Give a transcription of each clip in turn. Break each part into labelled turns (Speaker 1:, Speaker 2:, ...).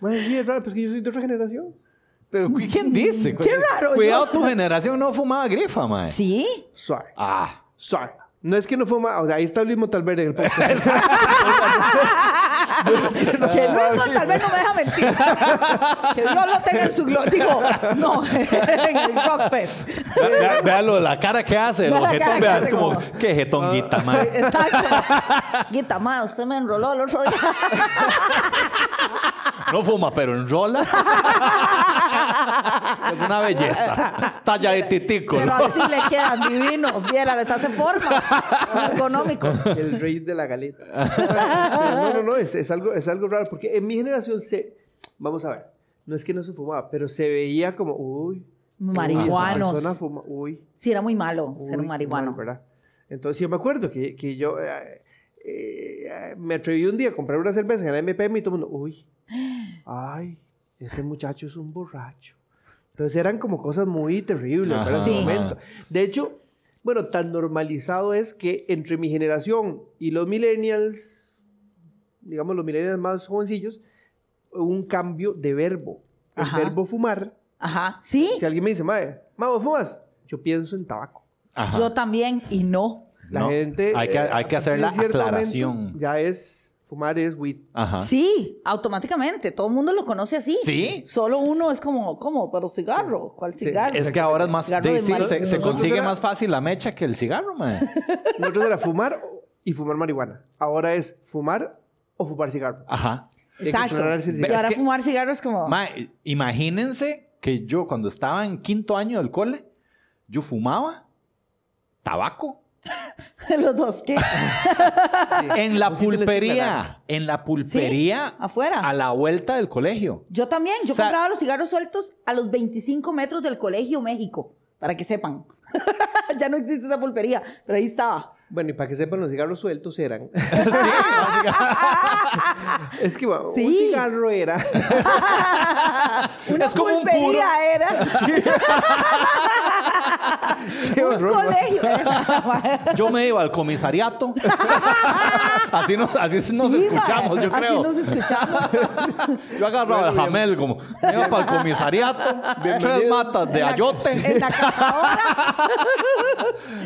Speaker 1: Bueno, sí, es raro, pues que yo soy de otra generación.
Speaker 2: Pero ¿qui- ¿quién dice?
Speaker 3: Qué raro,
Speaker 2: Cuidado,
Speaker 3: yo-
Speaker 2: tu generación no fumaba grifa, mae.
Speaker 3: ¿Sí?
Speaker 1: Suave,
Speaker 2: Ah.
Speaker 1: suave. No es que no fuma, o sea, ahí está Luis Montalverde en el podcast.
Speaker 3: Que luego tal vez no me deja mentir. que no lo tenga en su gloria. Digo, no, en el Rockfest.
Speaker 2: Ve- vea- Véalo, la cara que hace, el
Speaker 3: Vea la cara
Speaker 2: jetón,
Speaker 3: que
Speaker 2: vea,
Speaker 3: hace
Speaker 2: es como, Ah.
Speaker 3: como-
Speaker 2: qué jetonguita, mae.
Speaker 3: Exacto. Guita, ma, usted me enroló el otro día.
Speaker 2: No fuma, pero enrola. es una belleza. Talla de titico.
Speaker 3: Pero
Speaker 2: ¿no?
Speaker 3: así le quedan divinos. Viera, les hace forma. Económico.
Speaker 1: el rey de la galeta. Pero no, no, no, es, es algo, es algo raro, porque en mi generación se, vamos a ver, no es que no se fumaba, pero se veía como, uy, uy,
Speaker 3: Marihuanos.
Speaker 1: esa persona fuma, uy,
Speaker 3: Sí, era muy malo
Speaker 1: uy,
Speaker 3: ser un
Speaker 1: qué
Speaker 3: marihuano.
Speaker 1: mal, ¿verdad? Entonces yo me acuerdo que, que yo eh, eh, me atreví un día a comprar una cerveza en la MPM y todo el mundo, uy, ay, este muchacho es un borracho. Entonces eran como cosas muy terribles para ese
Speaker 3: Ajá. Sí.
Speaker 1: momento. De hecho, bueno, tan normalizado es que entre mi generación y los millennials, digamos los millennials más jovencillos, hubo un cambio de verbo. El
Speaker 3: Ajá.
Speaker 1: verbo fumar,
Speaker 3: Ajá. Sí,
Speaker 1: si alguien me dice, madre, ma, ¿vos fumas? Yo pienso en tabaco.
Speaker 2: Ajá.
Speaker 3: yo también. Y no.
Speaker 1: La
Speaker 2: No,
Speaker 1: gente. eh,
Speaker 2: hay que- hay que hacer
Speaker 1: en
Speaker 2: la
Speaker 1: cierto momento
Speaker 2: aclaración.
Speaker 1: Ya es. Fumar es weed.
Speaker 2: Ajá.
Speaker 3: Sí, automáticamente. Todo el mundo lo conoce así.
Speaker 2: Ah. Sí.
Speaker 3: Solo uno es como, ¿cómo? Pero cigarro. ¿Cuál cigarro?
Speaker 2: Es que ahora es más.
Speaker 3: Cigarro de
Speaker 2: de- sí,
Speaker 3: marihuana.
Speaker 2: se, se
Speaker 1: Nosotros
Speaker 2: consigue
Speaker 1: era-
Speaker 2: más fácil la mecha que el cigarro, mae.
Speaker 1: Nosotros era fumar o- y fumar marihuana. Ahora es fumar o fumar cigarro.
Speaker 2: Ajá.
Speaker 1: que
Speaker 3: Exacto.
Speaker 1: controlarse el
Speaker 3: Y
Speaker 1: cigarro.
Speaker 3: ahora
Speaker 2: Es que-
Speaker 3: fumar cigarro es como.
Speaker 2: Mae, imagínense que yo cuando estaba en quinto año del cole, yo fumaba tabaco
Speaker 3: Los dos, ¿qué? Ah,
Speaker 2: en la
Speaker 1: Vos sí tenés que aclarar.
Speaker 2: pulpería, en la pulpería
Speaker 3: afuera.
Speaker 2: a la vuelta del colegio.
Speaker 3: Yo también. Yo
Speaker 2: O sea-
Speaker 3: compraba los cigarros sueltos a los 25 metros del Colegio México, para que sepan. ya no existe esa pulpería, pero ahí estaba.
Speaker 1: Bueno, y para que sepan, los cigarros sueltos eran.
Speaker 2: Sí, básicamente.
Speaker 1: es que bueno, un
Speaker 3: Sí.
Speaker 1: cigarro era.
Speaker 3: Una
Speaker 2: Es como un
Speaker 3: pulpería
Speaker 2: puro.
Speaker 3: era.
Speaker 1: Qué
Speaker 3: un
Speaker 1: horror, ma.
Speaker 3: colegio. era.
Speaker 2: Yo me iba al comisariato. Así nos, así nos
Speaker 3: Sí,
Speaker 2: escuchamos,
Speaker 3: ma,
Speaker 2: yo creo.
Speaker 3: Así nos escuchamos.
Speaker 2: Yo agarraba
Speaker 1: Bueno,
Speaker 2: el
Speaker 1: bien.
Speaker 2: jamel como, me iba para el comisariato, tres
Speaker 1: Bienvenido.
Speaker 2: matas de
Speaker 3: En la- En
Speaker 2: ayote.
Speaker 3: la cazadora.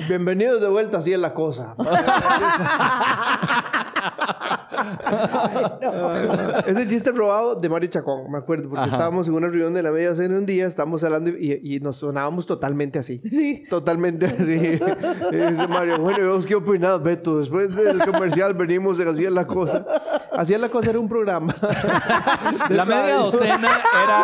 Speaker 1: Bienvenidos de vuelta, así es la cosa. Ese chiste robado de Mario Chacón, me acuerdo, porque
Speaker 2: Ajá.
Speaker 1: estábamos en una reunión de la media en un día, estábamos hablando y, y nos sonábamos totalmente así.
Speaker 3: Sí.
Speaker 1: Totalmente así. Y dice Mario, bueno, ¿y vos qué opinás, Beto? Después del comercial venimos de Así es la cosa. Así es la cosa era un programa. de
Speaker 2: La media
Speaker 1: radio.
Speaker 2: docena era.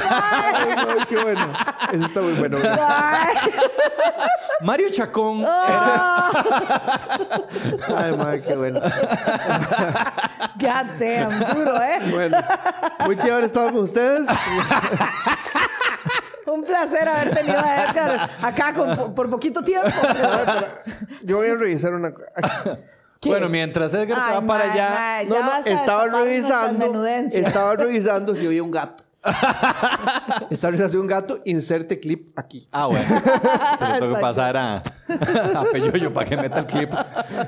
Speaker 1: Ay, no, qué bueno. Eso está muy bueno. ¿verdad?
Speaker 3: Ay,
Speaker 2: Mario Chacón
Speaker 3: Oh,
Speaker 1: Ay, madre, qué bueno.
Speaker 3: God damn, duro, ¿eh?
Speaker 1: Bueno, muy chévere haber estado con ustedes.
Speaker 3: Un placer haber tenido a Edgar acá con- por, por poquito tiempo.
Speaker 1: Yo voy a revisar una cosa.
Speaker 3: ¿Qué?
Speaker 2: Bueno, mientras Edgar se
Speaker 3: Ay,
Speaker 2: va para
Speaker 3: mae,
Speaker 2: allá.
Speaker 3: mae, ya
Speaker 1: No, no,
Speaker 3: vas a
Speaker 1: estaba
Speaker 3: destapar nuestras
Speaker 1: revisando.
Speaker 3: menudencias.
Speaker 1: Estaba revisando si había un gato. estaba revisando un gato, inserte clip aquí.
Speaker 2: Ah, bueno. Se lo tengo que pasar a, a Peyoyo para que meta el clip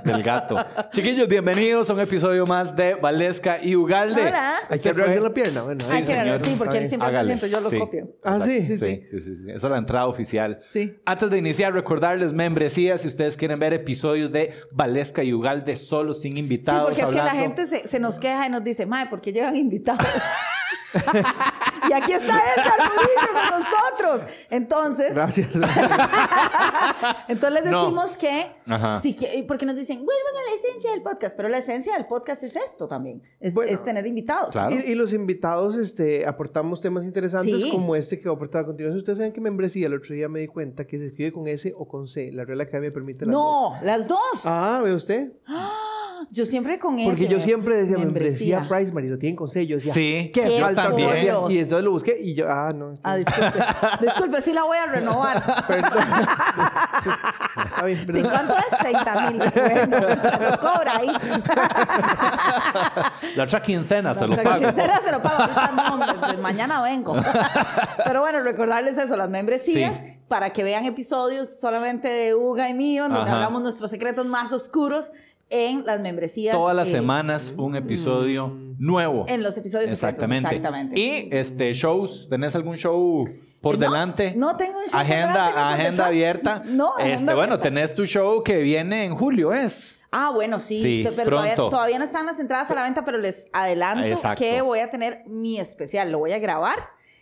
Speaker 2: del gato. Chiquillos, bienvenidos a un episodio más de Valesca y Ugalde.
Speaker 3: Hola.
Speaker 1: Hay que
Speaker 2: Este fue-
Speaker 1: abrirle la pierna. Bueno,
Speaker 3: Ay,
Speaker 1: ahí.
Speaker 3: que-
Speaker 2: señor.
Speaker 3: sí, porque él siempre hace
Speaker 2: Hágale.
Speaker 3: acento, yo lo
Speaker 2: Sí.
Speaker 3: copio.
Speaker 1: Ah, sí.
Speaker 2: Sí, sí, sí, sí. Esa es la entrada oficial.
Speaker 3: Sí.
Speaker 2: Antes de iniciar, recordarles membresía si ustedes quieren ver episodios de Valesca y Ugalde solo sin
Speaker 3: Sí,
Speaker 2: invitados.
Speaker 3: porque es que la
Speaker 2: hablando.
Speaker 3: gente se, se nos queja y nos dice, mae, ¿por qué llegan invitados? y aquí está Edgar Murillo con nosotros. Entonces,
Speaker 1: Gracias.
Speaker 3: entonces les
Speaker 2: No.
Speaker 3: decimos que,
Speaker 2: Ajá.
Speaker 3: si qui- porque nos dicen, vuelvan a la esencia del podcast, pero la esencia del podcast es esto también, es,
Speaker 1: Bueno.
Speaker 3: es tener invitados.
Speaker 2: Claro.
Speaker 1: Y, y los invitados este, aportamos temas interesantes
Speaker 3: Sí.
Speaker 1: como este que va a aportar a continuación. Ustedes saben que membresía, el otro día me di cuenta que se escribe con S o con C. La Real Academia permite las dos.
Speaker 3: No, las dos.
Speaker 1: Ah, ¿ve usted?
Speaker 3: Yo siempre con eso.
Speaker 1: Porque yo siempre decía membresía, Price, marido, tienen con C. Yo decía,
Speaker 2: Sí,
Speaker 1: ¿qué
Speaker 3: yo
Speaker 1: falta
Speaker 2: también.
Speaker 1: todavía? Y entonces lo busqué y yo, ah, no.
Speaker 3: Ah, disculpe. disculpe, sí la voy a renovar.
Speaker 1: Perdón. Está bien,
Speaker 3: ¿De
Speaker 1: perdón.
Speaker 3: cuánto es? 30 mil. Bueno, lo cobra ahí.
Speaker 2: La otra quincena se lo
Speaker 3: Pero que
Speaker 2: pago.
Speaker 3: sincera, se lo pago. Ahorita no, hombre, pues mañana vengo. Pero bueno, recordarles eso, las membresías.
Speaker 2: Sí.
Speaker 3: para que vean episodios solamente de Uga y mío, donde
Speaker 2: Ajá.
Speaker 3: hablamos nuestros secretos más oscuros en las membresías.
Speaker 2: Todas las
Speaker 3: eh,
Speaker 2: semanas un episodio nuevo.
Speaker 3: En los episodios secretos,
Speaker 2: exactamente.
Speaker 3: exactamente.
Speaker 2: Y este shows, ¿tenés algún show por
Speaker 3: No,
Speaker 2: delante?
Speaker 3: no tengo un show por
Speaker 2: agenda,
Speaker 3: delante, no,
Speaker 2: agenda
Speaker 3: profesor.
Speaker 2: abierta.
Speaker 3: No, agenda
Speaker 2: este, bueno,
Speaker 3: abierta.
Speaker 2: tenés tu show que viene en julio, ¿es?
Speaker 3: Ah, bueno, sí,
Speaker 2: Sí,
Speaker 3: pero todavía,
Speaker 2: pronto.
Speaker 3: todavía no están las entradas a la venta, pero les adelanto
Speaker 2: Exacto.
Speaker 3: que voy a tener mi especial. Lo voy a grabar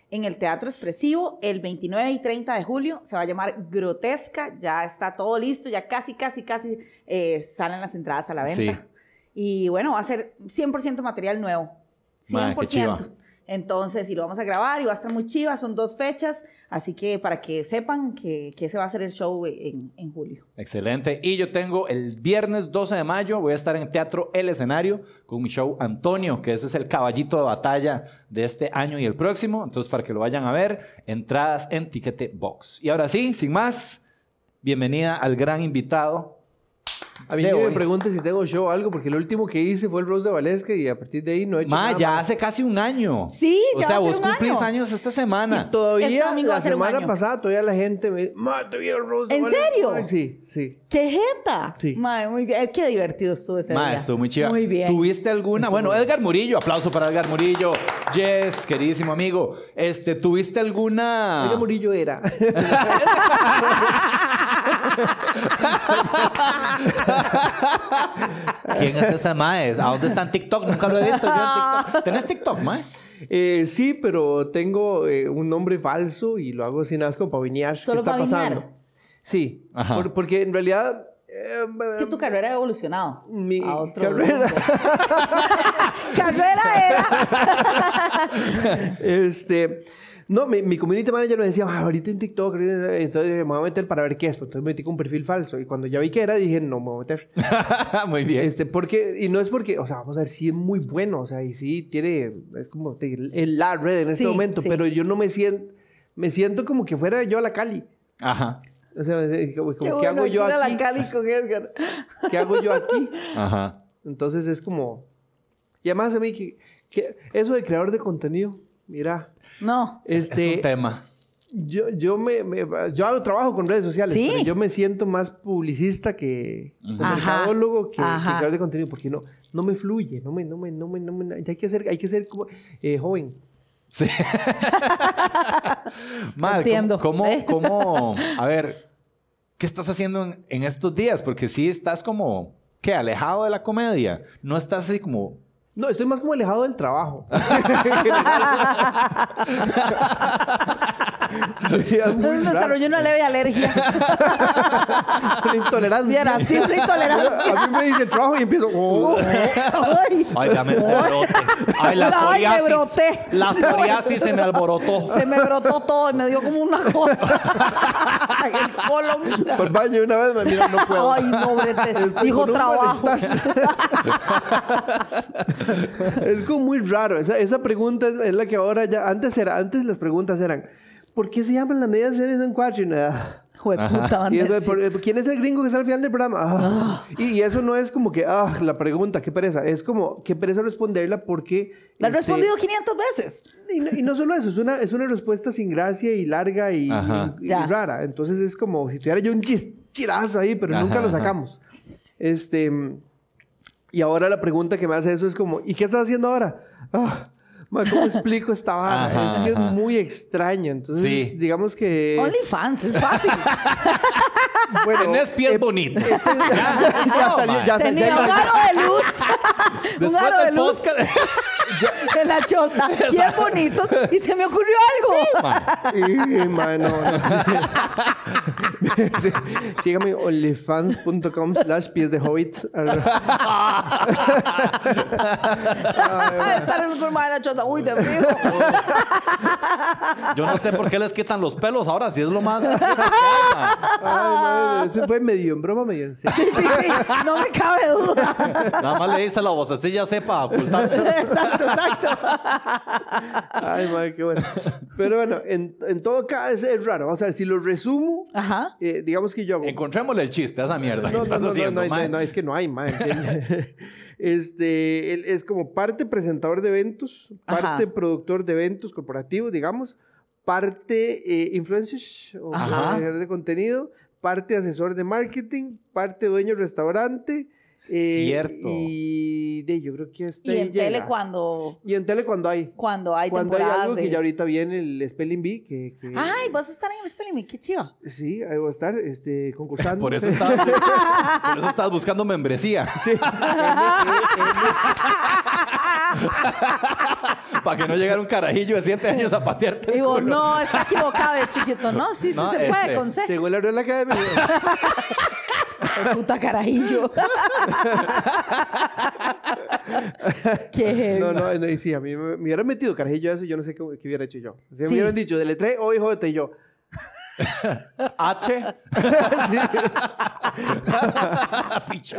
Speaker 3: en el Teatro Expresivo el 29 y 30 de julio. Se va a llamar Grotesca. Ya está todo listo, ya casi, casi, casi eh, salen las entradas a la venta.
Speaker 2: Sí.
Speaker 3: Y bueno, va a ser 100% material nuevo. 100%.
Speaker 2: Ma, qué chiva.
Speaker 3: Entonces, y lo vamos a grabar y va a estar muy chiva, son dos fechas, así que para que sepan que, que ese va a ser el show en, en julio.
Speaker 2: Excelente. Y yo tengo el viernes 12 de mayo, voy a estar en el Teatro El Escenario con mi show Antonio, que ese es el caballito de batalla de este año y el próximo. Entonces, para que lo vayan a ver, entradas en Tiquete Box. Y ahora sí, sin más, bienvenida al gran invitado.
Speaker 1: A mí
Speaker 2: de
Speaker 1: yo me
Speaker 2: hoy.
Speaker 1: pregunta si tengo yo algo, porque lo último que hice fue el Rose de Valesca y a partir de ahí no he hecho
Speaker 2: Ma,
Speaker 1: nada
Speaker 2: ya
Speaker 1: más.
Speaker 2: hace casi un año.
Speaker 3: Sí,
Speaker 2: O
Speaker 3: ya
Speaker 2: sea,
Speaker 3: va a ser
Speaker 2: vos
Speaker 3: un año.
Speaker 2: cumplís años esta semana.
Speaker 3: Este
Speaker 1: Todavía
Speaker 3: domingo va
Speaker 1: la
Speaker 3: a ser un
Speaker 1: semana
Speaker 3: año.
Speaker 1: pasada todavía la gente me dice, "Ma, te vi el Rose de
Speaker 3: ¿En
Speaker 1: Valesca".
Speaker 3: serio?
Speaker 1: Sí, sí.
Speaker 3: ¡Qué jeta!
Speaker 1: Sí.
Speaker 3: Mae, muy bien. Qué divertido estuvo ese
Speaker 2: Ma,
Speaker 3: día.
Speaker 2: estuvo muy chiva.
Speaker 3: Muy bien.
Speaker 2: ¿Tuviste alguna? bueno, Edgar Murillo, aplauso para Edgar Murillo. Yes, queridísimo amigo. Este, ¿tuviste alguna?
Speaker 1: Oiga, Murillo era.
Speaker 2: ¿Quién es esa mae? ¿A dónde está en TikTok? Nunca lo he visto yo en TikTok. ¿Tenés TikTok, mae?
Speaker 1: Eh, sí, pero tengo eh, un nombre falso y lo hago sin asco para viñar.
Speaker 3: Solo
Speaker 1: ¿Qué está
Speaker 3: pa' viñar.
Speaker 1: pasando? Sí,
Speaker 2: Ajá.
Speaker 1: por- porque en realidad... eh,
Speaker 3: Es que tu carrera ha evolucionado
Speaker 1: Mi
Speaker 3: a otro
Speaker 1: carrera.
Speaker 3: rumbo. carrera era.
Speaker 1: Este, no, mi, mi community manager me decía, "Ah, ahorita hay un TikTok, ahorita-". entonces me voy a meter para ver qué es. pues, Entonces metí con un perfil falso y cuando ya vi que era, dije, no me voy a meter.
Speaker 2: Muy bien.
Speaker 1: Este, porque, y no es porque, o sea, vamos a ver, sí es muy bueno, o sea, y sí tiene, es como te- en la red en este
Speaker 3: Sí,
Speaker 1: momento,
Speaker 3: sí.
Speaker 1: pero yo no me siento, me siento como que fuera yo a la Cali.
Speaker 2: Ajá.
Speaker 1: O sea, es como, como, ¿qué
Speaker 3: bueno,
Speaker 1: hago yo
Speaker 3: ir a
Speaker 1: aquí?
Speaker 3: la Cali con Edgar.
Speaker 1: ¿Qué hago yo aquí?
Speaker 2: Ajá.
Speaker 1: Entonces es como, y además a mí, que, que eso de creador de contenido, mira,
Speaker 3: No.
Speaker 1: este,
Speaker 2: Es un tema.
Speaker 1: Yo, yo, me, me- yo hago trabajo con redes sociales,
Speaker 3: Sí.
Speaker 1: pero yo me siento más publicista que
Speaker 2: Ujú.
Speaker 1: como
Speaker 3: Ajá,
Speaker 1: mercadólogo que, que
Speaker 3: ajá.
Speaker 1: creador de contenido, porque no, no me fluye, no me, no me, no me, no me- hay que ser, hay que ser como, eh, joven.
Speaker 2: Sí. Mae,
Speaker 3: Entiendo.
Speaker 2: ¿cómo,
Speaker 3: ¿Eh?
Speaker 2: cómo, a ver, qué estás haciendo en, en estos días? Porque sí estás como, ¿qué? Alejado de la comedia. No estás así como...
Speaker 1: No, estoy más como alejado del trabajo. Es muy
Speaker 3: Un
Speaker 1: raro,
Speaker 3: desarrolló una leve alergia.
Speaker 1: una intolerancia.
Speaker 3: Viera, simple intolerancia.
Speaker 1: A mí me dice el trabajo y empiezo. "Oh".
Speaker 3: Ay,
Speaker 2: Ay, dame este brote. Ay, la
Speaker 3: Ay, me
Speaker 2: psoriasis.
Speaker 3: broté.
Speaker 2: La psoriasis se me alborotó.
Speaker 3: se me brotó todo y me dio como una cosa. El colon.
Speaker 1: Por baño, Pues una vez me mira, no puedo.
Speaker 3: Ay, no,
Speaker 1: Estoy
Speaker 3: brete. Dijo
Speaker 1: con un
Speaker 3: trabajo.
Speaker 1: malestar. es como muy raro. Esa, esa pregunta es, es la que ahora ya. Antes, era, antes las preguntas eran: ¿por qué se llaman las medias series en cuadrinada?
Speaker 3: Jue puta,
Speaker 1: ah. Y
Speaker 3: Vanessa.
Speaker 1: eso de, "¿Por- eh, ¿Quién es el gringo que está al final del programa? Ah. Y, y eso no es como que, ah, la pregunta, qué pereza. Es como, qué pereza responderla porque.
Speaker 3: La he
Speaker 1: este,
Speaker 3: respondido 500 veces.
Speaker 1: Y no, y no solo eso, es una, es una respuesta sin gracia y larga y,
Speaker 2: Ajá.
Speaker 1: y- y
Speaker 3: Ya.
Speaker 1: rara. Entonces es como si tuviera yo un chistilazo ahí, pero
Speaker 2: Ajá,
Speaker 1: nunca lo
Speaker 2: ajá.
Speaker 1: sacamos. Este. Y ahora la pregunta que me hace eso es como, ¿y qué estás haciendo ahora? Ah, ma, ¿Cómo explico esta vara?
Speaker 2: Ajá,
Speaker 1: es que
Speaker 2: ajá.
Speaker 1: es muy extraño. Entonces,
Speaker 2: Sí.
Speaker 1: digamos que.
Speaker 3: OnlyFans, es fácil.
Speaker 1: bueno,
Speaker 2: Tenés pies
Speaker 1: eh,
Speaker 2: bonitas.
Speaker 1: este- ya,
Speaker 2: todo,
Speaker 1: salió,
Speaker 2: ma.
Speaker 1: ya, salió,
Speaker 3: Tenía un
Speaker 1: ya-
Speaker 3: aro de luz. un
Speaker 2: Después
Speaker 3: aro de
Speaker 2: del
Speaker 3: luz
Speaker 2: podcast.
Speaker 3: en la choza. Bien bonitos. Y se me ocurrió algo.
Speaker 1: Eh, ma, no, no. Sí, Sígame olifans.com slash pies de hobbit.
Speaker 3: Estar en forma de la choza. Uy, te frío.
Speaker 2: Yo no sé por qué les quitan los pelos ahora, si es lo más.
Speaker 1: Ay, madre, Eso fue medio en broma, medio en serio.
Speaker 3: Sí, sí, no me cabe duda.
Speaker 2: Nada más le dice la vocecilla sepa ocultar.
Speaker 3: Exacto, exacto.
Speaker 1: Ay, madre, qué bueno. Pero bueno, en, en todo caso es, es raro. Vamos a ver, si lo resumo,
Speaker 3: Ajá.
Speaker 1: eh, digamos que yo hago...
Speaker 2: Encontrémosle el chiste a esa mierda. que
Speaker 1: No, no,
Speaker 2: estás
Speaker 1: no, no, no,
Speaker 2: haciendo,
Speaker 1: hay-
Speaker 2: mae.
Speaker 1: no, es que no hay, man. Este, él es como parte presentador de eventos,
Speaker 3: Ajá.
Speaker 1: parte productor de eventos corporativos, digamos, parte eh, influencers o
Speaker 2: Ajá.
Speaker 1: creador de contenido, parte asesor de marketing, parte dueño de restaurante. eh,
Speaker 2: Cierto.
Speaker 1: Y de, yo creo que hasta
Speaker 3: Y
Speaker 1: ahí
Speaker 3: en tele
Speaker 1: llega.
Speaker 3: cuando,
Speaker 1: Y en tele cuando hay.
Speaker 3: cuando hay
Speaker 1: cuando hay
Speaker 3: temporadas
Speaker 1: algo
Speaker 3: de...
Speaker 1: que ya ahorita viene el Spelling Bee, que, que-
Speaker 3: Ay, vas a estar en el Spelling Bee, qué chido.
Speaker 1: sí, ahí voy a estar este, concursando.
Speaker 2: Por eso, estabas, por eso estabas buscando membresía.
Speaker 1: Sí. eh,
Speaker 2: Para que no llegara un carajillo de 7 años a patearte. el
Speaker 3: Digo,
Speaker 2: culo.
Speaker 3: no, está equivocado el chiquito. No, sí, sí
Speaker 2: No,
Speaker 3: se puede,
Speaker 2: este,
Speaker 3: con C.
Speaker 1: Según la Real Academia.
Speaker 3: Puta carajillo. qué heavy.
Speaker 1: No, no, no, y sí, a mí me, me hubieran metido carajillo a eso, yo no sé qué, qué hubiera hecho yo. Si me
Speaker 3: Sí.
Speaker 1: hubieran dicho, deletré oh, o hijote, y yo.
Speaker 2: H.
Speaker 1: Sí.
Speaker 2: Ficha.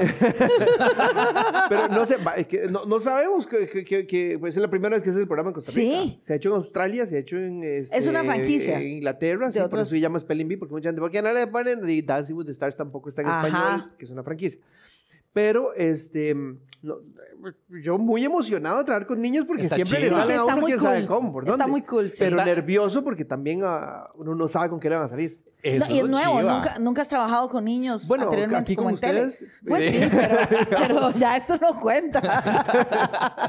Speaker 1: Pero no sé, va, es que no, no sabemos que, que- que- que, pues, es la primera vez que hace el programa en Costa Rica.
Speaker 3: Sí.
Speaker 1: Se ha hecho en Australia, se ha hecho en este,
Speaker 3: Es una franquicia.
Speaker 1: En Inglaterra,
Speaker 3: De
Speaker 1: sí, por
Speaker 3: otros-
Speaker 1: eso se llama Spelling Bee, porque mucha gente, porque no le ponen y Dancing with the Stars tampoco está en
Speaker 3: Ajá.
Speaker 1: español, que es una franquicia. Pero este no, yo muy emocionado de trabajar con niños porque
Speaker 2: Está
Speaker 1: siempre le
Speaker 2: chido.
Speaker 1: salen a
Speaker 3: Está
Speaker 1: uno
Speaker 3: muy
Speaker 1: que sabe
Speaker 3: cool.
Speaker 1: cómo, por
Speaker 3: Está
Speaker 1: dónde.
Speaker 3: muy cool, sí.
Speaker 1: Pero
Speaker 2: Está-
Speaker 1: nervioso porque también ah, uno no sabe con qué le van a salir.
Speaker 2: Eso
Speaker 3: No, y es nuevo,
Speaker 2: chiva.
Speaker 3: nunca, nunca has trabajado con niños
Speaker 1: Bueno,
Speaker 3: anteriormente
Speaker 1: aquí
Speaker 3: como
Speaker 1: con
Speaker 3: en tele.
Speaker 1: ustedes,
Speaker 3: Pues sí,
Speaker 2: sí.
Speaker 3: pero, pero ya eso no cuenta.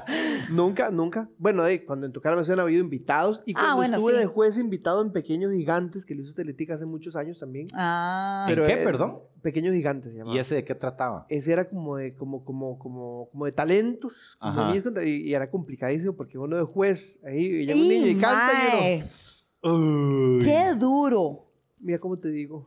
Speaker 1: Nunca, nunca. Bueno, eh, cuando en tu cara me suena ha habido invitados y
Speaker 3: Ah,
Speaker 1: cuando
Speaker 3: bueno,
Speaker 1: estuve
Speaker 3: sí.
Speaker 1: de juez invitado en Pequeños Gigantes, que lo hizo Teletica hace muchos años también.
Speaker 3: Ah,
Speaker 2: Pero- qué,
Speaker 1: eh,
Speaker 2: perdón?
Speaker 1: Pequeños Gigantes se llamaba.
Speaker 2: ¿Y ese de qué trataba?
Speaker 1: Ese era como de, como, como, como, como de talentos. como
Speaker 2: Ajá.
Speaker 1: niños con- y, y era complicadísimo porque uno de juez, ahí y llega un niño y canta y
Speaker 3: mae,
Speaker 1: uno,
Speaker 3: ¡Qué duro!
Speaker 1: mira cómo te digo,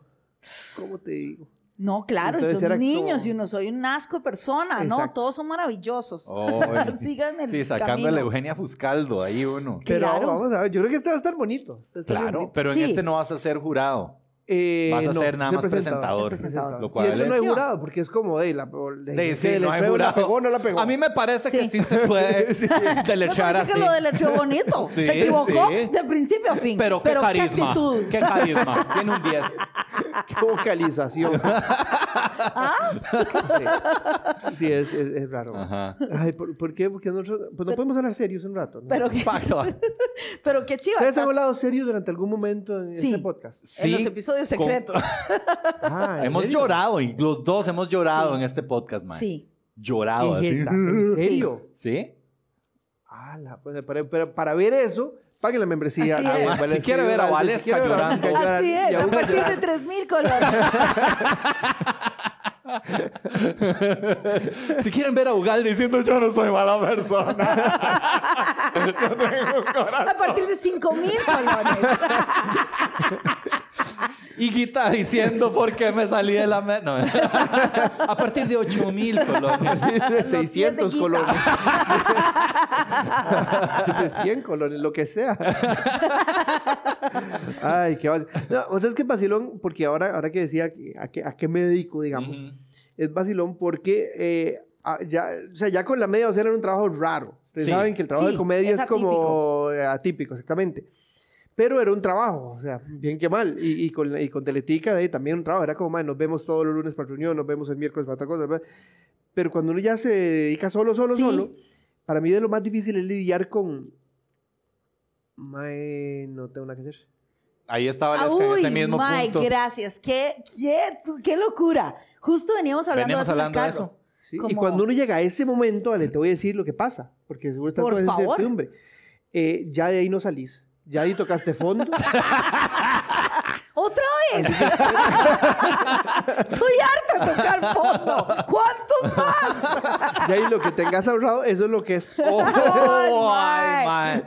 Speaker 1: cómo te digo.
Speaker 3: No, claro,
Speaker 1: Entonces era
Speaker 3: son niños
Speaker 1: como-
Speaker 3: y uno soy un asco de persona, ¿no?
Speaker 1: Exacto.
Speaker 3: Todos son maravillosos.
Speaker 2: Oh. Ay.
Speaker 3: Sigan el
Speaker 2: Sí, sacando a la
Speaker 3: camino.
Speaker 2: Eugenia Fuscaldo, ahí uno.
Speaker 1: Pero
Speaker 3: Claro.
Speaker 1: vamos a ver, yo creo que este va a estar bonito. este va a estar
Speaker 2: Claro,
Speaker 1: bonito.
Speaker 2: pero en
Speaker 3: Sí.
Speaker 2: este no vas a ser jurado.
Speaker 1: Eh,
Speaker 2: Vas a
Speaker 1: no,
Speaker 2: ser nada más presentador.
Speaker 3: presentador.
Speaker 2: Lo
Speaker 1: y
Speaker 2: cual
Speaker 1: de hecho
Speaker 2: es...
Speaker 1: no he jurado porque es como de la, de,
Speaker 2: Sí, sí,
Speaker 1: de
Speaker 2: no
Speaker 1: la
Speaker 2: hay
Speaker 1: prueba,
Speaker 2: jurado.
Speaker 1: la pegó no la pegó.
Speaker 2: A mí me parece que
Speaker 3: Sí.
Speaker 2: sí se puede
Speaker 3: Me
Speaker 2: delechar
Speaker 3: parece
Speaker 2: así.
Speaker 3: que lo deletró bonito.
Speaker 2: Sí,
Speaker 3: Se equivocó
Speaker 2: sí.
Speaker 3: de principio a fin.
Speaker 2: Pero qué carisma.
Speaker 3: actitud.
Speaker 2: Qué carisma. Tiene un 10.
Speaker 1: Qué vocalización. Sí, Sí, es, es- es raro.
Speaker 2: Ajá.
Speaker 1: Ay, ¿por, por qué? Porque nosotros pues, no podemos hablar serios un rato. ¿no?
Speaker 3: Pero qué,
Speaker 2: Pacto.
Speaker 3: pero qué chiva.
Speaker 1: ¿Ustedes han
Speaker 3: estás
Speaker 1: hablado serios durante algún momento en
Speaker 3: Sí.
Speaker 1: este podcast?
Speaker 3: En los
Speaker 2: Sí,
Speaker 3: episodios
Speaker 2: con-
Speaker 3: secretos.
Speaker 1: Ah, ¿en
Speaker 2: Hemos
Speaker 1: serio?
Speaker 2: llorado, y los dos hemos llorado en este podcast, man.
Speaker 3: Sí.
Speaker 2: Llorado.
Speaker 1: Qué
Speaker 2: así.
Speaker 1: jeta, ¿En serio?
Speaker 2: ¿Sí?
Speaker 1: Ah, la- pues, pero, pero para ver eso, paguen la membresía.
Speaker 3: Así
Speaker 1: a
Speaker 3: es.
Speaker 1: Valesca
Speaker 2: Si quiere ver a
Speaker 1: llorando,
Speaker 2: Valesca
Speaker 1: quiere ver a Valesca
Speaker 2: llorando.
Speaker 1: llorar,
Speaker 3: Así
Speaker 1: y
Speaker 3: es,
Speaker 1: a
Speaker 3: a
Speaker 1: Hugo
Speaker 3: partir
Speaker 1: llorar.
Speaker 3: de 3000 colores.
Speaker 2: Si quieren ver a Ugalde diciendo yo no soy mala persona. no tengo corazón.
Speaker 3: A partir de 5000 colores.
Speaker 2: Y Guita diciendo por qué me salí de la mesa. a partir de 8000 colonias.
Speaker 1: de
Speaker 3: Los
Speaker 1: 600
Speaker 3: pies de
Speaker 1: colones. de 100 colones, lo que sea. Ay, qué vacilón. No, o sea, es que es vacilón, porque ahora, ahora que decía que- a qué, a qué me dedico, digamos,
Speaker 2: Ujú.
Speaker 1: es vacilón porque eh, a- ya, o sea, ya con la media docena era un trabajo raro. Ustedes
Speaker 2: Sí.
Speaker 1: saben que el trabajo
Speaker 3: Sí,
Speaker 1: de comedia
Speaker 3: es
Speaker 1: es, como eh, atípico, exactamente. Pero era un trabajo, o sea, bien que mal. Y, y con, y con Teletica de ahí también un trabajo. Era como, "Mae, nos vemos todos los lunes para reunión, nos vemos el miércoles para otra cosa. ¿verdad? Pero cuando uno ya se dedica solo, solo,
Speaker 3: Sí.
Speaker 1: solo, para mí de lo más difícil es lidiar con... Mae, no tengo nada que hacer.
Speaker 2: Ahí estaba
Speaker 3: Ah,
Speaker 2: Lesca en ese mismo
Speaker 3: my,
Speaker 2: punto.
Speaker 3: gracias. Qué, qué, qué locura. Justo veníamos hablando
Speaker 2: Veníamos
Speaker 3: de eso. en el
Speaker 2: hablando de
Speaker 3: carro.
Speaker 2: eso.
Speaker 1: ¿sí? Y
Speaker 3: Como-
Speaker 1: cuando uno llega a ese momento, Ale, te voy a decir lo que pasa, porque seguro estás
Speaker 3: Por
Speaker 1: con esa
Speaker 3: favor.
Speaker 1: incertidumbre. Eh, ya de ahí no salís. Ya ahí tocaste fondo.
Speaker 3: ¡Otra vez! Estoy harta de tocar fondo. ¿Cuántos más?
Speaker 1: ya ahí lo que tengas ahorrado, eso es lo que es.
Speaker 2: Oh,
Speaker 3: Ay,
Speaker 2: ay, man.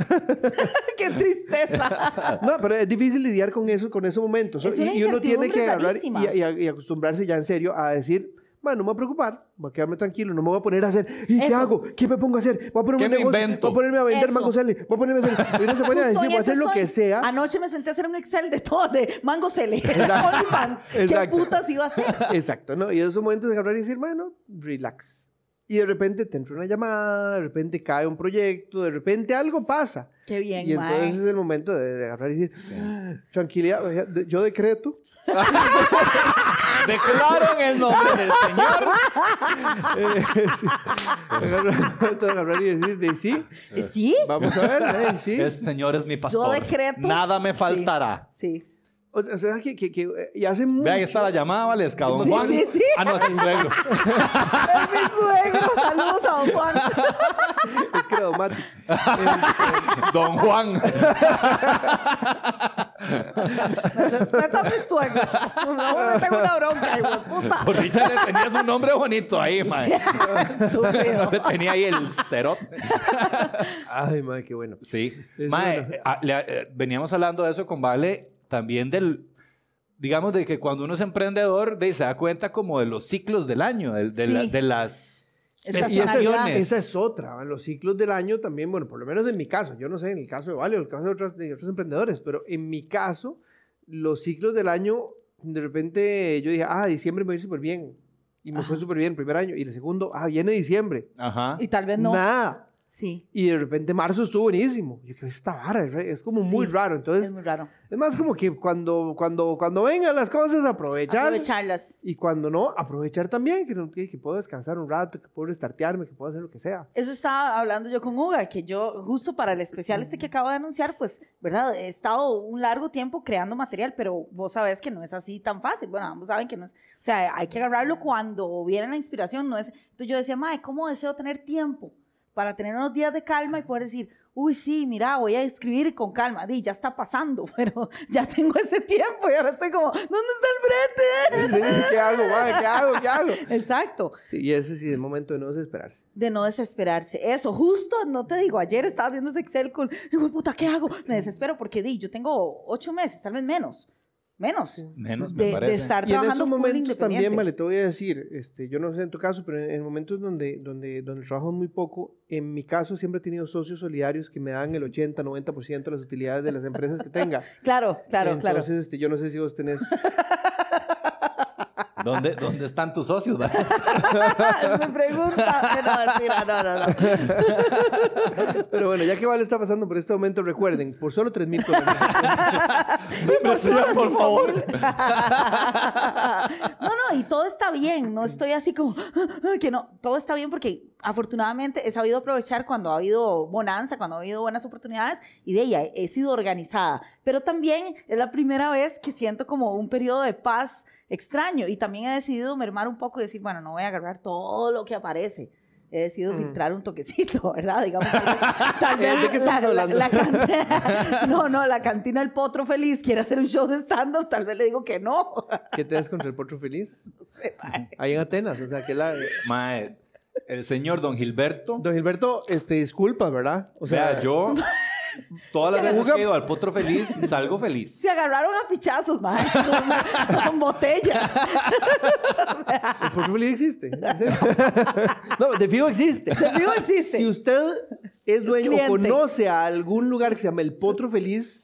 Speaker 3: ¡Qué tristeza!
Speaker 1: No, pero es difícil lidiar con eso, con esos momentos.
Speaker 3: Es
Speaker 1: y,
Speaker 3: una
Speaker 1: y uno tiene que
Speaker 3: incertidumbre
Speaker 1: agarrar y,
Speaker 3: rarísima.
Speaker 1: y a- y acostumbrarse ya en serio a decir, man, no me voy a preocupar, voy a quedarme tranquilo, no me voy a poner a hacer, ¿y qué
Speaker 3: Eso.
Speaker 1: hago? ¿Qué me pongo a hacer? Voy a ponerme
Speaker 2: ¿Qué
Speaker 1: un
Speaker 2: me
Speaker 1: negocio,
Speaker 2: invento?
Speaker 1: voy a ponerme a vender
Speaker 3: Eso.
Speaker 1: mango sale, voy a ponerme a hacer, y uno se pone a decir,
Speaker 3: Justo en
Speaker 1: voy a
Speaker 3: eso
Speaker 1: hacer lo
Speaker 3: estoy.
Speaker 1: que sea.
Speaker 3: Anoche me senté a hacer un Excel de todo, de Mango Cele, OnlyFans. ¿Qué
Speaker 1: Exacto.
Speaker 3: putas iba a hacer?
Speaker 1: Exacto, ¿no? Y en esos momentos de agarrar y decir, bueno, relax. Y de repente te entra una llamada, de repente cae un proyecto, de repente algo pasa.
Speaker 3: Qué bien,
Speaker 1: y
Speaker 3: mae.
Speaker 1: entonces es el momento de, de agarrar y decir, "Ah, tranquilidad, yo decreto.
Speaker 2: Declaro en el nombre del Señor.
Speaker 1: eh, sí. Agarrar- entonces agarrar y decir, de sí,
Speaker 3: Eh, ¿Sí?
Speaker 1: vamos a ver, eh, sí.
Speaker 2: Este Señor es mi pastor.
Speaker 3: decreto-
Speaker 2: Nada me faltará.
Speaker 3: Sí.
Speaker 1: O sea, o sea, que, que- que, eh, y hace mucho.
Speaker 2: Ve, ahí está la llamada, Valesca. Don
Speaker 3: Sí,
Speaker 2: Juan.
Speaker 3: sí, sí.
Speaker 2: Ah, no, es mi suegro.
Speaker 3: Es mi suegro. Saludos a don Juan.
Speaker 1: Es que era Este, dogmático.
Speaker 2: Don Juan.
Speaker 3: Respeta a mi suegro. No me tengo una bronca, hijo de puta.
Speaker 2: Por Richard le tenía su nombre bonito ahí, mae. No
Speaker 3: Estúpido.
Speaker 2: le tenía ahí el cerote.
Speaker 1: Ay, madre, qué bueno.
Speaker 2: Sí.
Speaker 1: Es
Speaker 2: Mae,
Speaker 1: bueno.
Speaker 2: eh, a- le- eh, veníamos hablando de eso con Vale, también del, digamos, de que cuando uno es emprendedor, de, se da cuenta como de los ciclos del año, del- de, la-
Speaker 3: Sí.
Speaker 2: de las
Speaker 1: Y esa,
Speaker 2: Estacionalidad.
Speaker 3: Estacionalidad.
Speaker 1: esa es otra, ¿va? los ciclos del año también, bueno, por lo menos en mi caso, yo no sé, en el caso de Vale o el caso de otros, de otros emprendedores, pero en mi caso, los ciclos del año, de repente yo dije, ah, diciembre me va a ir súper bien, y me fue súper bien el primer año, y el segundo, ah, viene diciembre,
Speaker 2: Ajá.
Speaker 3: Y tal vez no.
Speaker 1: nada,
Speaker 3: Sí.
Speaker 1: y de repente marzo estuvo buenísimo, yo que esta vara, es re- es como muy
Speaker 3: Sí,
Speaker 1: raro, entonces,
Speaker 3: Es muy raro.
Speaker 1: es más como que cuando, cuando, cuando vengan las cosas, aprovechar.
Speaker 3: Aprovecharlas.
Speaker 1: Y cuando no, aprovechar también, que, no- que, que puedo descansar un rato, que puedo restartearme, que puedo hacer lo que sea.
Speaker 3: Eso estaba hablando yo con Uga, que yo justo para el especial este que acabo de anunciar, pues, ¿verdad? He estado un largo tiempo creando material, pero vos sabés que no es así tan fácil. Bueno, ambos saben que no es, o sea, hay que agarrarlo cuando viene la inspiración, no es. Entonces yo decía, madre, ¿cómo deseo tener tiempo para tener unos días de calma y poder decir, uy, sí, mira, voy a escribir con calma. Di, ya está pasando, pero ya tengo ese tiempo y ahora estoy como, ¿dónde está el brete?
Speaker 1: Sí, ¿Qué hago, madre? ¿Qué hago? ¿Qué hago?
Speaker 3: Exacto.
Speaker 1: Sí, y ese sí es el momento de no desesperarse.
Speaker 3: de no desesperarse. Eso, justo, no te digo, ayer estaba haciendo ese Excel con, digo, puta, ¿qué hago? Me desespero porque di, yo tengo ocho meses, tal vez menos, menos,
Speaker 2: Menos, me
Speaker 3: de, de
Speaker 2: parece.
Speaker 3: estar
Speaker 1: Y en
Speaker 3: trabajando
Speaker 1: esos
Speaker 3: full
Speaker 1: momentos también,
Speaker 3: independiente.
Speaker 1: vale, te voy a decir, este, yo no sé en tu caso, pero en, en momentos donde, donde, donde el trabajo es muy poco, en mi caso siempre he tenido socios solidarios que me dan el 80, 90% de las utilidades de las empresas que tenga.
Speaker 3: Claro, claro,
Speaker 1: Entonces,
Speaker 3: claro.
Speaker 1: este, yo no sé si vos tenés...
Speaker 2: ¿Dónde, ¿Dónde están tus socios?
Speaker 3: Ah, Me pregunta, no, mentira, no, no, no.
Speaker 1: Pero bueno, ya que Vale está pasando por este momento, recuerden, por solo 3 mil
Speaker 2: Gracias, por favor.
Speaker 3: No, no, y todo está bien, no estoy así como, "Ah, ah", que no, todo está bien porque afortunadamente he sabido aprovechar cuando ha habido bonanza, cuando ha habido buenas oportunidades y de ella he sido organizada, pero también es la primera vez que siento como un periodo de paz extraño y también he decidido mermar un poco y decir, bueno, no voy a agarrar todo lo que aparece. He decidido
Speaker 1: Mm.
Speaker 3: filtrar un toquecito, ¿verdad? Digamos, tal vez- tal vez
Speaker 1: ¿De qué estamos hablando?
Speaker 3: cantina- no, no, la cantina El Potro Feliz quiere hacer un show de stand-up, tal vez le digo que no.
Speaker 1: ¿Qué te das contra el potro feliz? Ahí en Atenas, o sea, que la...
Speaker 2: Mae, el señor Don Gilberto.
Speaker 1: Don Gilberto, este, disculpa, ¿verdad?
Speaker 2: O sea, yo todas las veces
Speaker 1: Juga-
Speaker 2: que he ido al Potro Feliz, salgo feliz.
Speaker 3: Se agarraron a pichazos, mae, con, con botella.
Speaker 1: El potro feliz existe. ¿en serio? no, de fijo existe.
Speaker 3: El vivo existe.
Speaker 1: Si usted es dueño o
Speaker 3: cliente.
Speaker 1: conoce a algún lugar que se llama El Potro Feliz,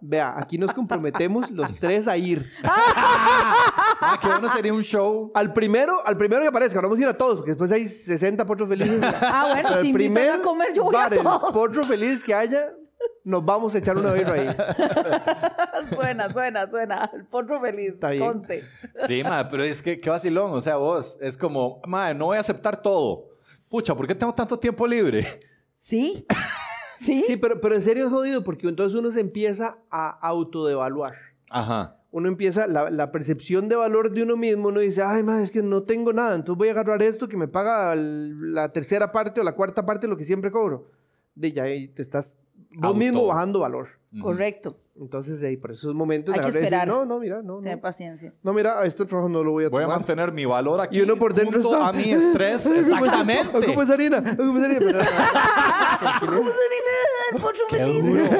Speaker 1: vea, aquí nos comprometemos los tres a ir.
Speaker 2: Ah, qué bueno sería un show.
Speaker 1: Al primero, al primero que aparezca, no vamos a ir a todos, porque después hay 60 Potros Felices.
Speaker 3: Ah, bueno,
Speaker 1: Pero
Speaker 3: si
Speaker 1: el
Speaker 3: invitan
Speaker 1: primer
Speaker 3: a comer, yo voy a
Speaker 1: bar, el
Speaker 3: todos.
Speaker 1: Potro Feliz que haya, nos vamos a echar una birra ahí.
Speaker 3: Suena, suena, suena. El Potro Feliz,
Speaker 1: Está bien.
Speaker 3: conte.
Speaker 2: Sí, mae, pero es que qué vacilón. O sea, vos, es como, mae, no voy a aceptar todo. Pucha, ¿por qué tengo tanto tiempo libre?
Speaker 3: ¿Sí? ¿Sí?
Speaker 1: Sí, pero, pero en serio es jodido, porque entonces uno se empieza a autodevaluar.
Speaker 2: Ajá.
Speaker 1: uno empieza la, la percepción de valor de uno mismo, uno dice, ay, madre, es que no tengo nada, entonces voy a agarrar esto que me paga el- la tercera parte o la cuarta parte de lo que siempre cobro. De ya ahí te estás vos
Speaker 2: Auto.
Speaker 1: mismo bajando valor.
Speaker 2: Ujú.
Speaker 3: Correcto.
Speaker 1: Entonces, de ahí, por esos momentos,
Speaker 3: Hay que
Speaker 1: agarrar y decir,
Speaker 3: esperar.
Speaker 1: no, no, mira, no,
Speaker 3: Ten
Speaker 1: no,
Speaker 3: paciencia.
Speaker 1: no, mira, a este trabajo no lo voy a
Speaker 2: Voy
Speaker 1: tomar.
Speaker 2: a mantener mi valor aquí.
Speaker 1: Y uno por dentro
Speaker 2: junto
Speaker 1: está-
Speaker 2: a mi estrés. Exactamente.
Speaker 1: ¿Cómo es harina? ¿Cómo es harina? Pero-
Speaker 3: ¿Cómo se dice el Potro Feliz?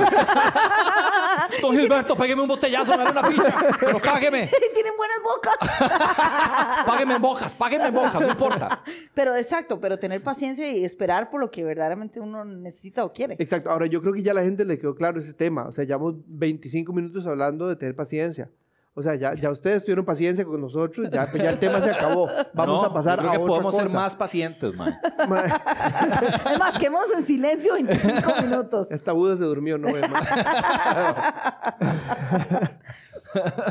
Speaker 2: Don Gilberto, pégueme un botellazo, me da una picha. Pero págueme.
Speaker 3: Tienen buenas bocas.
Speaker 2: Págueme en bocas, págueme en bocas, no importa.
Speaker 3: Pero exacto, pero tener paciencia y esperar por lo que verdaderamente uno necesita o quiere.
Speaker 1: Exacto. Ahora, yo creo que ya a la gente le quedó claro ese tema. O sea, llevamos 25 minutos hablando de tener paciencia. O sea, ya, ya ustedes tuvieron paciencia con nosotros, ya, pues ya el tema se acabó. Vamos
Speaker 2: No,
Speaker 1: a pasar
Speaker 2: yo creo
Speaker 1: a
Speaker 2: que
Speaker 1: otra
Speaker 2: podemos ser
Speaker 1: cosa.
Speaker 2: más pacientes, man.
Speaker 1: Ma-
Speaker 3: Además, quedemos en silencio 25 minutos.
Speaker 1: Esta Buda se durmió, no, hermano.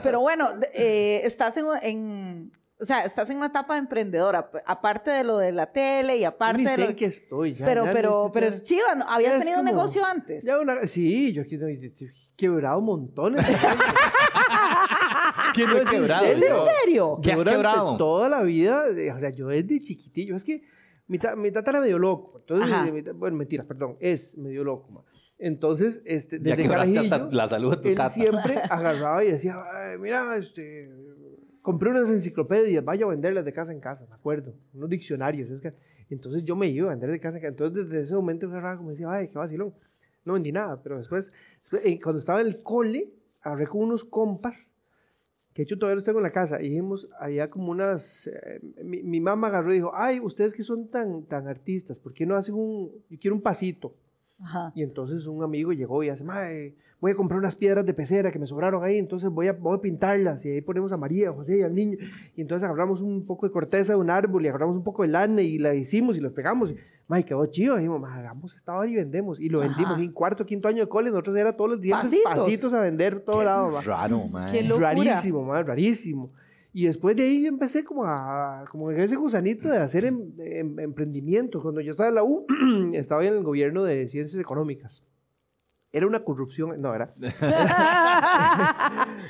Speaker 3: Pero bueno, de- eh, estás en, un- en- o sea, estás en una etapa emprendedora, p- aparte de lo de la tele y aparte
Speaker 1: Ni
Speaker 3: de
Speaker 1: sé
Speaker 3: lo
Speaker 1: en qué estoy ya.
Speaker 3: pero
Speaker 1: ya,
Speaker 3: pero
Speaker 1: ya-
Speaker 3: pero es chiva, ¿no? habías
Speaker 1: ya es
Speaker 3: tenido un
Speaker 1: como-
Speaker 3: negocio antes.
Speaker 1: ya una- sí, yo aquí quebrado montones. de gente.
Speaker 2: ¿Quién no
Speaker 1: Pero
Speaker 2: he
Speaker 1: es en
Speaker 2: quebrado?
Speaker 1: serio.
Speaker 2: Yo-
Speaker 3: ¿En serio?
Speaker 2: ¿Qué has
Speaker 1: Durante
Speaker 2: quebrado?
Speaker 1: Toda la vida, eh, o sea, yo desde chiquitillo, es que mi, ta- mi tata era medio loco, entonces,
Speaker 3: Ajá.
Speaker 1: eh, mi ta- bueno, mentira, perdón, es medio loco, ma. Entonces, este,
Speaker 2: Ya
Speaker 1: desde
Speaker 2: quebraste
Speaker 1: carajillo,
Speaker 2: hasta la salud de tu
Speaker 1: él
Speaker 2: tata.
Speaker 1: siempre agarraba y decía, "Ay, mira, este, compré unas enciclopedias, vaya a venderlas de casa en casa, me acuerdo, unos diccionarios, es que- entonces yo me iba a vender de casa en casa, entonces desde ese momento yo agarraba como decía, ay, qué vacilón, no vendí nada, pero después, después, eh, cuando estaba en el cole, agarré con unos compas, que de hecho todavía los tengo en la casa, y dijimos, había como unas, eh, mi, mi mamá agarró y dijo, ay, ustedes que son tan, tan artistas, ¿por qué no hacen un, yo quiero un pasito?
Speaker 3: Ajá.
Speaker 1: Y entonces un amigo llegó y hace, "Mae, voy a comprar unas piedras de pecera que me sobraron ahí, entonces voy a, voy a pintarlas. Y ahí ponemos a María, a José y al niño. Y entonces agarramos un poco de corteza de un árbol y agarramos un poco de lana y la hicimos y los pegamos. Mae, quedó chido. Dijimos, "Mae, hagamos esta hora y vendemos. Y lo
Speaker 3: Ajá.
Speaker 1: vendimos. Y en cuarto, quinto año de cole, nosotros era todos los días
Speaker 3: Pasitos.
Speaker 1: pasitos, a vender por todo lado. mae.
Speaker 2: Raro, man.
Speaker 3: Qué locura.
Speaker 1: Rarísimo, mae, rarísimo. Y después de ahí yo empecé como a, como en ese gusanito de hacer em- em- emprendimientos. Cuando yo estaba en la U, estaba en el gobierno de ciencias económicas. Era una corrupción, no, era.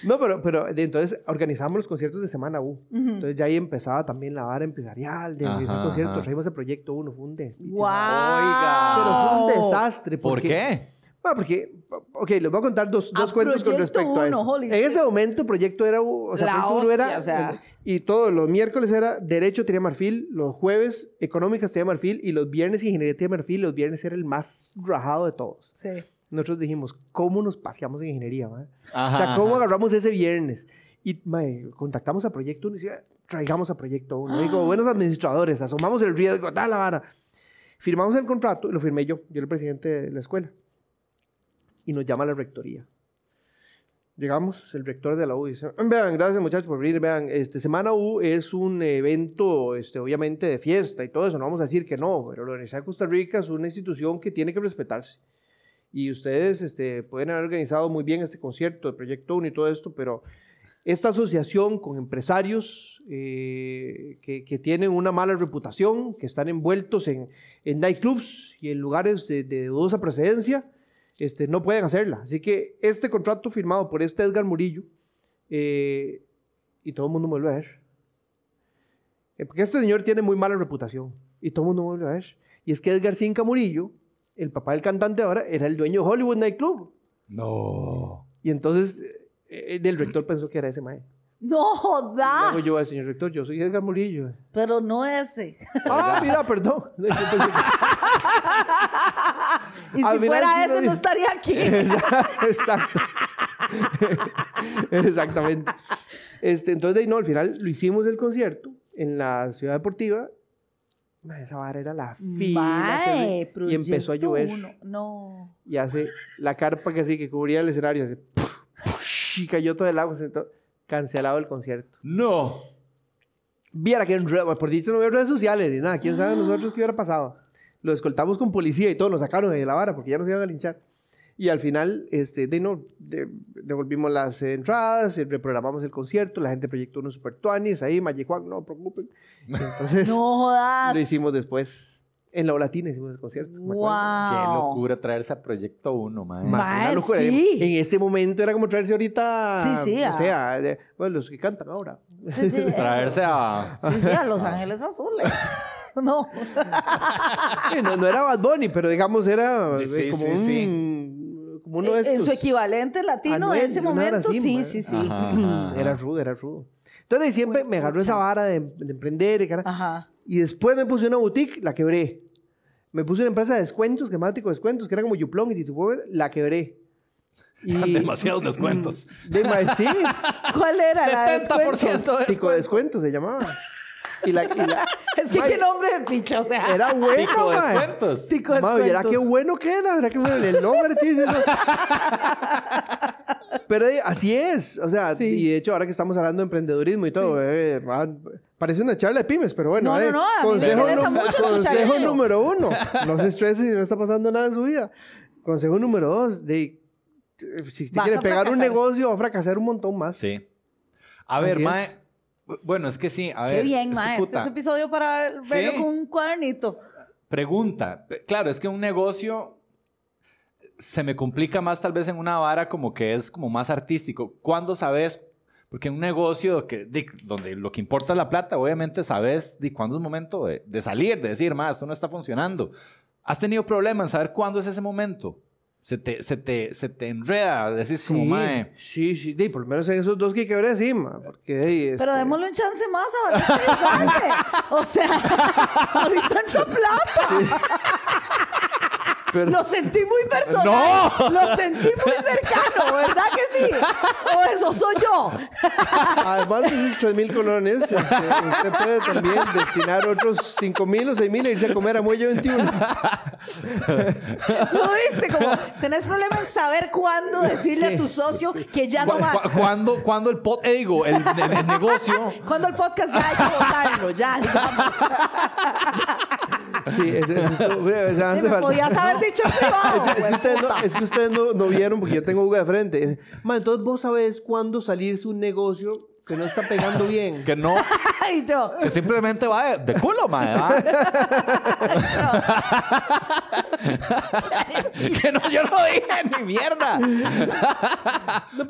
Speaker 1: No, pero, pero de- entonces organizamos los conciertos de semana U. Entonces ya ahí empezaba también la vara empresarial de organizar
Speaker 2: Ajá,
Speaker 1: conciertos.
Speaker 2: ajá.
Speaker 1: Traímos el proyecto uno, fue un desastre.
Speaker 3: Guau.
Speaker 1: Pero fue un desastre.
Speaker 2: ¿Por
Speaker 1: porque-
Speaker 2: qué?
Speaker 1: bueno, Ah, porque, ok, les voy a contar dos,
Speaker 3: A
Speaker 1: dos cuentos con
Speaker 3: Ah, Proyecto
Speaker 1: respecto a eso.
Speaker 3: Uno, holy
Speaker 1: en
Speaker 3: shit.
Speaker 1: ese momento, Proyecto era, o sea,
Speaker 3: La
Speaker 1: Proyecto Uno
Speaker 3: hostia,
Speaker 1: era,
Speaker 3: o sea.
Speaker 1: y todos los miércoles era Derecho tenía marfil, los jueves Económicas tenía marfil, y los viernes Ingeniería tenía marfil, los viernes era el más rajado de todos.
Speaker 3: Sí.
Speaker 1: Nosotros dijimos, ¿cómo nos paseamos en Ingeniería, mae?
Speaker 2: Ajá,
Speaker 1: O sea, ¿cómo
Speaker 2: ajá.
Speaker 1: agarramos ese viernes? Y mae, contactamos a Proyecto 1 y decía, traigamos a Proyecto 1.
Speaker 2: Ah.
Speaker 1: Digo, buenos administradores, asomamos el riesgo, tal la vara. Firmamos el contrato, y lo firmé yo, yo era el presidente de la escuela. Y nos llama la rectoría. Llegamos, el rector de la U dice, "Em, vean, gracias muchachos por venir, vean, este, Semana U es un evento, este, obviamente, de fiesta y todo eso, no vamos a decir que no, pero la Universidad de Costa Rica es una institución que tiene que respetarse y ustedes este, pueden haber organizado muy bien este concierto de Proyecto 1 y todo esto, pero esta asociación con empresarios eh, que, que tienen una mala reputación, que están envueltos en, en nightclubs y en lugares de, de dudosa procedencia, este, no pueden hacerla. Así que este contrato firmado por este Edgar Murillo, eh, y todo el mundo me vuelve a ver, eh, porque este señor tiene muy mala reputación, y todo el mundo me vuelve a ver. Y es que Edgar Cinca Murillo, el papá del cantante ahora, era el dueño de Hollywood Night Club.
Speaker 2: No.
Speaker 1: Y entonces eh, el rector pensó que era ese mae.
Speaker 3: No
Speaker 1: Luego
Speaker 3: jodas.
Speaker 1: yo al señor rector, yo soy Edgar Murillo.
Speaker 3: Pero no ese.
Speaker 1: ah, mira, perdón. Yo pensé que-
Speaker 3: Y si
Speaker 1: Al final
Speaker 3: fuera
Speaker 1: Ah, sí lo
Speaker 3: ese
Speaker 1: dice.
Speaker 3: no estaría aquí.
Speaker 1: Exacto. Exactamente. Este, entonces, de ahí, no, al final lo hicimos el concierto en la ciudad deportiva. Mae, Esa vara era la fila.
Speaker 3: Mae,
Speaker 1: que se- y empezó a
Speaker 3: Proyecto
Speaker 1: llover.
Speaker 3: Uno. No.
Speaker 1: y hace la carpa que así que cubría el escenario hace y cayó todo el agua se- to- cancelado el concierto
Speaker 2: No.
Speaker 1: viera que en re- por dicho no había redes sociales ni nada quién
Speaker 3: Ah.
Speaker 1: sabe nosotros qué hubiera pasado lo escoltamos con policía y todo nos sacaron de la vara porque ya nos iban a linchar y al final este de no de- devolvimos las eh, entradas eh, reprogramamos el concierto la gente proyectó unos super tuanis ahí Magic Juan, no preocupen Y entonces
Speaker 3: No jodas.
Speaker 1: lo hicimos después en la Olatina hicimos el concierto me acuerdo.
Speaker 3: Wow.
Speaker 2: Qué locura traerse a Proyecto 1, man.
Speaker 1: Más
Speaker 3: Mae,
Speaker 1: una locura.
Speaker 3: sí.
Speaker 1: En ese momento era como traerse ahorita.
Speaker 3: Sí, ah. sí, a-
Speaker 1: O sea, de- bueno, los que cantan ahora.
Speaker 3: Sí, sí.
Speaker 2: Traerse a...
Speaker 3: Sí, sí, a Los Ángeles Azules. No.
Speaker 1: Sí, no, no era Bad Bunny, pero digamos era
Speaker 2: Sí, sí,
Speaker 1: eh, como
Speaker 2: sí,
Speaker 1: un.
Speaker 2: sí.
Speaker 1: Como uno de
Speaker 3: En- En
Speaker 1: estos.
Speaker 3: su equivalente latino
Speaker 1: Anuel,
Speaker 3: de ese
Speaker 1: una vara
Speaker 3: momento,
Speaker 1: así,
Speaker 3: sí,
Speaker 1: madre.
Speaker 3: sí, sí.
Speaker 2: Ajá, ajá, ajá.
Speaker 1: Era rudo, era rudo. Entonces ahí siempre me agarró esa vara de, de emprender. y cara-
Speaker 3: Ajá.
Speaker 1: Y después me puse una boutique, la quebré. Me puse una empresa de descuentos, que mático de descuentos, que era como Yuplon y Tito Puebla, la quebré. Y, mm,
Speaker 2: Demasiados descuentos.
Speaker 1: de, ma- sí,
Speaker 3: ¿Cuál era? la de
Speaker 2: 70% de
Speaker 1: Tico de
Speaker 2: descuento.
Speaker 1: descuentos se llamaba. Y la, y la-
Speaker 3: descuentos? Es que
Speaker 1: Mae,
Speaker 3: qué nombre de picha, o sea.
Speaker 1: Era bueno,
Speaker 2: Tico de
Speaker 1: mae.
Speaker 2: descuentos.
Speaker 3: Tico de
Speaker 1: Madre, verá
Speaker 3: descuentos.
Speaker 1: qué bueno que era, verá que me duele el nombre, chis. eso. Pero eh, así es, o sea,
Speaker 3: Sí.
Speaker 1: y de hecho ahora que estamos hablando de emprendedurismo y todo, eh, ah, parece una charla de pymes, pero bueno,
Speaker 3: No, no,
Speaker 1: eh,
Speaker 3: no, a mí me
Speaker 1: consejo,
Speaker 3: interesa
Speaker 1: nu-
Speaker 3: mucho escuchar
Speaker 1: consejo
Speaker 3: eso.
Speaker 1: número uno, no se estrese si no está pasando nada en su vida. Consejo número dos, de, eh, si usted
Speaker 3: Vas
Speaker 1: quiere
Speaker 3: a
Speaker 1: pegar un
Speaker 3: fracasar.
Speaker 1: negocio va a fracasar un montón más.
Speaker 2: Sí. A
Speaker 1: Así
Speaker 2: ver, mae.
Speaker 1: es.
Speaker 2: Bueno, es que sí, a ver.
Speaker 3: Qué bien,
Speaker 2: es que,
Speaker 3: ma. Este
Speaker 2: puta,
Speaker 3: es episodio para verlo
Speaker 2: Sí.
Speaker 3: con un cuadernito.
Speaker 2: Pregunta. Pe- Claro, es que un negocio se me complica más tal vez en una vara como que es como más artístico. ¿Cuándo sabes? Porque en un negocio que, di- donde lo que importa es la plata, obviamente sabes de cuándo es momento de, de salir, de decir, más, esto no está funcionando. ¿Has tenido problemas en saber cuándo es ese momento? Se te, se te, se te enreda, decís como, eh, mae.
Speaker 1: sí, sí, de, por lo menos en esos dos que quebré encima, porque de, este,
Speaker 3: Pero démosle un chance más a Valencia Elizalde. O sea, ahorita entra plata.
Speaker 1: pero-
Speaker 3: Lo sentí muy personal. ¡No! Lo sentí muy cercano, ¿verdad que sí? O eso soy yo.
Speaker 1: Además de esos 3 mil colones, este, usted puede también destinar otros 5 mil o 6 mil e irse a comer a Muelle 21.
Speaker 3: Tú viste como, tenés problema en saber cuándo decirle a tu socio que ya no
Speaker 2: ¿cu-
Speaker 3: más.
Speaker 2: cu- ¿Cuándo, cuándo el, pod- eh, digo, el- el- el negocio
Speaker 3: Cuando el podcast ya hay que votarlo, ya. digamos.
Speaker 1: Sí, es, es, justo- o sea, hace
Speaker 3: Me
Speaker 1: falta.
Speaker 3: podías haber dicho en privado.
Speaker 1: Es que ustedes, no, es que ustedes no, no vieron porque yo tengo Google de frente. Man, entonces vos sabés cuándo salirse un negocio que no está pegando bien.
Speaker 2: que no,
Speaker 3: Ay, yo.
Speaker 2: que simplemente va de, de culo, mae, ¿va? que no, yo no dije ni mierda.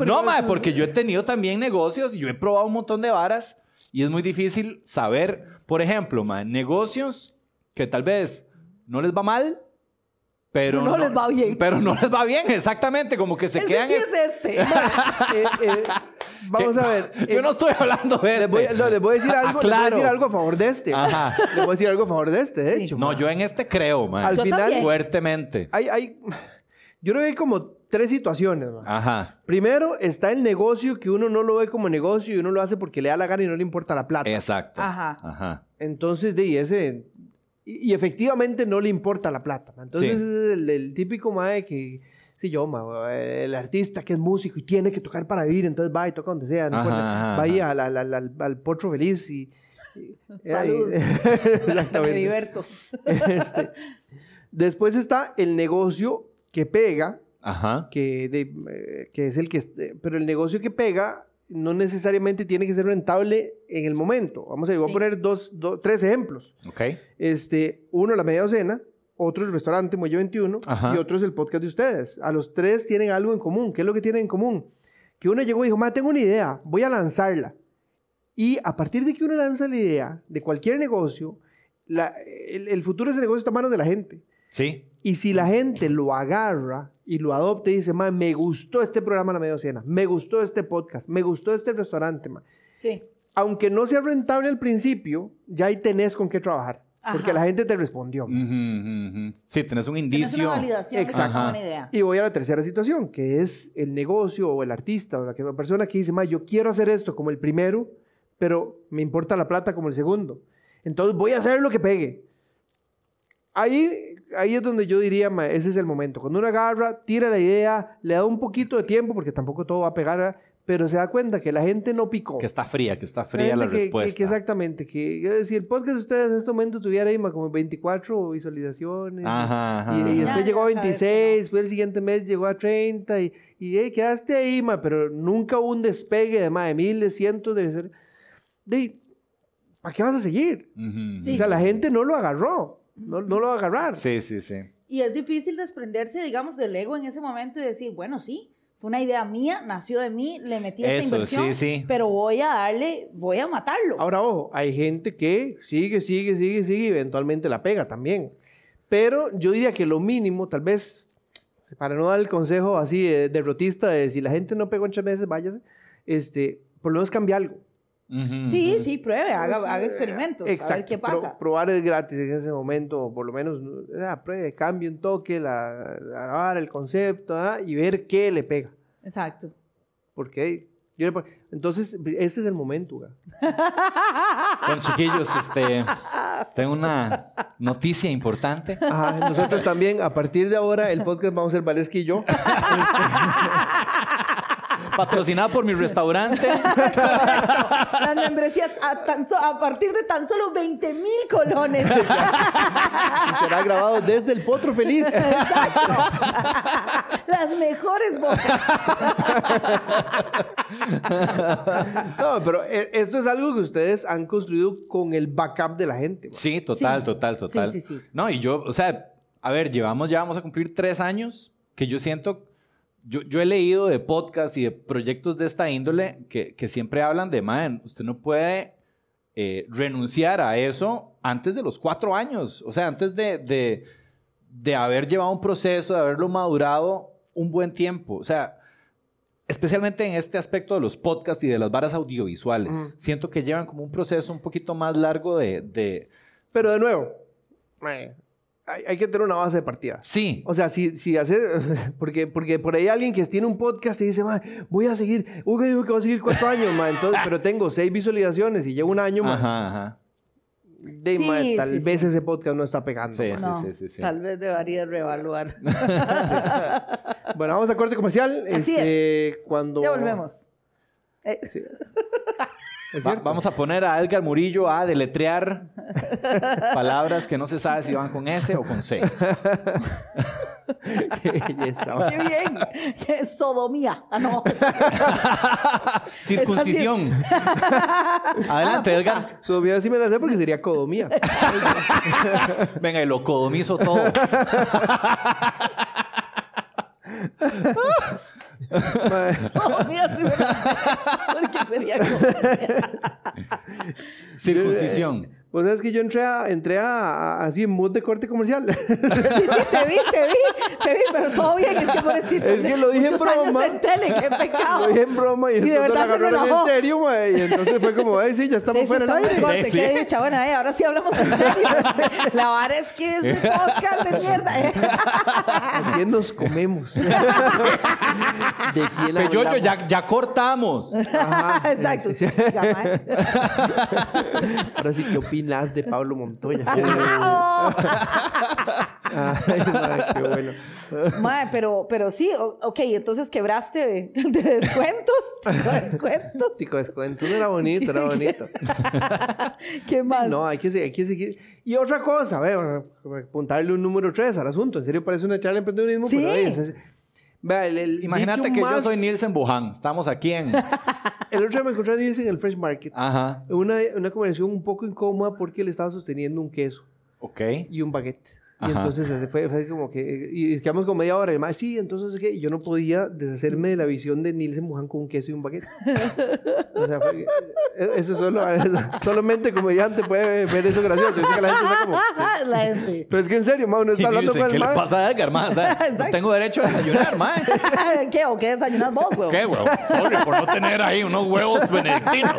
Speaker 2: No, mae, porque yo he tenido también negocios y yo he probado un montón de varas y es muy difícil saber, por ejemplo, mae, negocios que tal vez no les va mal, pero
Speaker 3: No les va bien.
Speaker 2: Pero no les va bien, exactamente, como que se
Speaker 3: Ese
Speaker 2: quedan
Speaker 3: sí
Speaker 2: es-
Speaker 3: es este.
Speaker 1: Eh, eh, vamos
Speaker 2: que-
Speaker 1: a ver. eh,
Speaker 2: Yo no estoy hablando de este.
Speaker 1: les, voy, no, les voy a decir algo, les voy a
Speaker 2: Aclaro.
Speaker 1: decir algo a favor de este.
Speaker 2: Ajá.
Speaker 1: Les voy a decir algo a favor de este, de
Speaker 3: Sí.
Speaker 1: hecho.
Speaker 2: No, yo en este creo, mae.
Speaker 1: Al
Speaker 3: Yo
Speaker 1: final,
Speaker 3: también.
Speaker 2: Fuertemente.
Speaker 1: hay, hay, yo creo que hay como tres situaciones. man.
Speaker 2: Ajá.
Speaker 1: Primero está el negocio que uno no lo ve como negocio y uno lo hace porque le da la gana y no le importa la plata.
Speaker 2: Exacto.
Speaker 3: Ajá.
Speaker 2: Ajá.
Speaker 1: Entonces, de y ese. Y, y efectivamente no le importa la plata. ma. Entonces,
Speaker 2: Sí.
Speaker 1: ese es el, el típico mae que. Sí, yo, ma, wa- el artista que es músico y tiene que tocar para vivir, entonces va y toca donde sea, no
Speaker 2: Ajá,
Speaker 1: importa.
Speaker 2: ajá,
Speaker 1: va ahí
Speaker 2: ajá.
Speaker 1: al, al, al- al- al potro feliz y. y-
Speaker 3: Salud.
Speaker 1: eh,
Speaker 3: Me
Speaker 1: Exactamente.
Speaker 3: diverto.
Speaker 1: Este, Después está el negocio que pega,
Speaker 2: Ajá.
Speaker 1: que, de- eh, que es el que... est- eh, Pero el negocio que pega no necesariamente tiene que ser rentable en el momento. Vamos a, ver, voy
Speaker 3: Sí.
Speaker 1: a poner dos, dos- tres ejemplos.
Speaker 2: Ok.
Speaker 1: Este, uno, la media docena, otro, el restaurante Muelle 21,
Speaker 2: Ajá.
Speaker 1: y otro es el podcast de ustedes. A los tres tienen algo en común. ¿Qué es lo que tienen en común? Que uno llegó y dijo, ma, tengo una idea, voy a lanzarla. Y a partir de que uno lanza la idea de cualquier negocio, la- el, el futuro de ese negocio está en manos de la gente.
Speaker 2: Sí.
Speaker 1: Y si la gente lo agarra y lo adopta y dice, man, me gustó este programa La Media Docena, me gustó este podcast, me gustó este restaurante, man.
Speaker 3: Sí.
Speaker 1: Aunque no sea rentable al principio, ya ahí tenés con qué trabajar. Porque
Speaker 3: Ajá.
Speaker 1: la gente te respondió.
Speaker 2: Ujú,
Speaker 1: ma.
Speaker 2: ujú, ujú. Sí, tenés un
Speaker 3: Tienes una
Speaker 2: indicio.
Speaker 3: validación. Exacto.
Speaker 2: Exacto.
Speaker 3: Es una buena idea.
Speaker 1: Y voy a la tercera situación, que es el negocio o el artista o la que- la persona que dice, man, yo quiero hacer esto como el primero, pero me importa la plata como el segundo. Entonces voy a hacer lo que pegue. Ahí, ahí es donde yo diría, ma, ese es el momento. Cuando uno agarra, tira la idea, le da un poquito de tiempo, porque tampoco todo va a pegar, ¿verdad? pero se da cuenta que la gente no picó.
Speaker 2: Que está fría, que está
Speaker 1: Hay
Speaker 2: fría la
Speaker 1: gente que- que-
Speaker 2: respuesta.
Speaker 1: que exactamente, que eh, si el podcast de ustedes en este momento tuviera ahí, ma, como 24 visualizaciones.
Speaker 2: Ajá, ajá.
Speaker 1: Y, y
Speaker 3: Ya,
Speaker 1: después
Speaker 3: ya
Speaker 1: llegó a
Speaker 3: sabes que
Speaker 1: 26, fue el siguiente mes llegó a 30 y, y eh, quedaste ahí, ma, pero nunca hubo un despegue de más de miles, cientos de... de ¿Para qué vas a seguir?
Speaker 2: Ujú.
Speaker 3: Sí.
Speaker 1: O sea, la gente no lo agarró, no, no lo va a agarrar.
Speaker 2: Sí, sí, sí.
Speaker 3: Y es difícil desprenderse, digamos, del ego en ese momento y decir, bueno, sí, fue una idea mía, nació de mí, le metí
Speaker 2: Eso,
Speaker 3: esta inversión,
Speaker 2: sí, sí.
Speaker 3: pero voy a darle, voy a matarlo.
Speaker 1: Ahora, ojo, hay gente que sigue, sigue, sigue, sigue y eventualmente la pega también. Pero yo diría que lo mínimo, tal vez, para no dar el consejo así de- derrotista de si la gente no pegó en tres meses, váyase, este, por lo menos cambia algo.
Speaker 2: Ujú,
Speaker 3: sí,
Speaker 2: ujú.
Speaker 3: sí, pruebe, haga,
Speaker 1: Pues,
Speaker 3: haga
Speaker 1: eh,
Speaker 3: experimentos, a ver
Speaker 1: exacto,
Speaker 3: qué
Speaker 1: pro-
Speaker 3: pasa.
Speaker 1: probar es gratis en ese momento, o por lo menos, eh, ah, pruebe, cambie un toque, la, la vara, el concepto, ah, y ver qué le pega.
Speaker 3: Exacto.
Speaker 1: Porque eh, yo le pon- entonces, este es el momento, güey.
Speaker 2: Bueno, chiquillos, este, tengo una noticia importante.
Speaker 1: Ajá, nosotros también, a partir de ahora, el podcast vamos a ser Valesky y yo.
Speaker 2: patrocinada por mi restaurante.
Speaker 3: Las membresías a, tan so- a partir de tan solo 20 mil colones.
Speaker 1: Y será grabado desde el Potro Feliz.
Speaker 3: Exacto. Las mejores bocas.
Speaker 1: No, pero eh, esto es algo que ustedes han construido con el backup de la gente. ma.
Speaker 2: Sí, total,
Speaker 3: Sí.
Speaker 2: total, total.
Speaker 3: Sí, sí, sí.
Speaker 2: No, y yo, o sea, a ver, llevamos, ya vamos a cumplir tres años que yo siento, yo, yo he leído de podcasts y de proyectos de esta índole que, que siempre hablan de, man, usted no puede eh, renunciar a eso antes de los cuatro años, o sea, antes de, de, de haber llevado un proceso, de haberlo madurado un buen tiempo, o sea... Especialmente en este aspecto de los podcasts y de las varas audiovisuales.
Speaker 1: Ujú.
Speaker 2: Siento que llevan como un proceso un poquito más largo de- de,
Speaker 1: Pero de nuevo, mae, hay, hay que tener una base de partida.
Speaker 2: Sí.
Speaker 1: O sea, si, si hace, porque, porque por ahí alguien que tiene un podcast y dice, "Mae, voy a seguir, Uga dijo que voy a seguir cuatro años, mae, entonces, pero tengo seis visualizaciones y llevo un año, mae,
Speaker 2: Ajá, ajá.
Speaker 1: de,
Speaker 3: Sí,
Speaker 1: mae, tal
Speaker 3: sí,
Speaker 1: vez ese podcast no está pegando.
Speaker 2: Sí,
Speaker 1: mae.
Speaker 2: sí.
Speaker 3: No, Tal vez debería reevaluar.
Speaker 1: Bueno, vamos a corte comercial.
Speaker 3: Así
Speaker 1: este, Cuando...
Speaker 3: Ya volvemos. Eh,
Speaker 1: Es
Speaker 2: Va-
Speaker 1: cierto.
Speaker 2: vamos a poner a Edgar Murillo a deletrear palabras que no se sabe si van con S o con C.
Speaker 1: Qué belleza, mae.
Speaker 3: ¡Qué bien! ¡Qué sodomía! Ah, no.
Speaker 2: Circuncisión.
Speaker 1: Ah,
Speaker 2: Adelante, Edgar.
Speaker 1: Su vida sí me la sé porque sería codomía.
Speaker 2: Venga, y lo codomizo todo.
Speaker 1: Mae,
Speaker 3: Sodomía, sí, ¿verdad? Porque sería como...
Speaker 2: Circuncisión.
Speaker 1: Vos sabés pues que yo entré, a- entré a- a- así en mood de corte comercial.
Speaker 3: Sí, sí, te vi, te vi, te vi, pero todo bien, es que pobrecito.
Speaker 1: Es que lo dije en
Speaker 3: muchos
Speaker 1: broma.
Speaker 3: años en tele, qué pecado.
Speaker 1: Lo dije en broma y,
Speaker 3: Ah. de
Speaker 1: estos dos
Speaker 3: verdad
Speaker 1: la
Speaker 3: se me
Speaker 1: agarraron
Speaker 3: enojó.
Speaker 1: en serio, mae. Y entonces fue como, ay, sí, ya estamos fuera del aire.
Speaker 2: mejor.
Speaker 3: Corte,
Speaker 2: Sí.
Speaker 3: qué dicha. Bueno, eh, ahora sí hablamos en serio. La vara es que es un podcast de mierda. eh.
Speaker 1: ¿A quién nos comemos? ¿De quién
Speaker 2: Peyoyo,
Speaker 1: hablamos?
Speaker 2: ya, ya cortamos.
Speaker 1: Ajá, este,
Speaker 3: Exacto.
Speaker 1: sí, sí.
Speaker 3: Ya, mae.
Speaker 1: Ahora sí, ¿qué opinas de Pablo Montoya?
Speaker 3: Ah,
Speaker 1: Ay, mae, qué bueno.
Speaker 3: oh. Mae, pero, pero sí, o- ok, entonces quebraste de, de descuentos, de descuentos.
Speaker 1: Tico descuento. Era bonito, era bonito.
Speaker 3: ¿Qué más?
Speaker 1: No, hay que, se- hay que seguir. Y otra cosa, ve, bueno, apuntarle un número 3 al asunto. En serio, parece una charla de emprendedurismo,
Speaker 3: Sí.
Speaker 1: pero oye, es- es- vea, el- el
Speaker 2: Imagínate
Speaker 1: dicho
Speaker 2: que yo
Speaker 1: más-
Speaker 2: soy Nielsen Buján. Estamos aquí en.
Speaker 1: El otro día me encontré a Nielsen en el Fresh Market.
Speaker 2: Ajá.
Speaker 1: Una, una conversación un poco incómoda porque le estaba sosteniendo un queso
Speaker 2: Ok.
Speaker 1: y un baguette. Y
Speaker 2: Ajá.
Speaker 1: entonces ese fue, fue como que. Y quedamos como media hora. Y el mae, sí, entonces ¿qué? Y yo no podía deshacerme de la visión de Nielsen Buján con un queso y un baguette. o sea, fue- eh, eso solo. Solamente comediante puede ver eso gracioso. Yo sé que la gente está como.
Speaker 3: Ah, la gente.
Speaker 1: Pero es que en serio, ma, uno
Speaker 2: Y
Speaker 1: está hablando
Speaker 2: Nielsen,
Speaker 1: con
Speaker 2: ¿Qué
Speaker 1: el
Speaker 2: le
Speaker 1: mae.
Speaker 2: pasa a Edgar, ma? O sea, no
Speaker 3: Exacto.
Speaker 2: tengo derecho a desayunar, ma.
Speaker 3: ¿Qué? ¿O qué desayunas vos, güey?
Speaker 2: ¿Qué, huevo? Sorry por no tener ahí unos huevos benedictinos.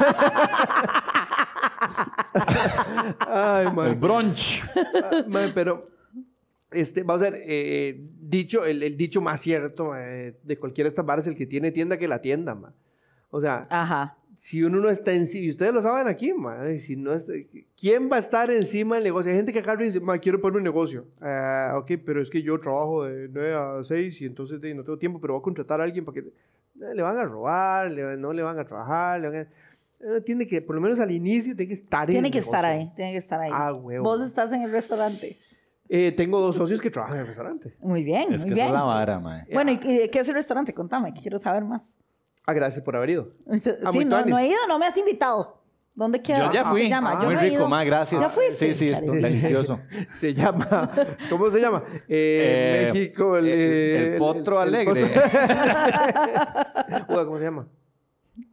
Speaker 1: Ay,
Speaker 2: El
Speaker 1: mae.
Speaker 2: brunch.
Speaker 1: Ah, mae, pero este, vamos a ver, eh, dicho, el, el dicho más cierto mae, de cualquiera de estas barras, el que tiene tienda que la tienda, ma. O sea,
Speaker 3: Ajá.
Speaker 1: si uno no está encima, y ustedes lo saben aquí, ma, eh, si no está- ¿quién va a estar encima del negocio? Hay gente que acá dice, ma, quiero poner un negocio. Ah, ok, pero es que yo trabajo de 9 a 6 y entonces de, no tengo tiempo, pero voy a contratar a alguien para que... Eh, Le van a robar, le- no le van a trabajar, le van a- Uno tiene que, por lo menos al inicio, tiene que estar en
Speaker 3: Tiene
Speaker 1: el
Speaker 3: que estar
Speaker 1: negocio.
Speaker 3: ahí, tiene que estar ahí.
Speaker 1: Ah, huevo.
Speaker 3: Vos estás en el restaurante.
Speaker 1: Eh, tengo dos socios que trabajan en el restaurante.
Speaker 3: Muy bien,
Speaker 2: Es que
Speaker 3: muy
Speaker 2: esa
Speaker 3: bien.
Speaker 2: es la vara, mae.
Speaker 3: Bueno, ¿y y qué es el restaurante? Contame, que quiero saber más.
Speaker 1: Ah, gracias por haber ido.
Speaker 3: Este, Sí,
Speaker 1: Ah, muy
Speaker 3: no,
Speaker 1: tuanis.
Speaker 3: no he ido, no me has invitado. Ah, ¿Dónde queda?
Speaker 2: Yo ya
Speaker 3: ¿Cómo se
Speaker 2: fui. Ah,
Speaker 3: llama? pues Yo
Speaker 2: Muy
Speaker 3: no he
Speaker 2: rico,
Speaker 3: ido.
Speaker 2: ma, gracias.
Speaker 3: ¿Ya fuiste?
Speaker 2: Sí, sí, esto,
Speaker 3: Carísimo.
Speaker 2: delicioso.
Speaker 1: Se llama, ¿cómo se llama? Eh,
Speaker 2: Eh,
Speaker 1: México, el, eh,
Speaker 2: el- el
Speaker 1: el-
Speaker 2: potro
Speaker 1: el- el
Speaker 2: alegre.
Speaker 1: potro- Uga, ¿Cómo se llama?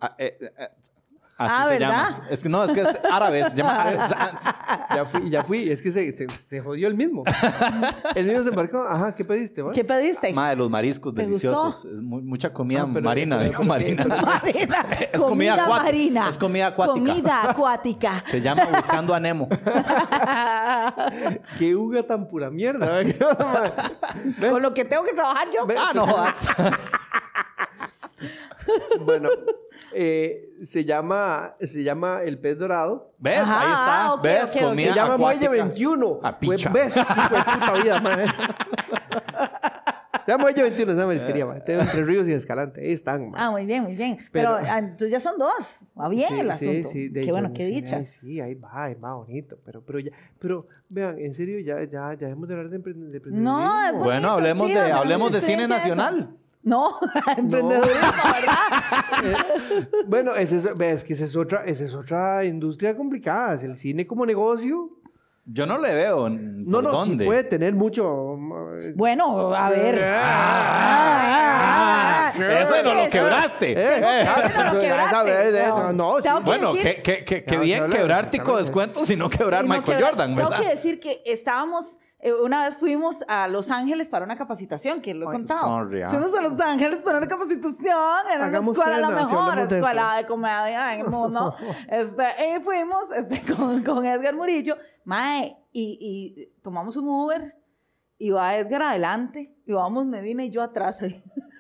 Speaker 2: Ah, eh, eh, eh, así
Speaker 3: Ah,
Speaker 2: se
Speaker 3: ¿verdad?
Speaker 2: llama. Es que no, es que es árabe. Se llama árabe.
Speaker 1: Ya fui, ya fui. Es que se, se, se jodió el mismo. El mismo se embarcó. Ajá, ¿qué pediste? va?
Speaker 3: ¿Qué pediste?
Speaker 2: Mae, los mariscos
Speaker 3: ¿Te
Speaker 2: deliciosos. Es mu- mucha comida
Speaker 1: Ah, pero-
Speaker 2: marina,
Speaker 1: pero-
Speaker 2: digo,
Speaker 1: pero-
Speaker 2: marina.
Speaker 3: Marina.
Speaker 2: Es comida acuática.
Speaker 3: marina.
Speaker 2: Es comida acuática.
Speaker 3: Comida acuática.
Speaker 2: Se llama Buscando a Nemo.
Speaker 1: ¿Qué Uga tan pura mierda? ¿Ves?
Speaker 3: Con lo que tengo que trabajar yo.
Speaker 1: ¿Ves?
Speaker 3: Ah, no jodas.
Speaker 1: Bueno, eh, se llama se llama el pez dorado.
Speaker 2: ¿Ves?
Speaker 3: Ajá,
Speaker 2: Ahí está.
Speaker 3: ah, ok,
Speaker 2: ¿Ves?
Speaker 3: ok, ok.
Speaker 2: comida
Speaker 1: Se llama
Speaker 2: acuática.
Speaker 1: Muelle 21.
Speaker 2: Ah, picha.
Speaker 1: Pues, ¿Ves? Hijo de puta vida, madre. eh. Ya me voy yo 21, esa marisquería, ma. Tengo entre Ríos y Escalante. Ahí están, ma.
Speaker 3: Ah, muy bien, muy bien. Pero,
Speaker 1: Pero-
Speaker 3: ah, entonces ya son dos. Va bien
Speaker 1: Sí,
Speaker 3: el
Speaker 1: sí,
Speaker 3: asunto.
Speaker 1: sí, de
Speaker 3: qué
Speaker 1: yo
Speaker 3: bueno,
Speaker 1: no
Speaker 3: qué
Speaker 1: sé,
Speaker 3: dicha.
Speaker 1: ay, sí, ahí va, ahí va, bonito. Pero, pero, ya, pero vean, en serio, ya, ya, ya hemos de hablar de empre- de emprendedurismo.
Speaker 3: es
Speaker 2: pues,
Speaker 3: bonito,
Speaker 2: Bueno, hablemos
Speaker 3: sí,
Speaker 2: de-
Speaker 3: hablemos
Speaker 2: hablemos de cine
Speaker 3: experiencia eso.
Speaker 2: nacional.
Speaker 3: No, emprendedurismo, ¿verdad?
Speaker 1: Eh, Bueno, esa es, ve, es que esa es, otra, esa es otra industria complicada. es El cine como negocio.
Speaker 2: Yo no le veo. n-
Speaker 1: No,
Speaker 2: por
Speaker 1: no, sí
Speaker 2: dónde.
Speaker 1: puede tener mucho. eh, ma-
Speaker 3: Bueno, a ver.
Speaker 2: Ah,
Speaker 3: Ah, ah, ah,
Speaker 2: ese no lo
Speaker 3: eso-
Speaker 2: quebraste.
Speaker 1: Eh,
Speaker 3: no lo
Speaker 1: eh,
Speaker 3: quebraste,
Speaker 1: sabe, eh,
Speaker 3: no.
Speaker 1: No,
Speaker 3: Tengo
Speaker 1: sí.
Speaker 3: que
Speaker 2: Bueno,
Speaker 3: decir-
Speaker 2: qué, qué- qué- qué
Speaker 1: No,
Speaker 2: bien
Speaker 1: no, no,
Speaker 2: quebrar tico
Speaker 1: exactamente.
Speaker 2: descuento, sino quebrar
Speaker 3: Y no
Speaker 2: Michael
Speaker 3: quebrar-
Speaker 2: Jordan,
Speaker 3: Tengo que
Speaker 2: ¿verdad?
Speaker 3: decir que estábamos, eh, una vez fuimos a Los Ángeles para una capacitación, que lo he
Speaker 1: Ay,
Speaker 3: contado.
Speaker 2: sorry, ah.
Speaker 3: Fuimos a Los Ángeles para una capacitación, era
Speaker 1: Hagamos
Speaker 3: una escuela,
Speaker 1: cena,
Speaker 3: la
Speaker 1: si
Speaker 3: mejor
Speaker 1: hablamos de
Speaker 3: escuela
Speaker 1: eso.
Speaker 3: de comedia en el mundo. este, y fuimos este, con, con Edgar Murillo, mae, y, y tomamos un Uber, y va Edgar adelante, y vamos Medina y yo atrás. ahí.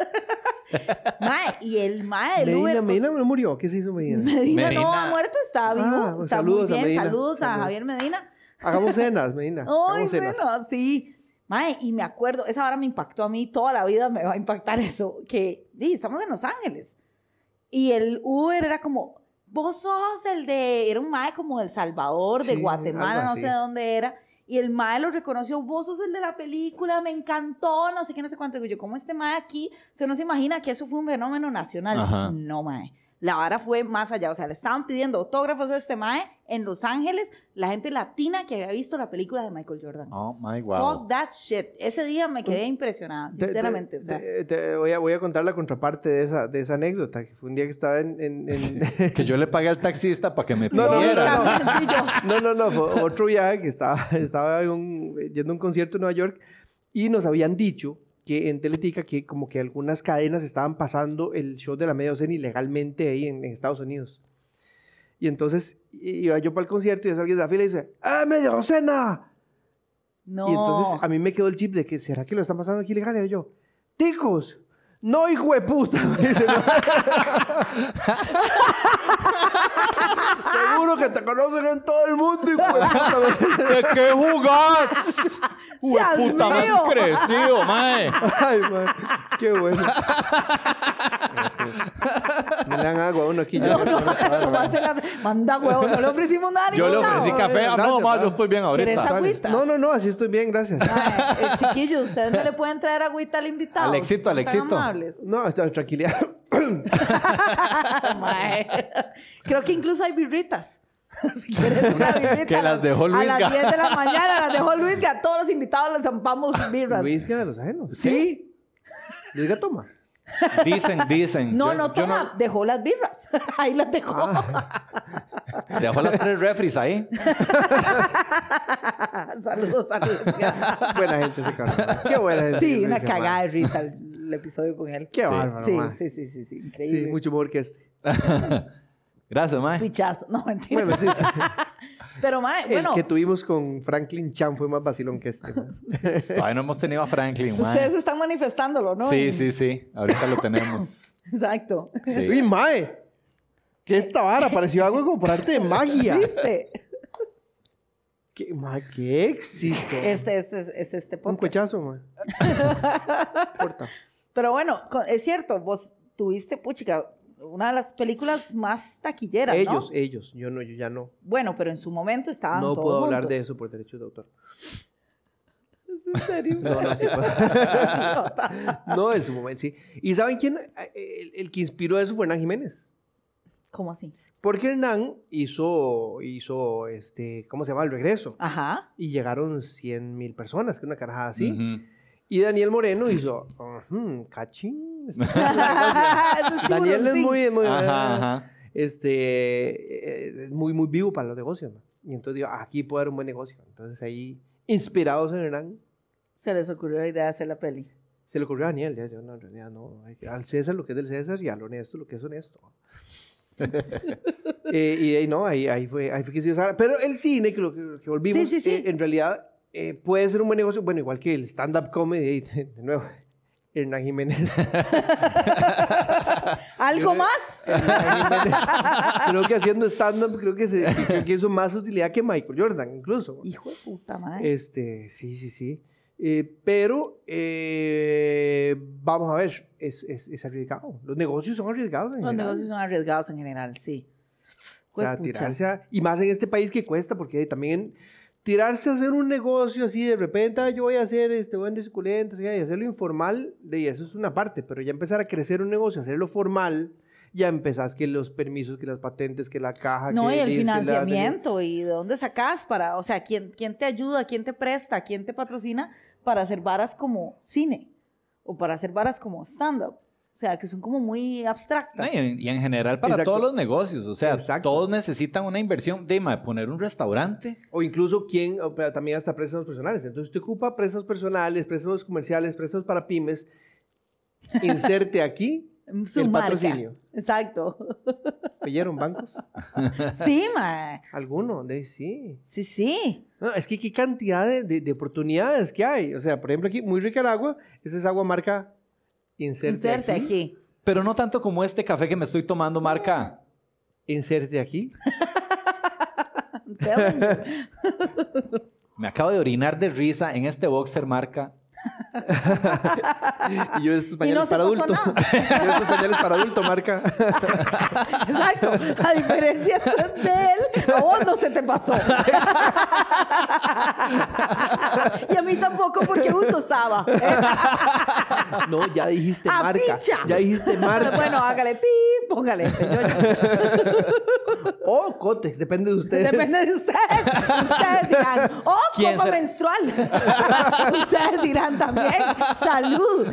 Speaker 3: mae, y el mae del Uber...
Speaker 1: Medina,
Speaker 3: pues,
Speaker 1: Medina no murió. ¿Qué se hizo Medina?
Speaker 3: Medina no
Speaker 2: Medina.
Speaker 3: ha muerto, está vivo,
Speaker 1: Ah, pues,
Speaker 3: está
Speaker 1: saludos a
Speaker 3: muy bien.
Speaker 1: Medina.
Speaker 3: saludos a
Speaker 1: Saludos.
Speaker 3: Javier Medina.
Speaker 1: Hagamos cenas, Medina.
Speaker 3: Ay,
Speaker 1: Hagamos cenas.
Speaker 3: bueno, sí. Mae, y me acuerdo, esa hora me impactó a mí, toda la vida me va a impactar eso, que di, estamos en Los Ángeles. Y el Uber era como, vos sos el de, era un mae como de El Salvador, de
Speaker 1: Sí,
Speaker 3: Guatemala,
Speaker 1: algo
Speaker 3: no
Speaker 1: así.
Speaker 3: sé dónde era. Y el mae lo reconoció, vos sos el de la película, me encantó, no sé qué, no sé cuánto. Digo yo, ¿cómo este mae aquí? Usted no se imagina que eso fue un fenómeno nacional.
Speaker 2: Ajá.
Speaker 3: No, mae. La vara fue más allá. O sea, le estaban pidiendo autógrafos a este mae en Los Ángeles, la gente latina que había visto la película de Michael Jordan.
Speaker 2: Oh my wow.
Speaker 3: Fuck that shit. Ese día me quedé impresionada,
Speaker 1: Te- te-
Speaker 3: sinceramente. o sea.
Speaker 1: te- te voy, a, voy a contar la contraparte de esa, de esa anécdota, que fue un día que estaba en... en- en-
Speaker 2: Que yo le pagué al taxista para que me
Speaker 1: No, no, no,
Speaker 2: pidiera.
Speaker 1: no, no, no, no, fue otro viaje que estaba, estaba en un- yendo a un concierto en Nueva York y nos habían dicho que en Teletica que como que algunas cadenas estaban pasando el show de la media docena ilegalmente ahí en, en Estados Unidos. Y entonces iba yo para el concierto y alguien de la fila y dice, ¡Ah, media docena!
Speaker 3: No.
Speaker 1: Y entonces a mí me quedó el chip de que, ¿será que lo están pasando aquí legal? Y yo, ¡Ticos! ¡No, hijo de puta! Me dice, "No". Seguro que te conocen en todo el mundo, hijo de puta. me dice.
Speaker 2: ¿De qué jugás?
Speaker 3: ¡Seas
Speaker 2: puta más
Speaker 3: mío!
Speaker 2: crecido, mae.
Speaker 1: Ay, man, qué bueno. Es que me le dan agua a uno aquí. ya
Speaker 3: No, no, tomaste la- Manda huevo, no le ofrecimos nada. a
Speaker 2: Yo le
Speaker 3: ningún
Speaker 2: ofrecí
Speaker 3: lado.
Speaker 2: café. Ah, no,
Speaker 1: Gracias,
Speaker 2: mae,
Speaker 1: mae.
Speaker 2: yo estoy bien
Speaker 3: ¿Quieres
Speaker 2: ahorita.
Speaker 3: agua?
Speaker 1: Dale.
Speaker 3: agüita.
Speaker 1: No, no, no, así estoy bien, gracias.
Speaker 3: Ay, eh, chiquillos, ustedes no le pueden traer agüita al invitado.
Speaker 2: Alexito,
Speaker 3: Son tan
Speaker 2: Alexito.
Speaker 3: amables.
Speaker 1: No, está- tranquilidad.
Speaker 3: Mae. Creo que incluso hay birritas. Si quieres una birrita.
Speaker 2: Que las dejó Luisga.
Speaker 3: A las 10 de la mañana las dejó Luis, que a todos los invitados les zampamos birras.
Speaker 1: Luis Gá de los ajenos. Sí. Luis Gá toma.
Speaker 2: Dicen, dicen.
Speaker 3: No,
Speaker 2: Yo-
Speaker 3: no,
Speaker 2: yo
Speaker 3: toma, dejó las birras. Ahí las dejó.
Speaker 2: Dejó las tres refries ahí.
Speaker 3: saludos, saludos.
Speaker 1: Buena gente ese cabrón. man. Qué buena gente.
Speaker 3: Sí,
Speaker 1: Luis
Speaker 3: una
Speaker 1: Gá,
Speaker 3: cagada de risa el, el episodio con él.
Speaker 1: Qué
Speaker 2: Sí.
Speaker 1: bárbaro,
Speaker 3: Sí,
Speaker 1: man.
Speaker 3: sí, sí, sí, sí, increíble.
Speaker 1: Sí, mucho mejor que este.
Speaker 2: Gracias, mae.
Speaker 3: Pichazo, no, mentira.
Speaker 1: Bueno, sí, sí.
Speaker 3: Pero, mae,
Speaker 1: El
Speaker 3: bueno,
Speaker 1: que tuvimos con Franklin Chan fue más vacilón que este. man.
Speaker 2: Todavía no hemos tenido a Franklin,
Speaker 3: ustedes
Speaker 2: mae.
Speaker 3: están manifestándolo, ¿no?
Speaker 2: Sí,
Speaker 3: Y-
Speaker 2: sí, sí. Ahorita lo tenemos.
Speaker 3: Exacto.
Speaker 1: ¡Uy,
Speaker 2: Sí.
Speaker 1: mae! ¿Qué esta vara? Pareció algo como por arte de magia.
Speaker 3: ¿Viste?
Speaker 1: ¿Qué, mae, qué éxito!
Speaker 3: Este, este, este, este, este
Speaker 1: Un
Speaker 3: podcast.
Speaker 1: cuechazo, mae. Corta.
Speaker 3: Pero bueno, co- es cierto, vos tuviste, puchica, una de las películas más taquilleras, ¿no?
Speaker 1: Ellos, ellos. Yo no, yo ya no.
Speaker 3: Bueno, pero en su momento estaban
Speaker 1: No
Speaker 3: todos
Speaker 1: puedo hablar
Speaker 3: juntos.
Speaker 1: de eso por derechos de autor.
Speaker 3: ¿En serio?
Speaker 1: No, no, sí puedo. No, en su momento, sí. ¿Y saben quién? Eh, El, el que inspiró eso fue Hernán Jiménez.
Speaker 3: ¿Cómo así?
Speaker 1: Porque Hernán hizo, hizo, este, ¿cómo se llama? El regreso.
Speaker 3: Ajá.
Speaker 1: y llegaron 100 mil personas, que una carajada así.
Speaker 2: Ujú.
Speaker 1: Y Daniel Moreno hizo, "Ujú, cachín. Este,
Speaker 3: Ese es
Speaker 1: Daniel es
Speaker 3: tiburoncín.
Speaker 1: muy, eh, muy,
Speaker 2: Ajá, ajá.
Speaker 1: este, eh, es muy, muy vivo para los negocios. ¿no? Y entonces digo, "Ah, aquí puede haber un buen negocio. Entonces ahí, inspirados en Hernán,
Speaker 3: Se les ocurrió la idea de hacer la peli.
Speaker 1: se le ocurrió a Daniel, ya, yo, no, en realidad no, hay que- al César lo que es del César y al honesto lo que es honesto. Eh, y ahí no, ahí, ahí fue, ahí fue que se usara. Pero el cine, que lo que, lo que volvimos,
Speaker 3: Sí, sí, sí.
Speaker 1: eh, en realidad eh, puede ser un buen negocio, bueno, igual que el stand-up comedy, ahí, de, de nuevo. Hernán Jiménez. Yo-
Speaker 3: ¿Algo
Speaker 1: Eh.
Speaker 3: más?
Speaker 1: Hernán Jiménez, creo que haciendo stand-up, creo que, se, creo que hizo más utilidad que Michael Jordan, incluso.
Speaker 3: Hijo de puta madre.
Speaker 1: Este, sí, sí, sí. Eh, pero eh, vamos a ver, es, es, es arriesgado. Los negocios son arriesgados. En
Speaker 3: Los
Speaker 1: general.
Speaker 3: negocios son arriesgados en general, sí.
Speaker 1: O sea,
Speaker 3: Juepucha.
Speaker 1: tirarse a- y más en este país que cuesta, porque también tirarse a hacer un negocio así de repente, "Ah, yo voy a hacer este buen de suculentas y hacerlo informal, de y eso es una parte, pero ya empezar a crecer un negocio, hacerlo formal, ya empezás que los permisos, que las patentes, que la caja,
Speaker 3: No,
Speaker 1: que
Speaker 3: y el
Speaker 1: dis, que la-
Speaker 3: financiamiento, y de dónde sacas para, o sea, ¿quién, quién te ayuda, quién te presta, quién te patrocina para hacer varas como cine o para hacer varas como stand-up. O sea, que son como muy
Speaker 2: No,
Speaker 3: abstractas.
Speaker 2: y, en, y en general para
Speaker 1: Exacto.
Speaker 2: todos los negocios, o sea,
Speaker 1: Exacto.
Speaker 2: todos necesitan una inversión de ma, poner un restaurante.
Speaker 1: o incluso quién, o, pero también hasta préstamos personales. Entonces te ocupa préstamos personales, préstamos comerciales, préstamos para pymes. Inserte aquí,
Speaker 3: Su
Speaker 1: el
Speaker 3: marca.
Speaker 1: patrocinio.
Speaker 3: Mm, Exacto.
Speaker 1: ¿oyeron bancos?
Speaker 3: Sí, ma.
Speaker 1: ¿Alguno? De ahí sí.
Speaker 3: Sí, sí.
Speaker 1: No, es que qué cantidad de, de- de oportunidades que hay. O sea, por ejemplo, aquí, muy rica el agua. Esa es agua marca Inserte,
Speaker 3: Inserte
Speaker 1: aquí.
Speaker 3: aquí.
Speaker 2: Pero no tanto como este café que me estoy tomando marca.
Speaker 1: Inserte aquí.
Speaker 3: Telling you.
Speaker 2: Me acabo de orinar de risa en este boxer marca.
Speaker 1: Y yo estos
Speaker 3: Y
Speaker 1: pañales
Speaker 3: no se
Speaker 1: para
Speaker 3: pasó
Speaker 1: adulto. yo estos pañales para adulto, marca.
Speaker 3: Exacto. A diferencia tú de él, a vos no se te pasó. y a mí tampoco porque uso Saba.
Speaker 1: No, ya dijiste
Speaker 3: ¡Ah,
Speaker 1: marca.
Speaker 3: picha!
Speaker 1: Ya dijiste marca.
Speaker 3: Pues Bueno, hágale pi, póngale. señor.
Speaker 1: O Cotex, depende de ustedes.
Speaker 3: Depende de ustedes. Ustedes dirán, oh,
Speaker 2: ¿Quién
Speaker 3: copa
Speaker 2: será?
Speaker 3: menstrual. ustedes dirán también, salud.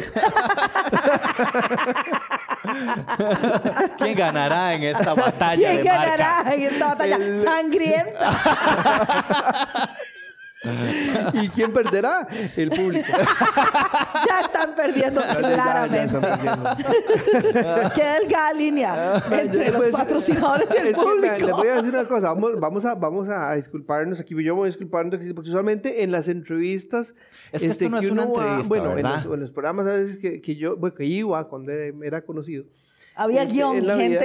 Speaker 2: ¿Quién ganará en esta batalla
Speaker 3: ¿Quién
Speaker 2: de
Speaker 3: ganará
Speaker 2: marcas?
Speaker 3: en esta batalla
Speaker 1: El-
Speaker 3: sangrienta?
Speaker 1: ¿Y quién perderá? El público.
Speaker 3: Ya están perdiendo
Speaker 1: Ya, ya, ya, ya
Speaker 3: claramente.
Speaker 1: están perdiendo.
Speaker 3: Qué delgada línea entre los
Speaker 1: Pues,
Speaker 3: patrocinadores y el
Speaker 1: es que, vean, les
Speaker 3: público.
Speaker 1: voy a decir una cosa, vamos, vamos, a, vamos a disculparnos aquí, yo me voy a disculpar, porque usualmente en las entrevistas... este,
Speaker 2: Es que esto no es
Speaker 1: uno
Speaker 2: una
Speaker 1: va-
Speaker 2: entrevista,
Speaker 1: Bueno, en
Speaker 2: ¿verdad?
Speaker 1: los, en los programas a veces que, que yo, bueno, que iba cuando era, era conocido.
Speaker 3: Había
Speaker 1: este,
Speaker 3: guión,
Speaker 1: en la
Speaker 3: gente
Speaker 1: vida-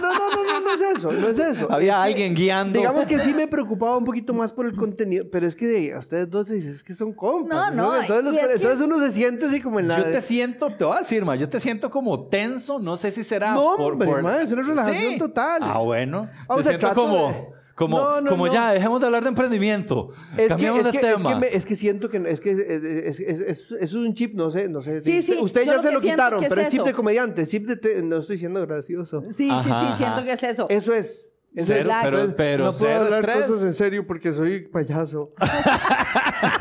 Speaker 1: No, no, no, no, no, no es eso, no es eso.
Speaker 2: Había
Speaker 1: Es que-
Speaker 2: alguien guiando.
Speaker 1: Digamos que sí me preocupaba un poquito más por el contenido, pero es que de- a ustedes dos dices, es que son compas.
Speaker 3: No, no,
Speaker 1: Entonces, los-
Speaker 3: y es que-
Speaker 1: entonces uno se siente así como en la...
Speaker 2: Yo te siento, te voy a decir, ma, yo te siento como tenso, no sé si será
Speaker 1: No,
Speaker 2: por,
Speaker 1: hombre,
Speaker 2: por-
Speaker 1: ma, es una relajación total.
Speaker 2: Ah, bueno.
Speaker 1: Ah, o
Speaker 2: te
Speaker 1: sea,
Speaker 2: siento
Speaker 1: trato
Speaker 2: como,
Speaker 1: de-
Speaker 2: como,
Speaker 1: No, no,
Speaker 2: como
Speaker 1: no.
Speaker 2: ya, dejemos de hablar de emprendimiento.
Speaker 1: Es que,
Speaker 2: Cambiamos
Speaker 1: es,
Speaker 2: de
Speaker 1: que, es
Speaker 2: tema.
Speaker 1: que me- es que siento que no- es que es, es- es- es- es un chip, no sé, no sé.
Speaker 3: Sí,
Speaker 1: si-
Speaker 3: sí,
Speaker 1: Ustedes
Speaker 3: yo
Speaker 1: ya
Speaker 3: lo
Speaker 1: se
Speaker 3: que
Speaker 1: lo
Speaker 3: siento
Speaker 1: quitaron,
Speaker 3: que es
Speaker 1: pero es chip
Speaker 3: eso.
Speaker 1: de comediante, chip de te- no estoy siendo gracioso.
Speaker 3: Sí, sí, sí,
Speaker 2: Ajá,
Speaker 3: siento
Speaker 2: ajá.
Speaker 3: que es eso.
Speaker 1: Eso es. Eso
Speaker 2: Cero,
Speaker 1: es.
Speaker 2: pero-
Speaker 1: Entonces,
Speaker 2: pero
Speaker 1: no
Speaker 2: cero
Speaker 1: puedo hablar
Speaker 2: estrés.
Speaker 1: cosas en serio porque soy payaso.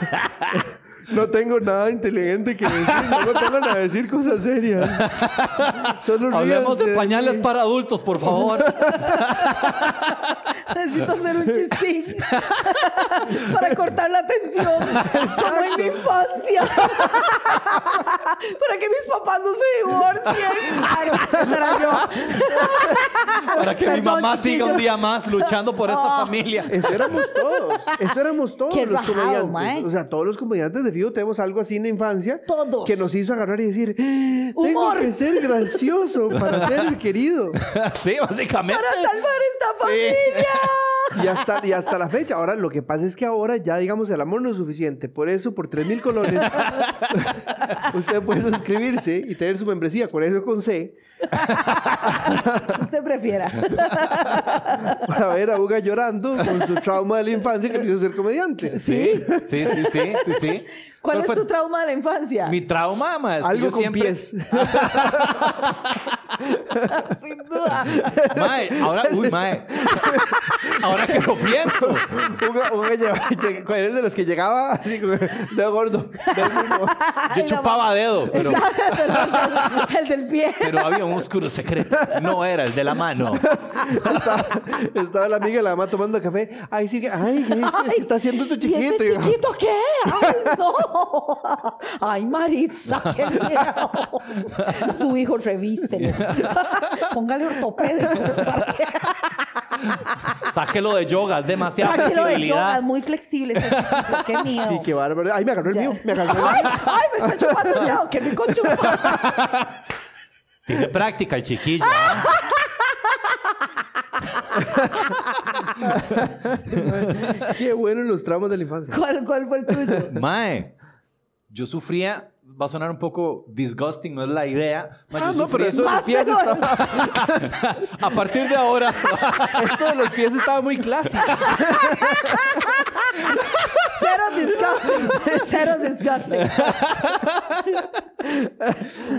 Speaker 1: no tengo nada inteligente que decir, no me pongan a decir cosas serias. Solo
Speaker 2: Hablemos
Speaker 1: ríanse
Speaker 2: de pañales
Speaker 1: mí.
Speaker 2: para adultos, por favor.
Speaker 3: Necesito hacer un chistín para cortar la tensión. Como en mi infancia. para que mis papás no se divorcien. Ay, esa era yo.
Speaker 2: Para que mi
Speaker 3: Perdón,
Speaker 2: mamá siga un
Speaker 3: chiquillos.
Speaker 2: día más luchando por esta
Speaker 3: Ah.
Speaker 2: familia.
Speaker 1: Eso éramos todos. Eso éramos todos
Speaker 3: Qué
Speaker 1: los
Speaker 3: rajado,
Speaker 1: comediantes.
Speaker 3: mae.
Speaker 1: O sea, todos los comediantes de Fijo tenemos algo así en la infancia.
Speaker 3: Todos.
Speaker 1: Que nos hizo agarrar y decir: "Ah, Tengo
Speaker 3: Humor.
Speaker 1: que ser gracioso para ser el querido.
Speaker 2: sí, básicamente.
Speaker 3: Para salvar esta familia.
Speaker 1: Y hasta, y hasta la fecha. Ahora, lo que pasa es que ahora ya, digamos, el amor no es suficiente. Por eso, por 3 mil colores, usted puede suscribirse y tener su membresía. Con eso, con C,
Speaker 3: Usted prefiera.
Speaker 1: para ver a Uga llorando con su trauma de la infancia que le hizo ser comediante.
Speaker 2: Sí, sí, sí, sí, sí, sí.
Speaker 3: ¿Cuál es
Speaker 2: fue
Speaker 3: tu trauma de la infancia?
Speaker 2: Mi trauma, ma, es que
Speaker 1: Algo
Speaker 2: yo
Speaker 1: con
Speaker 2: siempre...
Speaker 1: pies.
Speaker 3: Sin duda.
Speaker 2: Mae, ahora, uy, mae. Ahora que lo pienso.
Speaker 1: Uga, Uga lleva- lleg- con el de los que llegaba así como dedo gordo. dedo mismo.
Speaker 2: Yo
Speaker 3: Ay, la
Speaker 2: chupaba dedo, pero,
Speaker 3: Exacto, el del pie.
Speaker 2: pero había un oscuro secreto. No era el de la mano.
Speaker 1: Estaba, estaba la amiga de la mamá tomando café. Ay, sí, que- ay, ¿qué es?
Speaker 3: Ay,
Speaker 1: está haciendo tu
Speaker 3: ¿Y
Speaker 1: chiquito.
Speaker 3: este
Speaker 1: Y yo,
Speaker 3: chiquito qué? ¡Ay, no! ¡Ay, Maritza, qué miedo! Su hijo, revíselo. Póngale ortopédicos para que
Speaker 2: Sáquelo de yoga, es demasiada
Speaker 3: sáquelo de yoga.
Speaker 2: flexibilidad.
Speaker 3: Es muy flexible ese chiquito, qué miedo.
Speaker 1: Sí, qué bárbaro. Ay, me agarró el
Speaker 3: Ya.
Speaker 1: mío. Me agarró el
Speaker 3: ¡Ay, ay, me está chupando el dedo! ¡Qué rico chupa!
Speaker 2: Tiene práctica el chiquillo. ¿ah?
Speaker 1: Qué bueno en los traumas de la infancia.
Speaker 3: ¿Cuál, ¿Cuál fue el tuyo?
Speaker 2: Mae, yo sufría, va a sonar un poco disgusting, no es la idea. ma, yo
Speaker 1: Ah, no, pero
Speaker 2: sufría-
Speaker 1: esto de los
Speaker 3: Más
Speaker 1: pies
Speaker 3: peor.
Speaker 1: estaba,
Speaker 2: A partir de ahora,
Speaker 1: esto de los pies estaba muy clásico.
Speaker 3: Cero disgusting. Cero disgusting.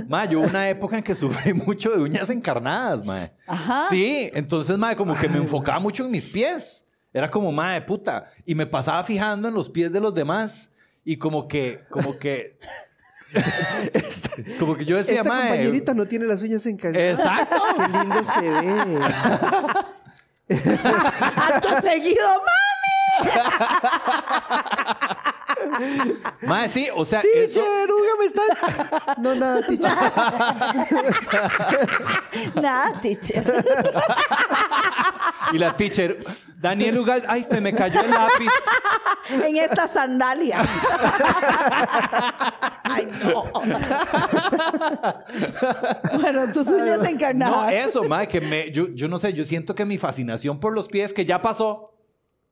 Speaker 2: ma, yo hubo una época en que sufrí mucho de uñas encarnadas, ma.
Speaker 3: Ajá.
Speaker 2: Sí, entonces, ma, como que me enfocaba mucho en mis pies. Era como, ma, de puta. Y me pasaba fijando en los pies de los demás. Y como que, como que... este, como que yo decía,
Speaker 1: Esta
Speaker 2: ma...
Speaker 1: compañerita no tiene las uñas encarnadas.
Speaker 2: Exacto.
Speaker 1: Qué lindo se ve.
Speaker 3: Acto seguido, ma.
Speaker 2: Ma, sí, o sea, eso...
Speaker 1: Teacher, oiga, me está... No, nada, teacher.
Speaker 3: Nada, teacher.
Speaker 2: Y la teacher, Daniel Ugal, ay, se me cayó el lápiz.
Speaker 3: En esta sandalia. Ay, no. Bueno, tus uñas encarnadas.
Speaker 2: No, eh. eso, ma, que me, yo, yo no sé, yo siento que mi fascinación por los pies, que ya pasó.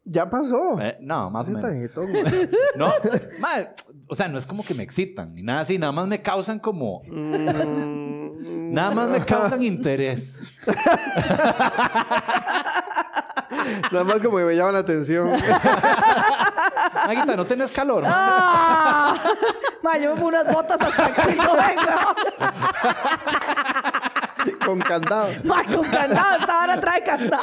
Speaker 1: Ya pasó.
Speaker 2: Eh, no, más o
Speaker 1: Ese
Speaker 2: menos.
Speaker 1: tarjetón.
Speaker 2: No, ma, o sea, no es como que me excitan ni nada así, nada más me causan como,
Speaker 1: Mm,
Speaker 2: nada más me causan interés.
Speaker 1: Nada más como que me llaman la atención.
Speaker 2: Maguita, no tenés calor. ma?
Speaker 3: Ah, ma, yo me pongo unas botas hasta que no venga.
Speaker 1: Con candado.
Speaker 3: Ma, con candado, esta hora trae candado.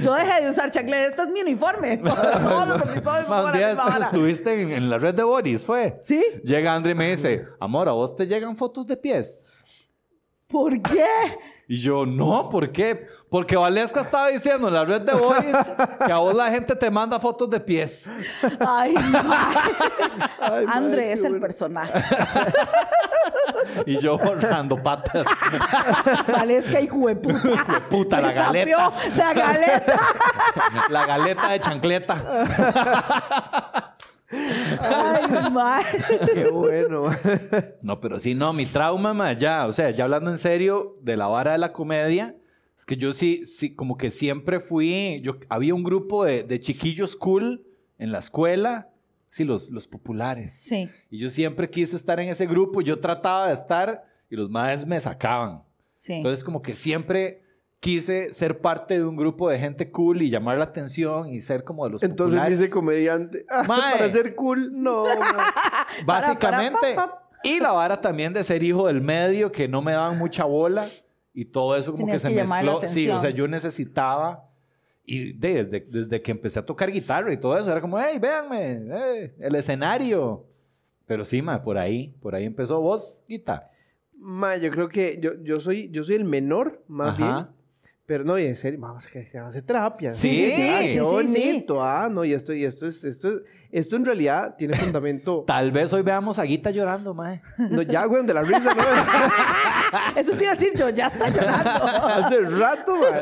Speaker 3: Yo dejé de usar chacle, este es mi uniforme. Todos los episodios
Speaker 2: Ma,
Speaker 3: fueron
Speaker 2: un
Speaker 3: la
Speaker 2: día
Speaker 3: misma
Speaker 2: estos
Speaker 3: vara.
Speaker 2: estuviste en, en la red de Boris, fue.
Speaker 3: ¿Sí?
Speaker 2: Llega André y me dice, amor, ¿a vos te llegan fotos de pies?
Speaker 3: ¿Por qué?
Speaker 2: Y yo, no, ¿por qué? Porque Valesca estaba diciendo en la red de Boris que a vos la gente te manda fotos de pies.
Speaker 3: Ay, ma.
Speaker 1: Ay, madre,
Speaker 3: André
Speaker 1: qué
Speaker 3: es el
Speaker 1: bueno.
Speaker 3: personaje.
Speaker 2: Y yo borrando patas.
Speaker 3: Valesca y hueputa.
Speaker 2: Puta, la galeta.
Speaker 3: La galeta.
Speaker 2: La galeta de chancleta.
Speaker 3: Ay, ma.
Speaker 1: Qué bueno.
Speaker 2: Pues No, pero sí, no, mi trauma, ma, ya. O sea, ya hablando en serio de la vara de la comedia, es que yo sí, sí, como que siempre fui. Yo, había un grupo de, de chiquillos cool en la escuela. Sí, los, los populares.
Speaker 3: Sí.
Speaker 2: Y yo siempre quise estar en ese grupo. Yo trataba de estar y los madres me sacaban.
Speaker 3: Sí.
Speaker 2: Entonces, como que siempre quise ser parte de un grupo de gente cool y llamar la atención y ser como de los
Speaker 1: Entonces me
Speaker 2: populares.
Speaker 1: dice comediante. Ah,
Speaker 2: Mae.
Speaker 1: Para ser cool, no. ma.
Speaker 2: Básicamente.
Speaker 3: Para, para, pa,
Speaker 2: Y la vara también de ser hijo del medio, que no me daban mucha bola. Y todo eso como
Speaker 3: Tenías
Speaker 2: que se
Speaker 3: que llamar la
Speaker 2: mezcló. Sí, o sea,
Speaker 3: atención.
Speaker 2: yo necesitaba... Y de- desde, desde que empecé a tocar guitarra y todo eso, era como, hey, véanme, eh, el escenario. Pero sí, ma, por ahí, por ahí empezó vos, guita.
Speaker 1: Ma, yo creo que yo, yo, soy, yo soy el menor, más
Speaker 2: Ajá.
Speaker 1: bien. Pero no, y en serio, vamos a hacer- vamos a hacer terapia.
Speaker 2: Sí, sí, sí,
Speaker 1: Ah,
Speaker 2: sí,
Speaker 1: qué
Speaker 3: sí, sí.
Speaker 1: bonito. Ah, no, y esto, y esto es, esto es- esto en realidad tiene fundamento.
Speaker 2: Tal vez hoy veamos a Guita llorando, mae.
Speaker 1: No, ya, güey, de la risa, ¿no?
Speaker 3: Ah, Eso te iba a decir yo, ya está llorando.
Speaker 1: Hace rato, ma.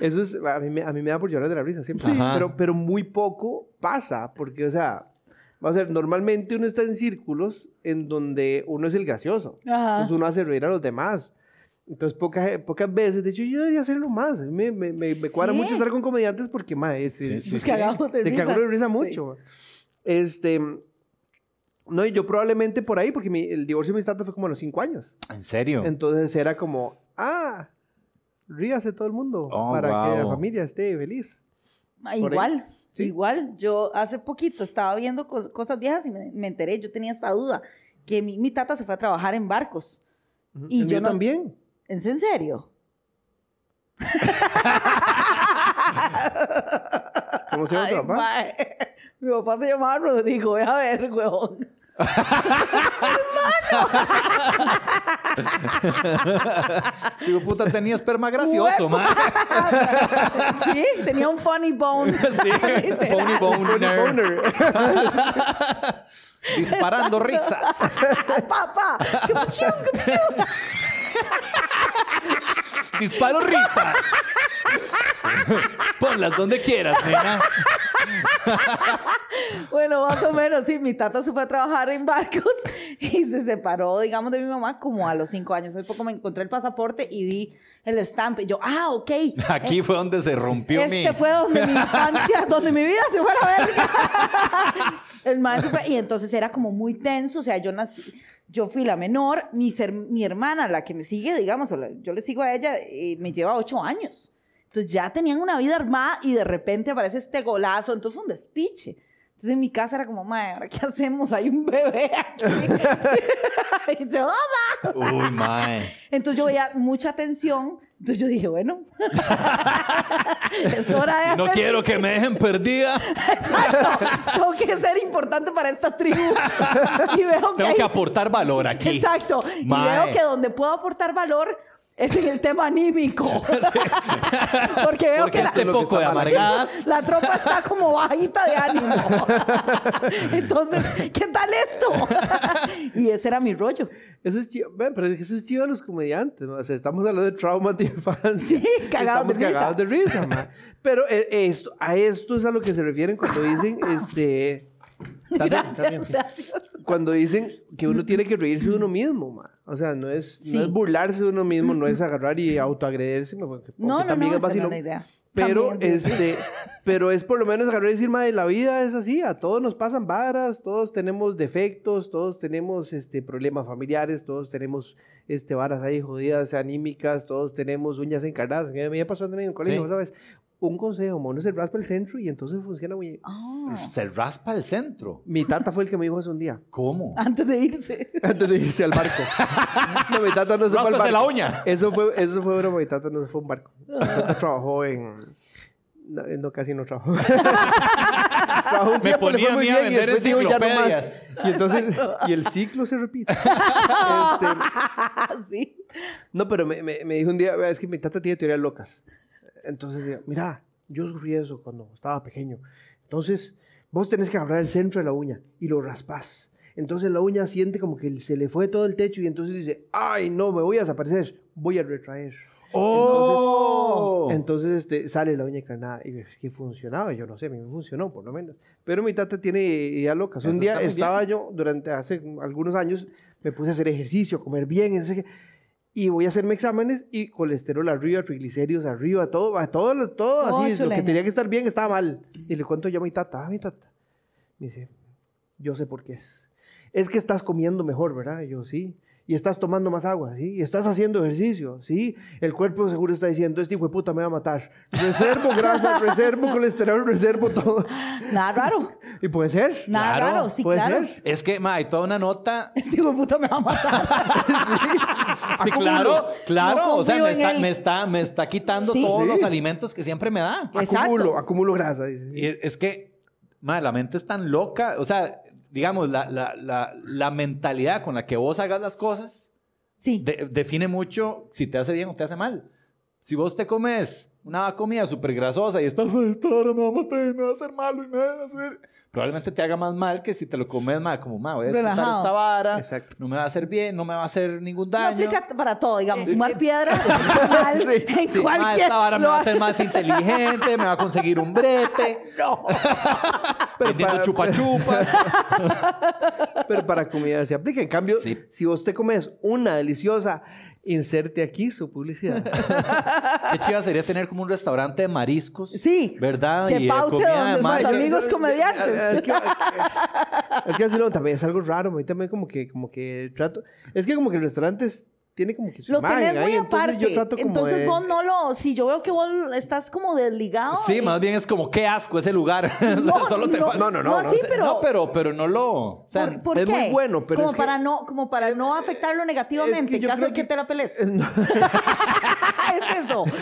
Speaker 1: Eso es, a mí, me, a mí me da por llorar de la risa siempre.
Speaker 2: Ajá.
Speaker 1: Pero, pero muy poco pasa, porque, o sea, vamos a ver, normalmente uno está en círculos en donde uno es el gracioso.
Speaker 3: Ajá.
Speaker 1: Entonces uno hace reír a los demás. Entonces, pocas, pocas veces, de hecho, yo debería hacerlo más. A mí Me, me, me, me cuadra
Speaker 3: Sí.
Speaker 1: mucho estar con comediantes porque, ma, es,
Speaker 2: Sí, sí,
Speaker 3: Nos
Speaker 2: sí.
Speaker 3: cagamos de
Speaker 1: se
Speaker 3: risa.
Speaker 1: cagó de risa mucho. Este, no, y yo probablemente por ahí, porque mi- el divorcio de mis tatas fue como a los cinco años.
Speaker 2: En serio.
Speaker 1: Entonces era como, ah, ríase todo el mundo
Speaker 2: Oh,
Speaker 1: para que la
Speaker 2: wow.
Speaker 1: familia esté feliz.
Speaker 3: Ma,
Speaker 1: Por ahí.
Speaker 3: Ah, Igual,
Speaker 1: Sí.
Speaker 3: igual. Yo hace poquito estaba viendo cos- cosas viejas y me, me enteré, yo tenía esta duda, que mi, mi tata se fue a trabajar en barcos. Y
Speaker 1: El
Speaker 3: yo
Speaker 1: mío
Speaker 3: no-
Speaker 1: también.
Speaker 3: ¿Es en serio?
Speaker 1: ¿Cómo se llama tu
Speaker 3: Ay,
Speaker 1: papá?
Speaker 3: mae. Mi papá se llamaba Rodrigo, ve a ver, huevón.
Speaker 2: Digo, puta, tenía esperma gracioso, mae.
Speaker 3: sí, tenía un funny bone.
Speaker 2: Sí, phony boner.
Speaker 1: Boner.
Speaker 2: Disparando risas.
Speaker 3: Papá, qué pichón, qué pichón.
Speaker 2: Disparo risas. Ponlas donde quieras, nena.
Speaker 3: Bueno, más o menos, sí, mi tata se fue a trabajar en barcos y se separó, digamos, de mi mamá como a los cinco años. Hace poco me encontré el pasaporte y vi el estampe. Yo, ah, ok.
Speaker 2: Aquí fue donde se rompió mi.
Speaker 3: Este fue donde mi infancia, donde mi vida se fue a la verga. El mae se fue, y entonces era como muy tenso, o sea, yo nací, yo fui la menor, mi, ser- mi hermana, la que me sigue, digamos, o la- yo le sigo a ella, eh, me lleva ocho años. Entonces ya tenían una vida armada y de repente aparece este golazo, entonces fue un despiche. Entonces en mi casa era como, mae, ¿ahora qué hacemos? Hay un bebé aquí. Y yo, "Ah".
Speaker 2: Uy, mae.
Speaker 3: entonces yo veía mucha tensión, entonces yo dije, bueno, es hora de
Speaker 2: Si no
Speaker 3: hacer-
Speaker 2: quiero que me dejen perdida.
Speaker 3: tengo que ser importante para esta tribu. y veo que,
Speaker 2: Tengo
Speaker 3: hay-
Speaker 2: que aportar valor aquí.
Speaker 3: Exacto.
Speaker 2: Mae.
Speaker 3: Y veo que donde puedo aportar valor es en el tema anímico. Porque veo
Speaker 2: Porque
Speaker 3: que la,
Speaker 2: este
Speaker 1: lo que
Speaker 2: poco de
Speaker 1: está mal aquí.
Speaker 2: amargadas.
Speaker 3: la tropa está como bajita de ánimo. Entonces, ¿qué tal esto? y ese era mi rollo.
Speaker 1: Eso es chido, ven, pero es que eso es chido de los comediantes, ¿no? o sea, estamos hablando de traumas de infancia.
Speaker 3: Sí, cagados de
Speaker 1: Estamos cagados de risa, ma. Pero eh, esto, a esto es a lo que se refieren cuando dicen, este... está bien, está bien. Cuando dicen que uno tiene que reírse de uno mismo, ma. O sea, no es,
Speaker 3: Sí.
Speaker 1: no es burlarse de uno mismo, no es agarrar y autoagredirse, ma, porque,
Speaker 3: No,
Speaker 1: porque
Speaker 3: no,
Speaker 1: también es
Speaker 3: no, esa no es
Speaker 1: vacilón.
Speaker 3: la idea.
Speaker 1: Pero,
Speaker 3: También, sí, sí.
Speaker 1: este, pero es por lo menos agarrar y decir, madre, la vida es así, a todos nos pasan varas, todos tenemos defectos, todos tenemos este, problemas familiares, todos tenemos este, varas ahí jodidas, anímicas, todos tenemos uñas encarnadas. A mí me pasó también en el colegio,
Speaker 2: Sí.
Speaker 1: ¿sabes? Un consejo, mono se raspa el centro y entonces funciona muy bien.
Speaker 3: Ah,
Speaker 2: Se raspa el centro.
Speaker 1: Mi tata fue el que me dijo eso un día.
Speaker 2: ¿Cómo?
Speaker 3: Ah. antes de irse.
Speaker 1: Antes de irse al barco. No, mi tata no se fue al barco.
Speaker 2: Ráspase la uña.
Speaker 1: Eso fue, eso fue broma, mi tata no se fue a un barco. Mi tata trabajó en... No, no, casi no trabajó. trabajó un
Speaker 2: Me
Speaker 1: tiempo, le
Speaker 2: ponía
Speaker 1: fue muy
Speaker 2: a mí a
Speaker 1: bien y
Speaker 2: vender
Speaker 1: después dijo, ya no más.
Speaker 2: enciclopedias.
Speaker 1: Y entonces, y el ciclo se repite. Este,
Speaker 3: Ah, sí.
Speaker 1: no, pero me, me- me dijo un día, "Vea, es que mi tata tiene teorías locas. Entonces, digo, mira, yo sufrí eso cuando estaba pequeño. Entonces, vos tenés que agarrar el centro de la uña y lo raspás. Entonces la uña siente como que se le fue todo el techo y entonces dice, ay, no, me voy a desaparecer, voy a retraer.
Speaker 2: ¡Oh!
Speaker 1: Entonces este, sale la uña encarnada y es que funcionaba, yo no sé, a mí me funcionó por lo menos. Pero mi tata tiene ideas locas.
Speaker 2: Eso
Speaker 1: Un día
Speaker 2: está muy
Speaker 1: estaba yo, durante hace algunos años, me puse a hacer ejercicio, comer bien, no sé qué, y voy a hacerme exámenes y colesterol arriba, triglicéridos arriba, todo, a todo, lo- todo
Speaker 3: Todo
Speaker 1: así, lo que
Speaker 3: chuleña.
Speaker 1: tenía que estar bien estaba mal. Y le cuento yo a mi tata, a mi tata. Me dice, yo sé por qué es. Es que estás comiendo mejor, ¿verdad? Y yo sí. Y estás tomando más agua, ¿sí? Y estás haciendo ejercicio, ¿sí? El cuerpo seguro está diciendo, este hijo de puta me va a matar. Reservo grasa, reservo colesterol, reservo todo.
Speaker 3: Nada raro.
Speaker 1: Y puede ser.
Speaker 3: Nada
Speaker 2: Claro,
Speaker 3: raro. Sí,
Speaker 1: puede
Speaker 3: claro.
Speaker 1: ser.
Speaker 2: oh. Es que, mae, hay toda una nota.
Speaker 3: Este hijo de puta me va a matar.
Speaker 2: Sí, claro, claro.
Speaker 3: Ah, No
Speaker 2: o sea,
Speaker 3: confío
Speaker 2: me
Speaker 3: en
Speaker 2: está,
Speaker 3: él.
Speaker 2: me, está, me está quitando
Speaker 3: Sí.
Speaker 2: todos
Speaker 1: Sí.
Speaker 2: los alimentos que siempre me da.
Speaker 3: Exacto.
Speaker 1: Acumulo, acumulo grasa, dice.
Speaker 2: Y es que, madre, la mente es tan loca. O sea, digamos, la, la- la- la mentalidad con la que vos hagas las cosas
Speaker 3: Sí.
Speaker 2: de- define mucho si te hace bien o te hace mal. Si vos te comes una comida súper grasosa y estás a esta hora me va a matar y me va a hacer malo y me va a hacer... Probablemente te haga más mal que si te lo comes, madre, como, madre, voy a disfrutar
Speaker 3: Relajado.
Speaker 2: esta vara,
Speaker 1: Exacto.
Speaker 2: no me va a hacer bien, no me va a hacer ningún
Speaker 3: No
Speaker 2: daño.
Speaker 3: aplica para todo, digamos, fumar piedra, mal, en
Speaker 2: Sí, ma,
Speaker 3: cualquier
Speaker 2: esta vara me va a
Speaker 3: lugar.
Speaker 2: hacer más inteligente, me va a conseguir un brete. No. Vendiendo
Speaker 1: para-
Speaker 2: chupa chupas.
Speaker 1: Pero para comida se aplica. En cambio,
Speaker 2: Sí.
Speaker 1: si vos te comes una deliciosa, inserte aquí su publicidad.
Speaker 2: Qué chiva sería tener como un restaurante de mariscos.
Speaker 3: Sí.
Speaker 2: ¿Verdad?
Speaker 3: Que
Speaker 2: eh,
Speaker 3: paute donde
Speaker 2: de
Speaker 3: sus
Speaker 2: mar.
Speaker 1: Yo- yo-
Speaker 3: amigos
Speaker 1: yo-
Speaker 3: comediantes.
Speaker 1: Es que, es que así lo- también es algo raro. A mí también como que, como que trato... Es que como que el restaurante es- tiene como que su
Speaker 3: Lo
Speaker 1: imagen
Speaker 3: tenés
Speaker 1: ahí,
Speaker 3: muy
Speaker 1: entonces
Speaker 3: aparte.
Speaker 1: yo trato como
Speaker 3: entonces
Speaker 1: de-
Speaker 3: vos no lo, si yo veo que vos estás como desligado.
Speaker 2: Sí,
Speaker 3: eh,
Speaker 2: más bien es como qué asco ese lugar. O sea,
Speaker 3: No,
Speaker 2: solo te
Speaker 3: no,
Speaker 2: falta-
Speaker 1: No, no, no,
Speaker 3: no,
Speaker 1: no,
Speaker 3: sí,
Speaker 1: o sea,
Speaker 3: pero,
Speaker 2: No, pero, pero no lo. O sea,
Speaker 3: ¿por, por
Speaker 1: es
Speaker 3: qué?
Speaker 1: muy bueno, pero
Speaker 3: como
Speaker 1: es que-
Speaker 3: para no, como para no afectarlo negativamente,
Speaker 1: Es que
Speaker 3: en
Speaker 1: yo
Speaker 3: caso
Speaker 1: creo
Speaker 3: de que,
Speaker 1: que-
Speaker 3: te la pelees. Ah,
Speaker 1: No,
Speaker 3: es eso.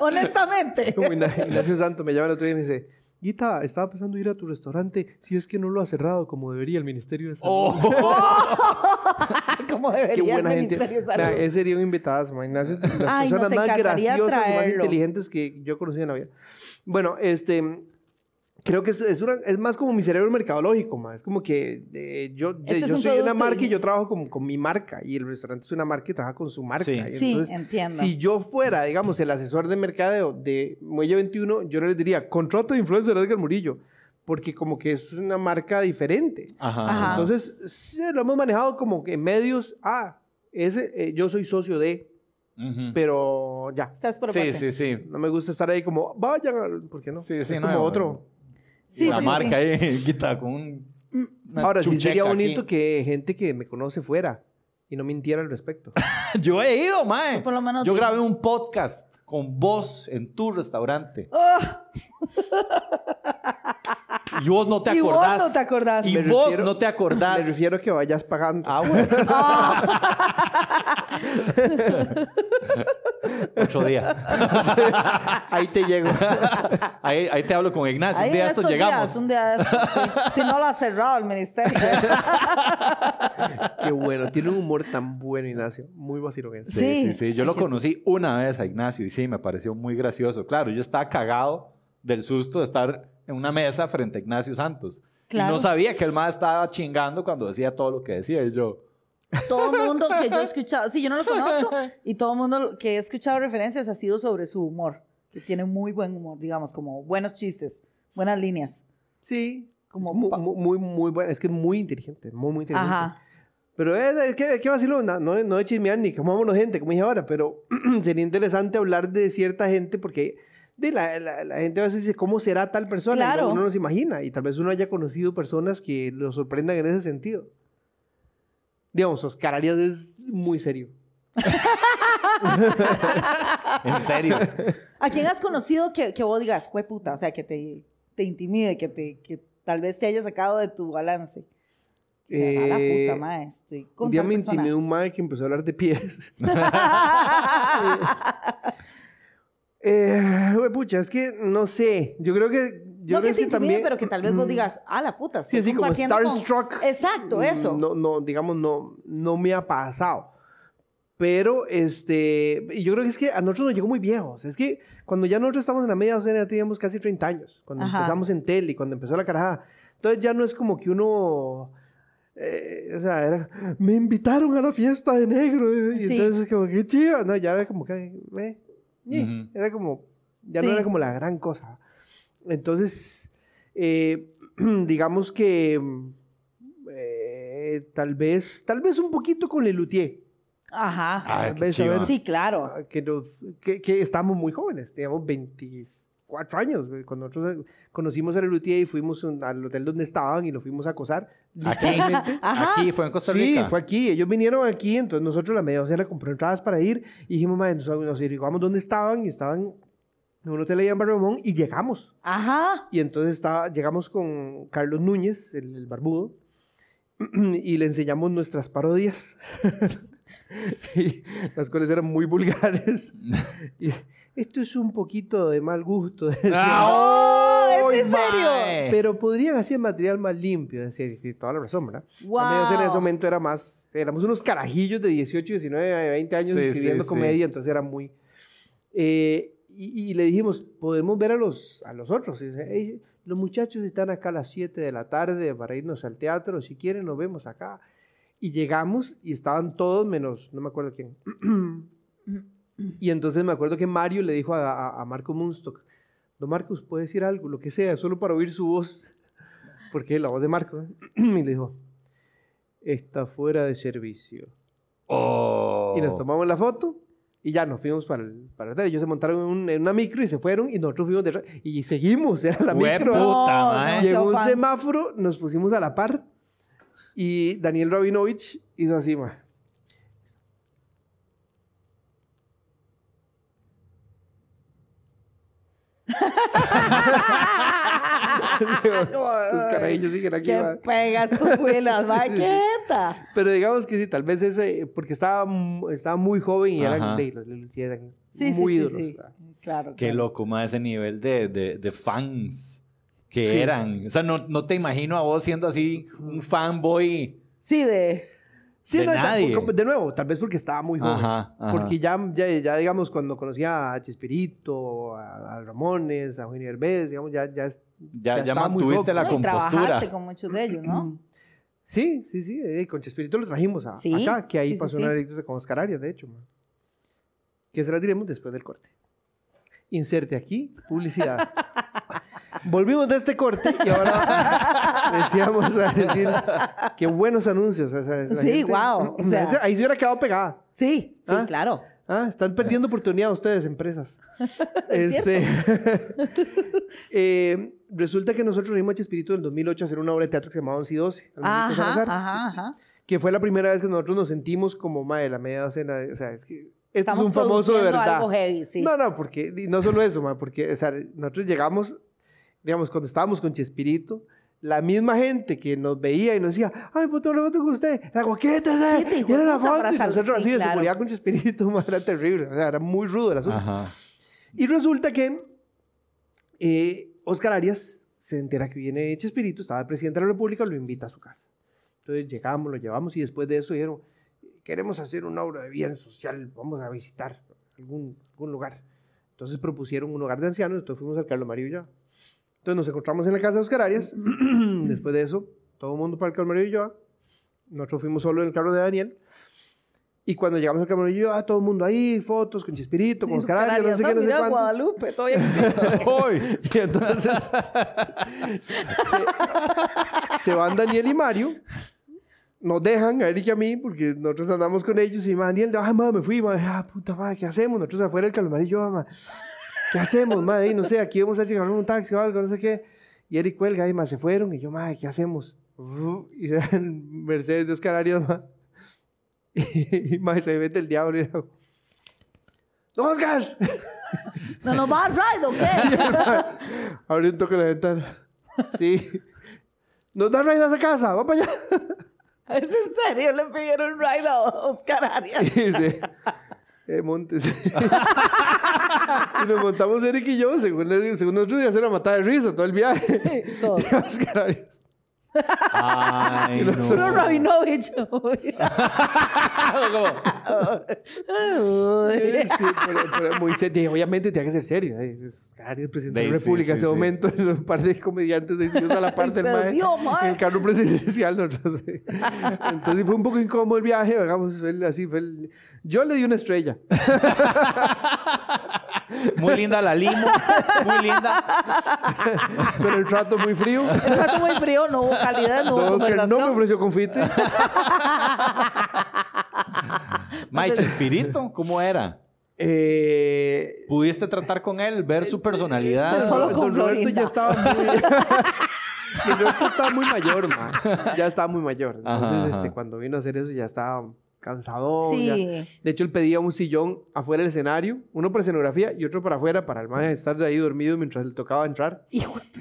Speaker 3: Honestamente.
Speaker 1: como Igna- Ignacio Santo me llama el otro día y me dice... Guita, estaba pensando ir a tu restaurante si es que no lo ha cerrado como debería el Ministerio de Salud.
Speaker 2: Oh,
Speaker 3: como
Speaker 1: Qué
Speaker 3: debería el
Speaker 1: buena gente.
Speaker 3: Ministerio de
Speaker 1: Nah,
Speaker 2: eh,
Speaker 3: Salud.
Speaker 1: ese sería un invitadazo, ma, Ignacio. es de Las
Speaker 3: Ay,
Speaker 1: personas
Speaker 3: nos
Speaker 1: más
Speaker 3: encantaría
Speaker 1: graciosas y más
Speaker 3: traerlo.
Speaker 1: inteligentes que yo conocí en la vida. Bueno, este. Creo que es, es, una- es más como mi cerebro mercadológico, ma, Es como que eh, yo,
Speaker 3: Este es
Speaker 1: yo
Speaker 3: un
Speaker 1: soy una
Speaker 3: producto
Speaker 1: marca y...
Speaker 3: y-
Speaker 1: yo trabajo con, con mi marca. Y el restaurante es una marca y trabaja con su marca.
Speaker 2: Sí.
Speaker 1: y
Speaker 3: Sí,
Speaker 1: entonces,
Speaker 3: entiendo.
Speaker 1: Si yo fuera, digamos, el asesor de mercadeo de Muelle 21, yo les diría, contrato de influencer Edgar Murillo. Porque como que es una marca diferente.
Speaker 2: Ajá.
Speaker 3: Ajá.
Speaker 1: ah, Entonces, sí, lo hemos manejado como que en medios, ah, ese, eh, yo soy socio de,
Speaker 2: Ujú.
Speaker 1: pero ya.
Speaker 3: Estás por
Speaker 2: Sí,
Speaker 3: aparte.
Speaker 2: sí, sí.
Speaker 1: No me gusta estar ahí como, vayan, a-". ¿por qué no?
Speaker 2: Sí, sí,
Speaker 1: es
Speaker 2: no,
Speaker 1: como
Speaker 2: bueno.
Speaker 1: otro.
Speaker 3: Sí,
Speaker 2: la
Speaker 3: sí,
Speaker 2: marca ahí, quita con un. una
Speaker 1: Ahora, sí sería
Speaker 2: chucheca
Speaker 1: bonito
Speaker 2: aquí.
Speaker 1: que gente que me conoce fuera y no mintiera al respecto.
Speaker 2: Yo he ido, mae.
Speaker 3: Yo por lo menos
Speaker 2: eh. Yo
Speaker 3: digo.
Speaker 2: grabé un podcast con vos en tu restaurante.
Speaker 3: Ah,
Speaker 2: Y vos no te
Speaker 3: Y vos
Speaker 2: acordás.
Speaker 3: no te acordás.
Speaker 2: Y
Speaker 1: Me
Speaker 2: vos
Speaker 1: refiero-
Speaker 2: no te acordás.
Speaker 1: Me refiero que vayas pagando.
Speaker 2: Ah, bueno. Ocho días.
Speaker 1: Ahí te llego.
Speaker 2: Ahí, ahí te hablo con Ignacio.
Speaker 3: ahí
Speaker 2: Un día
Speaker 3: en
Speaker 2: de estos
Speaker 3: estos días,
Speaker 2: llegamos.
Speaker 3: un día de estos, sí. Si no lo ha cerrado el ministerio.
Speaker 1: Qué bueno. Tiene un humor tan bueno, Ignacio. Muy vaciloguense.
Speaker 2: Sí, sí,
Speaker 3: Sí.
Speaker 2: sí, Yo lo conocí una vez a Ignacio y sí, me pareció muy gracioso. Claro, yo estaba cagado del susto de estar en una mesa frente a Ignacio Santos. Y
Speaker 3: Claro.
Speaker 2: no sabía que el más estaba chingando cuando decía todo lo que decía. Y yo,
Speaker 3: todo el mundo que yo he escuchado, sí, yo no lo conozco, y todo el mundo que he escuchado referencias ha sido sobre su humor, que tiene muy buen humor, digamos, como buenos chistes, buenas líneas.
Speaker 1: Sí.
Speaker 3: Como
Speaker 1: Es mu-
Speaker 3: pa-
Speaker 1: mu- muy, muy, bueno. Es que es muy inteligente. Muy, muy inteligente.
Speaker 3: Ajá.
Speaker 1: Pero eh, es, es que, es que vacilón, na- no, no de chismear ni como vámonos gente, como dije ahora, pero sería interesante hablar de cierta gente porque de la, la- la gente a veces dice, ¿cómo será tal persona? Y
Speaker 3: Claro.
Speaker 1: Uno no se imagina y tal vez uno haya conocido personas que lo sorprendan en ese sentido. Digamos, Oscar Arias es muy serio.
Speaker 2: en serio.
Speaker 3: ¿A quién has conocido que, que vos digas, fue puta? O sea, que te, te intimide, que, te, que tal vez te haya sacado de tu balance. Que, a la
Speaker 1: Eh,
Speaker 3: puta, mae, estoy con
Speaker 1: Un día
Speaker 3: tal
Speaker 1: me
Speaker 3: persona".
Speaker 1: intimidó un mae que empezó a hablar de pies. eh, güey, pucha, es que no sé. Yo creo que. Yo
Speaker 3: no que
Speaker 1: creo
Speaker 3: te intimide,
Speaker 1: también- mm,
Speaker 3: pero que tal vez vos digas, a la puta,
Speaker 1: Sí,
Speaker 3: estoy
Speaker 1: así como
Speaker 3: compartiendo con-
Speaker 1: Starstruck.
Speaker 3: Exacto,
Speaker 1: Mm,
Speaker 3: eso.
Speaker 1: No, no, digamos, no, no me ha pasado. Pero, este, y yo creo que es que a nosotros nos llegó muy viejos. Es que cuando ya nosotros estamos en la media docena, ya teníamos casi 30 años. Cuando
Speaker 3: Ajá.
Speaker 1: empezamos en tele, cuando empezó la carajada. Entonces ya no es como que uno... eh, o sea, era, me invitaron a la fiesta de negro. eh, Y
Speaker 3: Sí.
Speaker 1: entonces como que chiva. No, ya era como que... eh, ñe,
Speaker 2: Ujú.
Speaker 1: Era como... Ya
Speaker 3: Sí.
Speaker 1: no era como la gran cosa. Entonces, eh, digamos que eh, tal vez, tal vez un poquito con Lelutier,
Speaker 3: Ajá.
Speaker 2: Ay,
Speaker 1: Tal
Speaker 2: qué
Speaker 1: vez, a ver,
Speaker 2: chiva.
Speaker 3: Sí, claro.
Speaker 1: que, nos- que, que estábamos muy jóvenes, teníamos 24 años, güey, cuando nosotros conocimos a Lelutier y fuimos un- al hotel donde estaban y lo fuimos a acosar.
Speaker 2: Aquí, aquí fue en Costa
Speaker 1: Sí,
Speaker 2: Rica.
Speaker 1: fue aquí. Ellos vinieron aquí, entonces nosotros la media docena compró entradas para ir y dijimos, madre, nos, nos averiguamos dónde estaban y estaban en un hotel allá en Barrio Ramón y llegamos.
Speaker 3: Ajá.
Speaker 1: Y entonces estaba, llegamos con Carlos Núñez, el, el barbudo, y le enseñamos nuestras parodias, y- las cuales eran muy vulgares. Y, esto es un poquito de mal gusto, decía,
Speaker 2: ¡Ah,
Speaker 3: ¡Oh,
Speaker 2: ¡Ay,
Speaker 3: es en serio!
Speaker 2: mae!
Speaker 1: pero podrían hacer material más limpio, decía, y toda la razón, ¿verdad?
Speaker 3: Wow.
Speaker 1: La media docena en ese momento era más, éramos unos carajillos de 18, 19, 20 años
Speaker 2: Sí,
Speaker 1: escribiendo
Speaker 2: sí, sí.
Speaker 1: comedia, entonces era muy... eh, y, y le dijimos, podemos ver a los, a los otros. Y dice, "Ey, los muchachos están acá a las 7 de la tarde para irnos al teatro, si quieren nos vemos acá. Y llegamos y estaban todos menos, no me acuerdo quién. y entonces me acuerdo que Mario le dijo a, a- a Marco Munstock, Don Marcos, puede decir algo, lo que sea, solo para oír su voz. Porque la voz de Marco. ¿eh? y le dijo, está fuera de servicio.
Speaker 2: Oh.
Speaker 1: Y nos tomamos la foto y ya nos fuimos para el, para el hotel. Ellos se montaron en, un- en una micro y se fueron y nosotros fuimos detrás. Y seguimos, era la
Speaker 2: Hue
Speaker 1: micro.
Speaker 2: puta,
Speaker 3: No,
Speaker 2: mae.
Speaker 3: no.
Speaker 1: Llegó un
Speaker 3: fans.
Speaker 1: semáforo, nos pusimos a la par y Daniel Rabinovich hizo así, ma. Sus carajillos siguen aquí,
Speaker 3: Ah, ¿Qué
Speaker 1: ma.
Speaker 3: pegas tú, Willas? Va, quieta.
Speaker 1: Pero digamos que sí, tal vez ese, porque estaba, mu- estaba muy joven y
Speaker 2: Ajá.
Speaker 1: eran, de, los Lelutier eran
Speaker 3: Sí,
Speaker 1: muy
Speaker 3: sí, sí,
Speaker 1: ídolos.
Speaker 3: sí.
Speaker 1: ¿verdad?
Speaker 3: Claro.
Speaker 2: Qué
Speaker 3: claro.
Speaker 2: loco, más ese nivel de, de- de fans que
Speaker 1: Sí.
Speaker 2: eran. O sea, no, no te imagino a vos siendo así un fanboy.
Speaker 3: Sí, de.
Speaker 1: Sí,
Speaker 2: De
Speaker 1: no, y tal-
Speaker 2: nadie.
Speaker 1: como- de nuevo, tal vez porque estaba muy joven.
Speaker 2: Ajá, ajá.
Speaker 1: Porque ya, ya, ya, digamos, cuando conocía a Chespirito, a, a Ramones, a Eugenio Herbés, digamos, ya, ya es-
Speaker 2: Ya, ya,
Speaker 1: Ya estaba muy
Speaker 2: mantuviste
Speaker 1: joven.
Speaker 2: la
Speaker 3: No, y
Speaker 2: compostura.
Speaker 3: trabajaste con muchos de ellos, ¿no?
Speaker 1: Sí, sí, sí. eh, con Chespirito lo trajimos a-
Speaker 3: Sí,
Speaker 1: acá, que ahí
Speaker 3: sí, sí,
Speaker 1: pasó
Speaker 3: sí.
Speaker 1: una anécdota con Oscar Arias, de hecho. man. Que se la diremos después del corte. Inserte aquí, publicidad. Volvimos de este corte y ahora decíamos a decir que buenos anuncios. o sea, la
Speaker 3: Sí,
Speaker 1: gente-
Speaker 3: guau, o
Speaker 1: la gente-
Speaker 3: sea.
Speaker 1: ahí se hubiera quedado pegada.
Speaker 3: Sí, sí,
Speaker 1: ¿Ah?
Speaker 3: claro.
Speaker 1: Ah, están perdiendo oportunidad ustedes, empresas. este, Eh, resulta que nosotros reunimos a Chespirito en el 2008 a hacer una obra de teatro que se llamaba 11 y 12, al Muñeco
Speaker 3: Ajá,
Speaker 1: Salazar,
Speaker 3: ajá, ajá.
Speaker 1: que fue la primera vez que nosotros nos sentimos como madre la media docena. de- o sea, es que esto es
Speaker 3: Estamos
Speaker 1: un famoso de
Speaker 3: produciendo
Speaker 1: verdad.
Speaker 3: algo heavy, sí.
Speaker 1: No, no, porque y no solo eso, ma, porque o sea, nosotros llegamos, digamos, cuando estábamos con Chespirito, la misma gente que nos veía y nos decía, ay, puto, lo voto con usted, la guaqueta,
Speaker 3: Quiete, hijo de
Speaker 1: era la
Speaker 3: puta,
Speaker 1: foto.
Speaker 3: para
Speaker 1: Y
Speaker 3: sal-
Speaker 1: nosotros
Speaker 3: sí,
Speaker 1: así de
Speaker 3: claro.
Speaker 1: seguridad con Chespirito, ma, era terrible, o sea, era muy rudo el asunto.
Speaker 2: Ajá.
Speaker 1: Y resulta que eh, Oscar Arias se entera que viene Chespirito, estaba presidente de la República, lo invita a su casa. Entonces llegamos, lo llevamos y después de eso dijeron, queremos hacer una obra de bien social, vamos a visitar algún, algún lugar. Entonces propusieron un hogar de ancianos, entonces fuimos al Carlos Mario y yo. Entonces nos encontramos en la casa de Oscar Arias, después de eso, todo el mundo para el Carlos Mario y yo. Nosotros fuimos solo en el carro de Daniel. Y cuando llegamos al Carlos Mario y yo, todo el mundo ahí, fotos con Chespirito, con Oscar Arias, ah, no sé qué, no sé
Speaker 3: mira,
Speaker 1: cuánto.
Speaker 3: Guadalupe, todavía
Speaker 1: Y entonces se, se van Daniel y Mario. Nos dejan a Eric y a mí porque nosotros andamos con ellos y ma, Daniel, ah, ma, me fui, ma, ah, puta madre, ¿qué hacemos? Nosotros afuera del calmar y yo, ma, ¿qué hacemos, ma? Y no sé, aquí vamos a ver si ganamos un taxi o algo, no sé qué. Y Eric cuelga y ma, se fueron y yo, ma, ¿qué hacemos? Y se dan Mercedes de Oscar Arias, ma. Y, ma, se mete el diablo y le digo, ¡Don Oscar!
Speaker 3: No nos va a dar ride, ¿o qué?
Speaker 1: Abrí un toque la ventana. Sí. Nos da raíz a esa casa, va para allá.
Speaker 3: ¿Es en serio? Le pidieron ride a Oscar Arias.
Speaker 1: Y dice, eh, montes. y nos montamos Eric y yo, según, les- según nosotros, y hacer la matada de risa todo el viaje.
Speaker 3: Todo.
Speaker 1: Y Oscar Arias,
Speaker 2: Ay, no.
Speaker 3: Puro Rabinovich.
Speaker 1: eh,
Speaker 3: "Ah,
Speaker 1: sí, pero- pero muy serio. Y Obviamente tenía que ser serio. eh, Oscar Arias, presidente de la
Speaker 2: Sí, sí,
Speaker 1: República,
Speaker 2: sí,
Speaker 1: ese
Speaker 2: sí.
Speaker 1: momento, un par de comediantes se hicieron a la parte
Speaker 3: Se
Speaker 1: del mae,
Speaker 3: vio, mae.
Speaker 1: en el carro presidencial. nosotros, eh. Entonces fue un poco incómodo el viaje, digamos, fue el- así fue el- Yo le di una estrella.
Speaker 2: Muy linda la limo. Muy linda.
Speaker 1: pero el trato muy frío.
Speaker 3: El plato muy frío, no hubo calidad, no hubo
Speaker 1: Don Oscar no me
Speaker 3: conversación.
Speaker 1: ofreció confite.
Speaker 2: Mae, Chespirito, ¿cómo era?
Speaker 1: Eh,
Speaker 2: ¿Pudiste tratar con él? ¿Ver su personalidad?
Speaker 3: Este, Solo
Speaker 1: don
Speaker 3: con
Speaker 1: Roberto
Speaker 3: Florinda.
Speaker 1: ya estaba muy. Don Roberto estaba muy mayor, ma. Ya estaba muy mayor. Entonces,
Speaker 2: Ajá, ajá.
Speaker 1: este, cuando vino a hacer eso, ya estaba cansado.
Speaker 3: Sí.
Speaker 1: De hecho, él pedía un sillón afuera del escenario, uno para escenografía y otro para afuera, para el maje estar ahí dormido mientras le tocaba entrar.
Speaker 3: Hijo de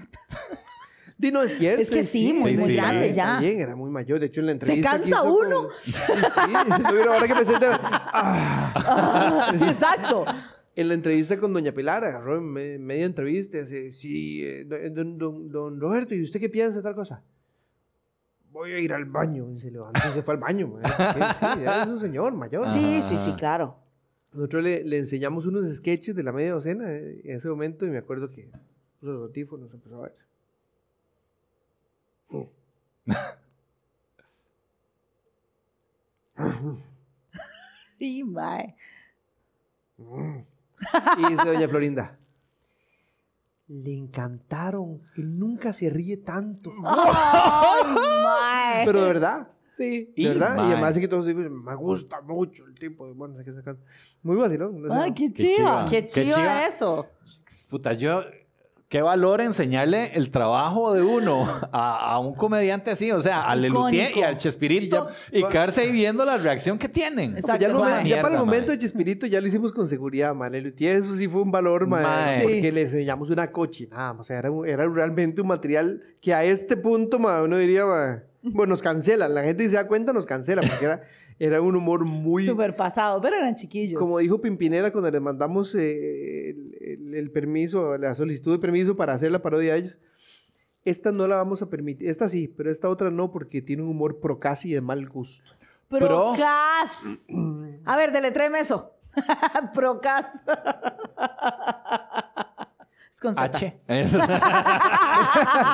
Speaker 1: Di, no es cierto.
Speaker 3: Es que sí, muy,
Speaker 2: muy grande
Speaker 1: Está
Speaker 3: ya.
Speaker 1: bien, era muy mayor. De hecho, en la entrevista. que
Speaker 3: cansa
Speaker 1: hizo
Speaker 3: uno.
Speaker 1: con- Sí, sí. Ahora que me siento- Ah.
Speaker 3: Ah, sí, exacto.
Speaker 1: En la entrevista con Doña Pilar, agarró en me- media entrevista, dice, sí, eh, don, don- don- don Roberto, ¿y usted qué piensa de tal cosa? Voy a ir al baño. Y se levantó y se fue al baño. ma. Sí, sí, ya es un señor mayor.
Speaker 3: Sí, sí, sí, claro.
Speaker 1: Nosotros le, le enseñamos unos sketches de la media docena eh, en ese momento y me acuerdo que los audífonos empezó a ver.
Speaker 3: Sí, mae.
Speaker 1: Y dice Doña Florinda, le encantaron, él nunca se ríe tanto.
Speaker 3: Ay, mae.
Speaker 1: Pero de verdad.
Speaker 3: Sí.
Speaker 1: De
Speaker 2: Y,
Speaker 1: ¿Verdad?
Speaker 2: mae. Pues
Speaker 1: Y además así que todos dicen, me gusta mucho el tipo de bueno, que sacan. Muy vacilón. no sé.
Speaker 3: Ay, qué
Speaker 2: Qué
Speaker 3: chiva.
Speaker 2: chiva.
Speaker 3: Pues Qué
Speaker 2: Qué
Speaker 3: chiva
Speaker 2: chiva.
Speaker 3: eso.
Speaker 2: Puta, yo. Qué valor enseñarle el trabajo de uno a, a un comediante así, o sea, a
Speaker 3: Icónico.
Speaker 2: Lelutier y al Chespirito
Speaker 1: Y
Speaker 2: y,
Speaker 1: ya-
Speaker 2: quedarse ahí viendo la reacción que tienen.
Speaker 3: Exacto.
Speaker 1: Pues ya, no me-
Speaker 3: mae.
Speaker 1: ya para
Speaker 2: Mierda,
Speaker 1: el momento
Speaker 2: mae.
Speaker 1: de Chespirito ya lo hicimos con seguridad, man. El Luthier, eso sí fue un valor, man.
Speaker 2: Mae.
Speaker 1: Porque le enseñamos una cochinada. O sea, era, un- era realmente un material que a este punto, man, uno diría, man, bueno, nos cancelan. La gente si se da cuenta, nos cancela. Porque era, era un humor muy...
Speaker 3: Super pasado, pero eran chiquillos.
Speaker 1: Como dijo Pimpinela cuando les mandamos eh, el, el- el permiso, la solicitud de permiso para hacer la parodia de ellos, esta no la vamos a permitir, esta sí, pero esta otra no porque tiene un humor pro casi de mal gusto.
Speaker 2: Pro.
Speaker 3: Procas. A ver, deletréeme eso. Procas. es con Z.
Speaker 2: H.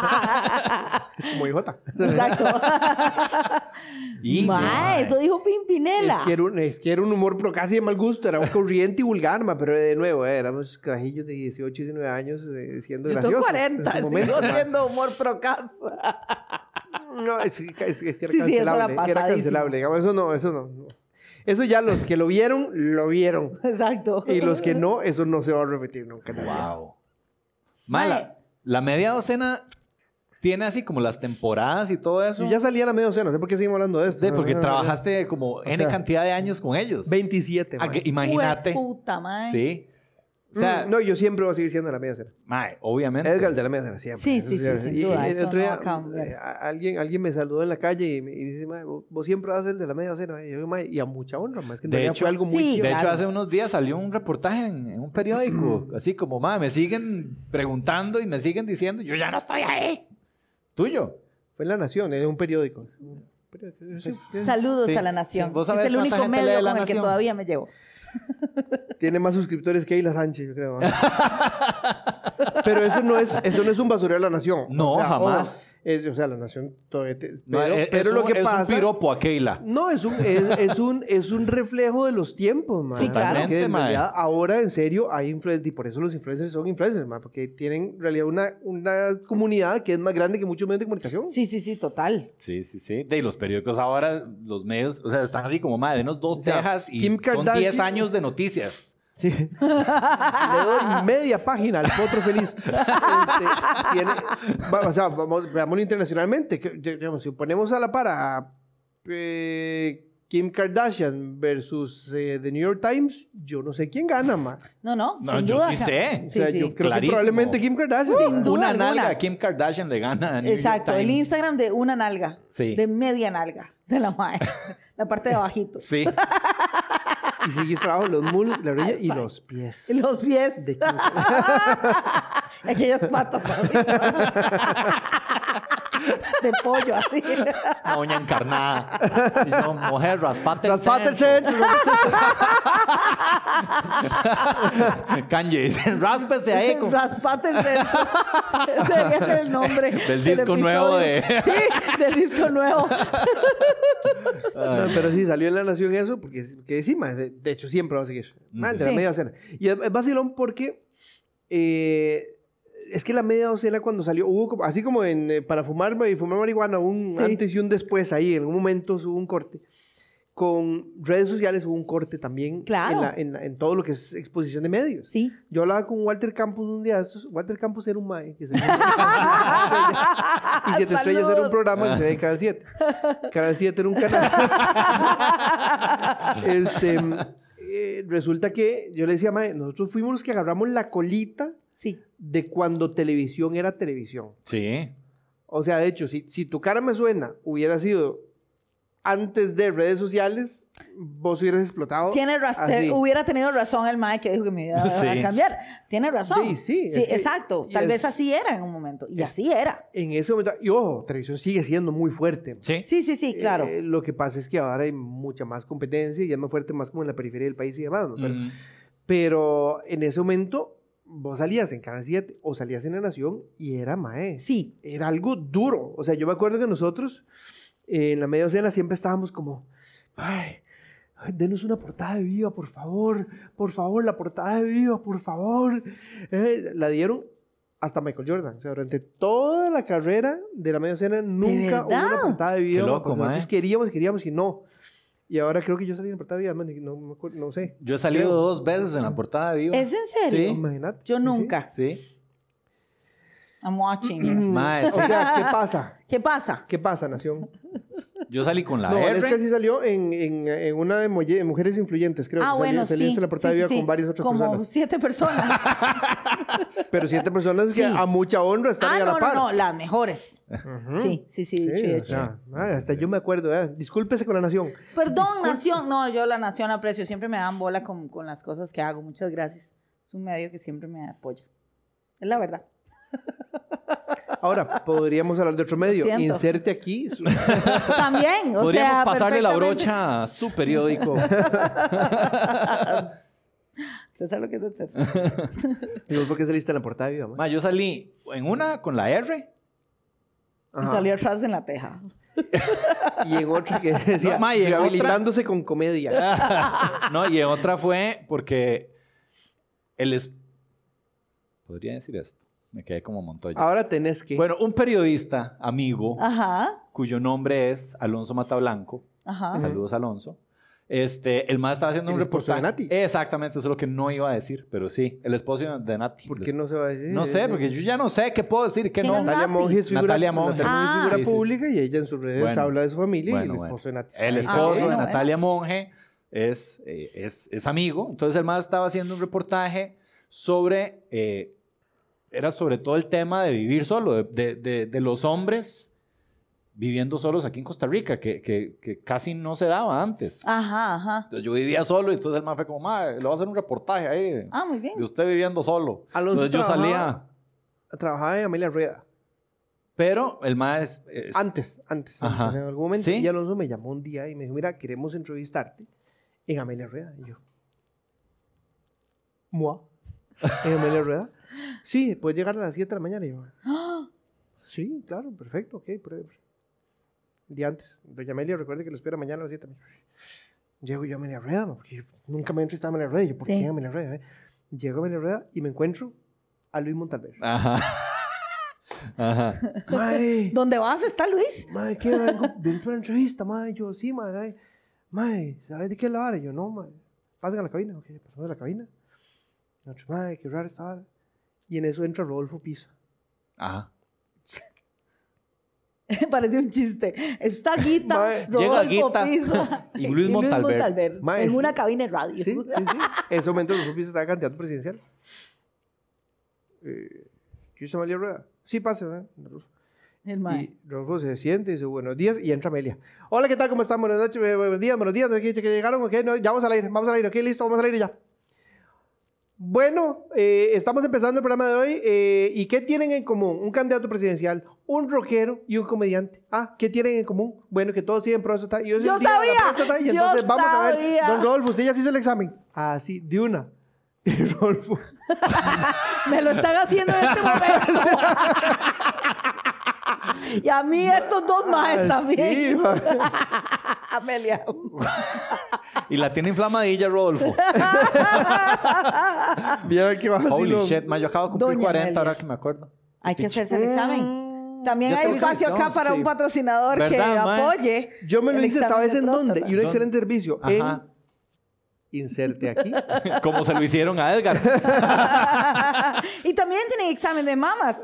Speaker 1: Es como IJ.
Speaker 3: Exacto.
Speaker 2: Y-
Speaker 3: Mae, eso dijo Pimpinela.
Speaker 1: Es que, era un, es que era un humor pro casi de mal gusto, era un corriente y vulgar, ma, pero de nuevo, eh, éramos carajillos de 18, 19 años eh, siendo
Speaker 3: Yo
Speaker 1: graciosos.
Speaker 3: tengo
Speaker 1: en su
Speaker 3: 40,
Speaker 1: momento,
Speaker 3: sigo
Speaker 1: ma.
Speaker 3: haciendo humor procas.
Speaker 1: No, es, que- es que era
Speaker 3: Sí, sí, eso era
Speaker 1: cancelable. era
Speaker 3: pasadísimo.
Speaker 1: cancelable. Digamos, eso no, eso no. no. Eso ya los que lo vieron, lo vieron.
Speaker 3: Exacto.
Speaker 1: Y los que no, eso no se va a repetir nunca. en la vida.
Speaker 2: Wow. Mala.
Speaker 3: Mae.
Speaker 2: La media docena tiene así como las temporadas y todo eso.
Speaker 1: Yo ya salía a la media docena, no sé por qué seguimos hablando de esto.
Speaker 2: De- porque
Speaker 1: No, no, no, no.
Speaker 2: trabajaste como N
Speaker 1: sea,
Speaker 2: cantidad de años con ellos.
Speaker 1: 27,
Speaker 2: Ah,
Speaker 1: mae.
Speaker 2: que- imagínate.
Speaker 3: Puta madre.
Speaker 2: Sí. O
Speaker 1: Mm,
Speaker 2: sea,
Speaker 1: no, yo siempre voy a seguir siendo de la media docena.
Speaker 2: mae, obviamente.
Speaker 1: Edgar de la media docena, siempre.
Speaker 3: Sí, sí, sí,
Speaker 1: Eso
Speaker 3: sin
Speaker 1: Y-
Speaker 3: duda,
Speaker 1: y
Speaker 3: eso
Speaker 1: el otro
Speaker 3: no
Speaker 1: día,
Speaker 3: va a cambiar.
Speaker 1: eh, a- alguien, alguien me saludó en la calle y me y dice, "Mae, vos, vos siempre vas a ser de la media docena. Y yo digo, "Mae, y a mucha honra, mae, es que en
Speaker 2: De
Speaker 1: realidad
Speaker 2: hecho-
Speaker 1: fue algo muy
Speaker 3: Sí,
Speaker 2: De
Speaker 1: chido.
Speaker 2: hecho,
Speaker 3: claro.
Speaker 2: hace unos días salió un reportaje en, en un periódico, así como, mae, me siguen preguntando y me siguen diciendo, yo ya no estoy ahí. Tuyo.
Speaker 1: Fue en La Nación, en un periódico. Un periódico, sí,
Speaker 2: Pues
Speaker 1: sí.
Speaker 3: Saludos
Speaker 2: Sí.
Speaker 3: a la nación.
Speaker 2: Sí, vos
Speaker 3: es
Speaker 2: sabés
Speaker 3: el
Speaker 2: cuánta
Speaker 3: único
Speaker 2: gente lee
Speaker 3: medio
Speaker 2: La
Speaker 3: con el que
Speaker 2: Nación.
Speaker 3: todavía me llevo.
Speaker 1: Tiene más suscriptores que Ayla Sánchez, yo creo. Pero eso no es, eso no es un basurero a la nación.
Speaker 2: No,
Speaker 1: ojo,
Speaker 2: jamás.
Speaker 1: es- o sea, la nación todavía te- pero,
Speaker 2: No, eh, es-
Speaker 1: pero
Speaker 2: es
Speaker 1: lo
Speaker 2: un-
Speaker 1: que
Speaker 2: es
Speaker 1: pasa.
Speaker 2: un piropo a Keila.
Speaker 1: no, es un, es, es un, es un reflejo de los tiempos, man.
Speaker 3: Sí, claro.
Speaker 1: Porque en
Speaker 2: Totalmente, mae.
Speaker 1: realidad ahora, en serio, hay influencers, y por eso los influencers son influencers, man, porque tienen en realidad una, una comunidad que es más grande que muchos medios de comunicación.
Speaker 3: Sí, sí, sí, total.
Speaker 2: Sí, sí, sí. De y los periódicos ahora, los medios, o sea, están así como, madre, denos dos
Speaker 1: O sea,
Speaker 2: tejas y
Speaker 1: Kim
Speaker 2: son
Speaker 1: Kardashian-
Speaker 2: 10 años de noticias.
Speaker 1: Sí. Le doy media página al potro feliz. Este, tiene- va- o sea, vamos, veámoslo internacionalmente. que- que- digamos, si ponemos a la para eh, Kim Kardashian versus eh, The New York Times, yo no sé quién gana más.
Speaker 3: No, no.
Speaker 2: No,
Speaker 3: sin
Speaker 2: yo
Speaker 3: duda,
Speaker 2: sí
Speaker 3: ja-
Speaker 2: sé.
Speaker 1: O
Speaker 3: Sí,
Speaker 1: sea,
Speaker 3: sí.
Speaker 1: yo creo que
Speaker 2: Clarísimo.
Speaker 1: probablemente Kim Kardashian.
Speaker 3: Sin duda
Speaker 2: Una
Speaker 3: alguna.
Speaker 2: nalga a Kim Kardashian le gana a New York
Speaker 3: Exacto, el
Speaker 2: Times.
Speaker 3: Instagram de una nalga,
Speaker 2: Sí.
Speaker 3: de media nalga, de la madre, la parte de abajito.
Speaker 2: Sí.
Speaker 1: Y sigues trabajo los muslos, la orilla y los pies.
Speaker 3: Y Los pies,
Speaker 1: De Kim Kardashian.
Speaker 3: aquellas patas así. de pollo así.
Speaker 2: Una uña encarnada. Y no, mujer, raspate el
Speaker 1: Raspate el
Speaker 2: centro.
Speaker 1: centro.
Speaker 2: Kanye, ráspese ahí. con-
Speaker 3: Raspate el centro. Ese debería ser el nombre.
Speaker 2: Del disco nuevo de-
Speaker 3: Sí, del disco nuevo.
Speaker 1: No, pero sí, salió en La Nación eso, porque que encima, de, de hecho, siempre va a seguir. Más de la
Speaker 3: Sí.
Speaker 1: media docena. Y es es vacilón porque eh, es que la media docena cuando salió, hubo como- así como en eh, Para fumar y fumar marihuana, hubo un
Speaker 3: Sí.
Speaker 1: antes y un después ahí, en algún momento hubo un corte. Con redes sociales hubo un corte también
Speaker 3: Claro.
Speaker 1: en, la- en la- en todo lo que es exposición de medios.
Speaker 3: Sí.
Speaker 1: Yo hablaba con Walter Campos un día. de estos. Walter Campos era un mae. Que se y Siete Estrellas era un programa que se veía en Canal 7. Canal 7 era un canal. este, eh, resulta que yo le decía, mae, nosotros fuimos los que agarramos la colita
Speaker 3: Sí.
Speaker 1: de cuando televisión era televisión.
Speaker 2: Sí.
Speaker 1: O sea, de hecho, si, si tu cara me suena hubiera sido antes de redes sociales, vos hubieras explotado.
Speaker 3: Tiene raz-
Speaker 1: Oh, así.
Speaker 3: te- hubiera tenido razón el mae que dijo que me iba a
Speaker 2: Sí.
Speaker 3: cambiar. Tiene razón.
Speaker 1: Sí, sí,
Speaker 3: Sí,
Speaker 1: es que-
Speaker 3: exacto.
Speaker 1: y
Speaker 3: Tal
Speaker 1: es-
Speaker 3: vez así era en un momento. Y así era.
Speaker 1: En ese momento, y ojo, televisión sigue siendo muy fuerte.
Speaker 2: Sí.
Speaker 3: Sí, sí, sí, claro.
Speaker 1: Eh, lo que pasa es que ahora hay mucha más competencia y es más fuerte, más como en la periferia del país y demás. ¿no? Pero,
Speaker 2: Mm.
Speaker 1: pero en ese momento, vos salías en Canal 7 o salías en La Nación y era mae.
Speaker 3: sí.
Speaker 1: Era algo duro. O sea, yo me acuerdo que nosotros eh, en la media cena siempre estábamos como, ay. ay, Denos una portada de viva, por favor. Por favor, la portada de viva, por favor. Eh, la dieron hasta Michael Jordan. O sea, durante toda la carrera de la media cena nunca hubo
Speaker 3: verdad?
Speaker 1: una portada de viva.
Speaker 2: Qué loco,
Speaker 1: porque nosotros
Speaker 2: mae.
Speaker 1: queríamos, queríamos y no. Y ahora creo que yo salí en la portada de viva, man, no, me acuerdo, no sé.
Speaker 2: Yo he salido
Speaker 1: Creo.
Speaker 2: dos veces en la portada de Viva.
Speaker 3: ¿Es en serio?
Speaker 2: Sí.
Speaker 1: Imagínate.
Speaker 3: Yo
Speaker 1: Sí, sí.
Speaker 3: nunca.
Speaker 2: Sí.
Speaker 3: I'm watching you.
Speaker 2: Mae,
Speaker 1: O
Speaker 2: sí.
Speaker 1: sea, ¿qué pasa?
Speaker 3: ¿Qué pasa?
Speaker 1: ¿Qué pasa, Nación?
Speaker 2: Yo salí con la
Speaker 1: No,
Speaker 2: R.
Speaker 1: es que sí salió en, en- en una de Molle- Mujeres Influyentes, creo
Speaker 3: ah,
Speaker 1: que
Speaker 3: bueno,
Speaker 1: salió, saliste
Speaker 3: sí.
Speaker 1: en la portada
Speaker 3: Sí,
Speaker 1: de
Speaker 3: sí,
Speaker 1: Viva
Speaker 3: sí.
Speaker 1: con varias otras
Speaker 3: Como
Speaker 1: personas.
Speaker 3: siete personas.
Speaker 1: Pero siete personas que
Speaker 3: Sí.
Speaker 1: a mucha honra están
Speaker 3: ah,
Speaker 1: ahí a
Speaker 3: no,
Speaker 1: la
Speaker 3: no,
Speaker 1: par.
Speaker 3: no, las mejores.
Speaker 1: Ujú.
Speaker 3: Sí, sí, sí,
Speaker 1: Sí,
Speaker 3: dicho y
Speaker 1: o
Speaker 3: hecho.
Speaker 1: sea, ay, hasta yo me acuerdo, eh. discúlpese con la nación.
Speaker 3: Perdón, Nación. No, yo la Nación aprecio. Siempre me dan bola con, con las cosas que hago. Muchas gracias. Es un medio que siempre me apoya. Es la verdad.
Speaker 1: Ahora, podríamos hablar de otro medio.
Speaker 3: siento.
Speaker 1: Inserte aquí. su-
Speaker 3: También, o
Speaker 2: Podríamos
Speaker 3: sea,
Speaker 2: pasarle la
Speaker 3: perfectamente.
Speaker 2: brocha a su periódico.
Speaker 3: Usted sabe lo que es el sexo.
Speaker 1: ¿Y vos por qué saliste en la portada de Viva? ma?
Speaker 2: Mae, yo salí en una con la R.
Speaker 3: Y
Speaker 1: Ajá.
Speaker 3: salió atrás en la teja.
Speaker 1: Y en otra que decía,
Speaker 2: No, ma, y en otra-
Speaker 1: rehabilitándose con comedia.
Speaker 3: Ah.
Speaker 2: no, y en otra fue porque él es... Podría decir esto. Me quedé como Montoya.
Speaker 1: Ahora tenés que...
Speaker 2: Bueno, un periodista, amigo,
Speaker 3: Ajá,
Speaker 2: cuyo nombre es Alonso Matablanco.
Speaker 3: ajá.
Speaker 2: Saludos, Alonso. Este, el más estaba haciendo
Speaker 1: El
Speaker 2: un
Speaker 1: esposo de
Speaker 2: reportaje.
Speaker 1: Nati.
Speaker 2: Exactamente, eso es lo que no iba a decir, pero sí, el esposo de Nati.
Speaker 1: ¿Por qué no se va a decir?
Speaker 2: pues, No sé, porque yo ya no sé qué puedo decir, qué
Speaker 3: ¿Quién
Speaker 2: no.
Speaker 3: es
Speaker 1: Natalia
Speaker 3: Nati.
Speaker 1: Monge es figura,
Speaker 2: Natalia Monge.
Speaker 1: es
Speaker 3: Ah.
Speaker 1: figura
Speaker 2: Sí, sí, sí.
Speaker 1: pública y ella en sus redes
Speaker 2: Bueno.
Speaker 1: habla de su familia
Speaker 2: Bueno,
Speaker 1: y el
Speaker 2: bueno.
Speaker 1: esposo de Nati.
Speaker 2: El
Speaker 1: Ah,
Speaker 2: esposo
Speaker 3: bueno,
Speaker 2: de
Speaker 3: bueno.
Speaker 2: Natalia Monge es, eh, es, es amigo. Entonces el más estaba haciendo un reportaje sobre, eh, era sobre todo el tema de vivir solo, de, de- de- de los hombres viviendo solos aquí en Costa Rica, que, que- que casi no se daba antes.
Speaker 3: Ah. Ajá, ajá.
Speaker 2: Entonces yo vivía solo y entonces el más fue como, "Ma, le voy a hacer un reportaje ahí de-
Speaker 3: Ah, muy bien.
Speaker 2: de usted viviendo solo.
Speaker 1: Alonso
Speaker 2: entonces yo
Speaker 1: trabajaba-
Speaker 2: salía,
Speaker 1: Trabajaba en Amelia Rueda.
Speaker 2: pero el más... eh,
Speaker 1: Antes, antes,
Speaker 2: Ajá.
Speaker 1: antes, en algún momento.
Speaker 2: ¿Sí?
Speaker 1: Y Alonso me llamó un día y me dijo, mira, queremos entrevistarte en Amelia Rueda. Y yo, ¿Mua? ¿En Amelia Rueda? Sí, puedes llegar a las 7 de la mañana. Y yo,
Speaker 3: ¡Ah!
Speaker 1: sí, claro, perfecto, ok, pruebe. El día antes. Doña Amelia, recuerde que lo espera mañana a las 7 de la mañana. Llego yo a Amelia Rueda, ma, porque yo nunca me he entrevistado a Amelia Rueda. Y yo, ¿por
Speaker 3: Sí.
Speaker 1: qué a Amelia Rueda? eh? Llego a Amelia Rueda y me encuentro a Luis Montalver.
Speaker 2: Ajá. Ajá.
Speaker 1: ¡Mae!
Speaker 3: ¿Dónde vas? ¿Está Luis?
Speaker 1: Madre, ¿qué? Vengo, vengo a una entrevista, madre. Yo, sí, madre. ay. Madre, ¿sabes de qué es la vara? Yo, no, madre. Pasen a la cabina. Ok, pasamos a la cabina. Nosotros, madre, qué raro esta vara. Y en eso entra Rodolfo Pisa.
Speaker 2: Ajá.
Speaker 3: Parecía un chiste. Está Guita,
Speaker 1: Mae,
Speaker 2: llega
Speaker 3: Rodolfo
Speaker 2: Guita
Speaker 3: Pisa
Speaker 2: y Luis Montalver.
Speaker 1: Mae,
Speaker 3: en
Speaker 1: es-
Speaker 3: una cabina de radio.
Speaker 1: Sí, sí, sí. En ese momento Rodolfo Pisa estaba candidato presidencial. Eh, ¿Yo soy Amelia Rueda? Sí, pase, ¿eh? Rodolfo.
Speaker 3: El mae.
Speaker 1: Y Rodolfo se siente y dice, buenos días, y entra Amelia. Hola, ¿qué tal? ¿Cómo están? Buenas noches, eh, buenos días, buenos días. ¿no? ¿Qué- ¿Que llegaron? ok, No, ya vamos al aire, vamos al aire, ok, listo, vamos al aire ya. Bueno, eh, estamos empezando el programa de hoy. eh, ¿Y qué tienen en común? Un candidato presidencial, un rockero y un comediante. Ah, ¿qué tienen en común? Bueno, que todos tienen próstata. y hoy es
Speaker 3: ¡Yo
Speaker 1: el día de la
Speaker 3: sabía!
Speaker 1: próstata, y
Speaker 3: ¡Yo
Speaker 1: entonces vamos a ver.
Speaker 3: sabía!
Speaker 1: Don Rodolfo, usted ya se hizo el examen. Ah, sí, de una. Y Rodolfo.
Speaker 3: Me lo están haciendo en este momento. y a mí estos dos maes
Speaker 1: ah,
Speaker 3: también.
Speaker 1: sí, ma.
Speaker 3: Amelia.
Speaker 2: Y la tiene inflamadilla, Rodolfo.
Speaker 1: Mira que baja así
Speaker 2: Holy
Speaker 1: los-
Speaker 2: shit, ma, yo acabo de cumplir
Speaker 3: Doña
Speaker 2: 40
Speaker 3: Amelia.
Speaker 2: ahora que me acuerdo.
Speaker 3: Hay que hacerse el examen.
Speaker 1: Mm.
Speaker 3: También
Speaker 2: Ya
Speaker 3: hay
Speaker 2: te lo hice,
Speaker 3: espacio acá
Speaker 2: no,
Speaker 3: para
Speaker 1: sí.
Speaker 3: un patrocinador que
Speaker 2: ¿Verdad, mae?
Speaker 3: apoye.
Speaker 1: Yo me lo
Speaker 3: el
Speaker 1: hice,
Speaker 3: examen
Speaker 1: ¿sabes
Speaker 3: de
Speaker 1: en dónde?
Speaker 3: próstata.
Speaker 1: Y un
Speaker 2: ¿Dónde?
Speaker 1: excelente servicio.
Speaker 2: Ajá.
Speaker 1: En inserte aquí.
Speaker 2: Como se lo hicieron a Edgar.
Speaker 3: y también tienen examen de mamas.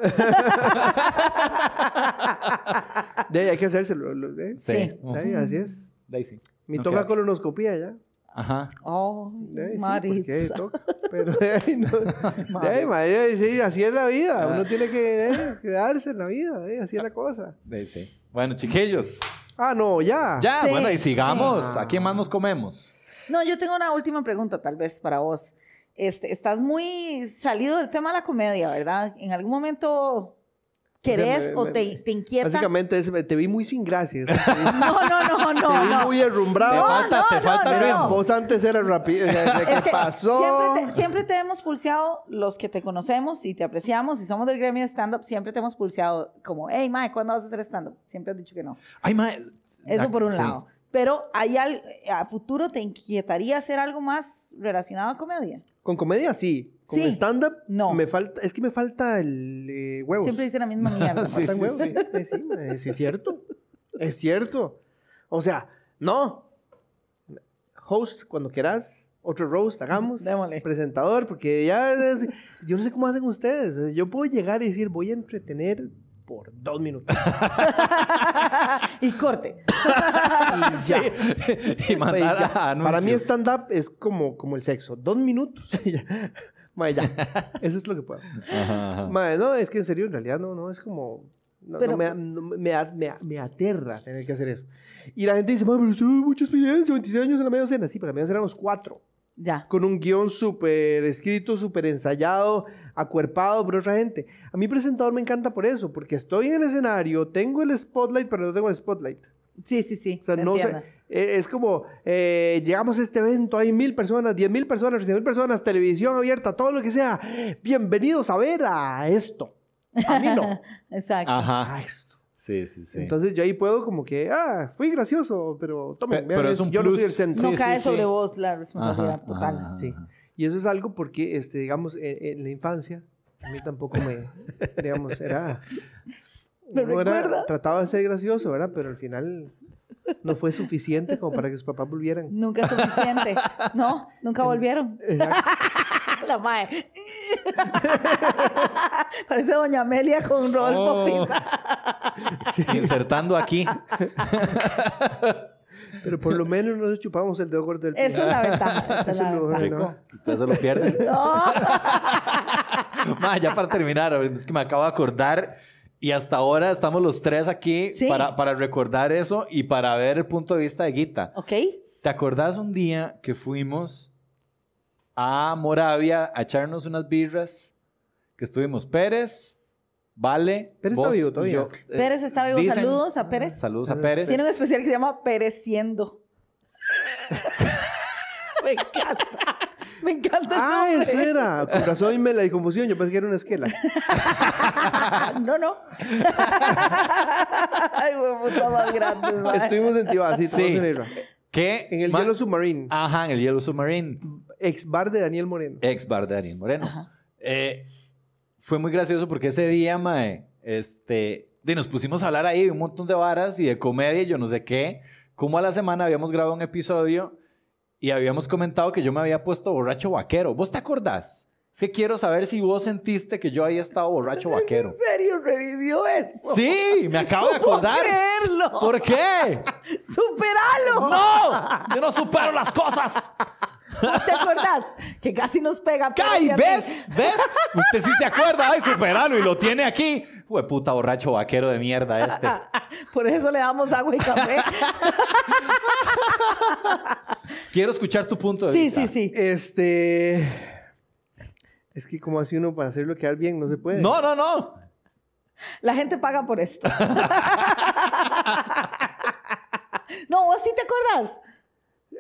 Speaker 1: De ahí hay que hacérselo. lo- ¿eh?
Speaker 2: Sí.
Speaker 1: De ahí, así es.
Speaker 2: De ahí sí.
Speaker 1: Mi
Speaker 2: No
Speaker 1: toca
Speaker 2: queda-
Speaker 1: colonoscopía ya.
Speaker 2: Ajá.
Speaker 3: Oh,
Speaker 1: De ahí Eh, sí, porque ahí
Speaker 3: Maritza.
Speaker 1: toca. Pero de ahí no. De ahí,
Speaker 2: Maritza.
Speaker 1: ma, de ahí sí, así es la vida.
Speaker 2: Ah.
Speaker 1: Uno tiene que eh, quedarse en la vida. eh, así es la cosa.
Speaker 2: De ahí sí. Bueno, chiquillos.
Speaker 1: Ah, no, ya.
Speaker 2: Ya,
Speaker 3: Sí,
Speaker 2: bueno, y sigamos.
Speaker 1: sí.
Speaker 2: ¿A quién más nos comemos?
Speaker 3: No, yo tengo una última pregunta tal vez para vos. Este, estás muy salido del tema de la comedia, ¿verdad? ¿En algún momento querés
Speaker 1: me-
Speaker 3: o
Speaker 1: me-
Speaker 3: te, te inquieta?
Speaker 1: Básicamente es- te vi muy sin gracia. Te
Speaker 3: No, no, no, no.
Speaker 1: vi
Speaker 3: no.
Speaker 1: muy
Speaker 2: te
Speaker 1: herrumbrado.
Speaker 2: falta, te falta
Speaker 3: no,
Speaker 2: el
Speaker 3: no.
Speaker 2: ritmo.
Speaker 1: Vos antes eras rápido.
Speaker 3: Es
Speaker 1: ¿Qué
Speaker 3: que
Speaker 1: pasó?
Speaker 3: Siempre te, siempre te hemos pulseado, los que te conocemos y te apreciamos y somos del gremio de stand-up, siempre te hemos pulseado como, hey, Mae, ¿cuándo vas a hacer stand-up? Siempre has dicho que no.
Speaker 2: Ay, ma.
Speaker 3: Eso por un
Speaker 2: Sí.
Speaker 3: lado. Pero ¿hay al- a futuro te inquietaría hacer algo más relacionado a comedia?
Speaker 1: Con comedia sí. Con
Speaker 3: Sí.
Speaker 1: stand-up
Speaker 3: No.
Speaker 1: Me falta, es que me falta el eh, huevo.
Speaker 3: Siempre dice la misma mierda.
Speaker 2: Sí,
Speaker 1: faltan
Speaker 2: sí,
Speaker 1: huevos.
Speaker 2: sí.
Speaker 1: Eh, sí, ma, sí, es cierto. Es cierto. O sea, no. Host, cuando quieras. Otro roast, hagamos.
Speaker 3: Démosle.
Speaker 1: Presentador, porque ya. es- yo no sé cómo hacen ustedes. O sea, Yo puedo llegar y decir, voy a entretener por dos minutos.
Speaker 3: y corte.
Speaker 1: Y ya.
Speaker 2: y mandar
Speaker 1: Pues ya.
Speaker 2: a anuncios.
Speaker 1: Para mí, stand-up es como, como el sexo: dos minutos. y ya. Ma, ya. Eso es lo que puedo.
Speaker 2: Ajá, ajá.
Speaker 1: Madre, no, es que en serio, en realidad no, no, es como... No, no,
Speaker 3: Pero-
Speaker 1: me, no, me, a- me a- me aterra tener que hacer eso. Y la gente dice, madre, pero usted tiene mucha experiencia, 26 años en la media cena. Sí, pero en la media cena éramos cuatro.
Speaker 3: Ya.
Speaker 1: Con un guión súper escrito, súper ensayado, acuerpado por otra gente. A mí presentador me encanta por eso, porque estoy en el escenario, tengo el spotlight, pero no tengo el spotlight.
Speaker 3: Sí, sí, sí.
Speaker 1: O sea,
Speaker 3: te
Speaker 1: no sé.
Speaker 3: entiendo.
Speaker 1: eh, Es como, eh, llegamos a este evento, hay mil personas, diez mil personas, cien mil personas, televisión abierta, todo lo que sea. Bienvenidos a ver a esto. A mí no.
Speaker 3: Exacto.
Speaker 2: Ajá.
Speaker 1: A esto.
Speaker 2: Sí, Ah, sí, sí.
Speaker 1: Entonces yo ahí puedo como que, ah, fui gracioso, pero tomen,
Speaker 2: Pe-
Speaker 1: vean,
Speaker 2: pero es
Speaker 1: esto,
Speaker 2: un
Speaker 1: yo no soy el
Speaker 2: plus. Ah,
Speaker 1: centro.
Speaker 3: no
Speaker 2: sí,
Speaker 3: cae
Speaker 2: sí,
Speaker 3: sobre
Speaker 2: sí.
Speaker 3: vos la responsabilidad
Speaker 2: Ajá,
Speaker 3: total.
Speaker 2: ajá,
Speaker 1: Sí.
Speaker 2: ajá.
Speaker 1: Y eso es algo porque, este, digamos, eh, en la infancia, a mí tampoco me, digamos, era...
Speaker 3: ¿Me
Speaker 1: uno era-
Speaker 3: recuerda?
Speaker 1: trataba de ser gracioso, ¿verdad? Pero al final no fue suficiente como para que sus papás volvieran.
Speaker 3: Nunca es suficiente. No, nunca volvieron. ¡Ah,
Speaker 1: Exacto.
Speaker 3: La mae. Parece doña Amelia con Rodolfo
Speaker 2: Oh.
Speaker 3: Pizarro.
Speaker 2: Insertando aquí.
Speaker 1: Pero por lo menos no nos chupamos el dedo gordo del pie.
Speaker 3: Eso es la ventaja. esa es
Speaker 1: Eso
Speaker 3: la
Speaker 1: no-
Speaker 3: ventaja.
Speaker 2: Rico. Usted se lo pierde.
Speaker 3: No.
Speaker 2: Ma, ya para terminar, es que me acabo de acordar y hasta ahora estamos los tres aquí
Speaker 3: Sí.
Speaker 2: para, para recordar eso y para ver el punto de vista de Guita.
Speaker 3: Ok.
Speaker 2: ¿Te acordás un día que fuimos a Moravia a echarnos unas birras? Que estuvimos Pérez, Vale,
Speaker 1: Pérez está
Speaker 2: vos
Speaker 1: vivo
Speaker 2: y
Speaker 1: todavía.
Speaker 2: yo. Eh,
Speaker 3: Pérez está vivo.
Speaker 2: dicen-
Speaker 3: Saludos a Pérez.
Speaker 2: Saludos a Pérez.
Speaker 3: Tiene un especial que se llama Pereciendo. Me encanta. Me encanta el
Speaker 1: Ah,
Speaker 3: nombre.
Speaker 1: eso era. Con razón y me la confusión. Yo pensé que era una esquela.
Speaker 3: No, no. Ay, huevos, todos grandes, mae.
Speaker 1: Estuvimos en Tibá, sí,
Speaker 2: Sí.
Speaker 1: todos en Irra.
Speaker 2: Que,
Speaker 1: En el
Speaker 2: ma-
Speaker 1: Yellow Submarine,
Speaker 2: Ajá, en el Yellow Submarine.
Speaker 1: ex bar de Daniel Moreno.
Speaker 2: Ex bar de Daniel Moreno.
Speaker 3: Ajá.
Speaker 2: Eh, fue muy gracioso porque ese día, mae, este, de, nos pusimos a hablar ahí de un montón de varas y de comedia y yo no sé qué. Como a la semana habíamos grabado un episodio y habíamos comentado que yo me había puesto borracho vaquero. ¿Vos te acordás? Es que quiero saber si vos sentiste que yo había estado borracho vaquero.
Speaker 3: ¿En serio revivió eso?
Speaker 2: Sí, me acabo de acordar.
Speaker 3: creerlo.
Speaker 2: ¿Por qué?
Speaker 3: ¡Superalo!
Speaker 2: ¡No! Yo no supero las cosas.
Speaker 3: ¿Te acordás? Que casi nos pega. pero
Speaker 2: ¡Cay!
Speaker 3: que a mí-
Speaker 2: ¿Ves? ¿Ves? Usted sí se acuerda. ¡Ay, superalo! Y lo tiene aquí. Fue puta borracho vaquero de mierda este.
Speaker 3: Ah, Por eso le damos agua y café.
Speaker 2: Quiero escuchar tu punto de
Speaker 3: ah. Sí,
Speaker 2: vista.
Speaker 3: sí, sí.
Speaker 1: Este. Es que, como así uno para hacerlo quedar bien, no se puede.
Speaker 2: No, no, no.
Speaker 3: La gente paga por esto. no, vos sí te acordás.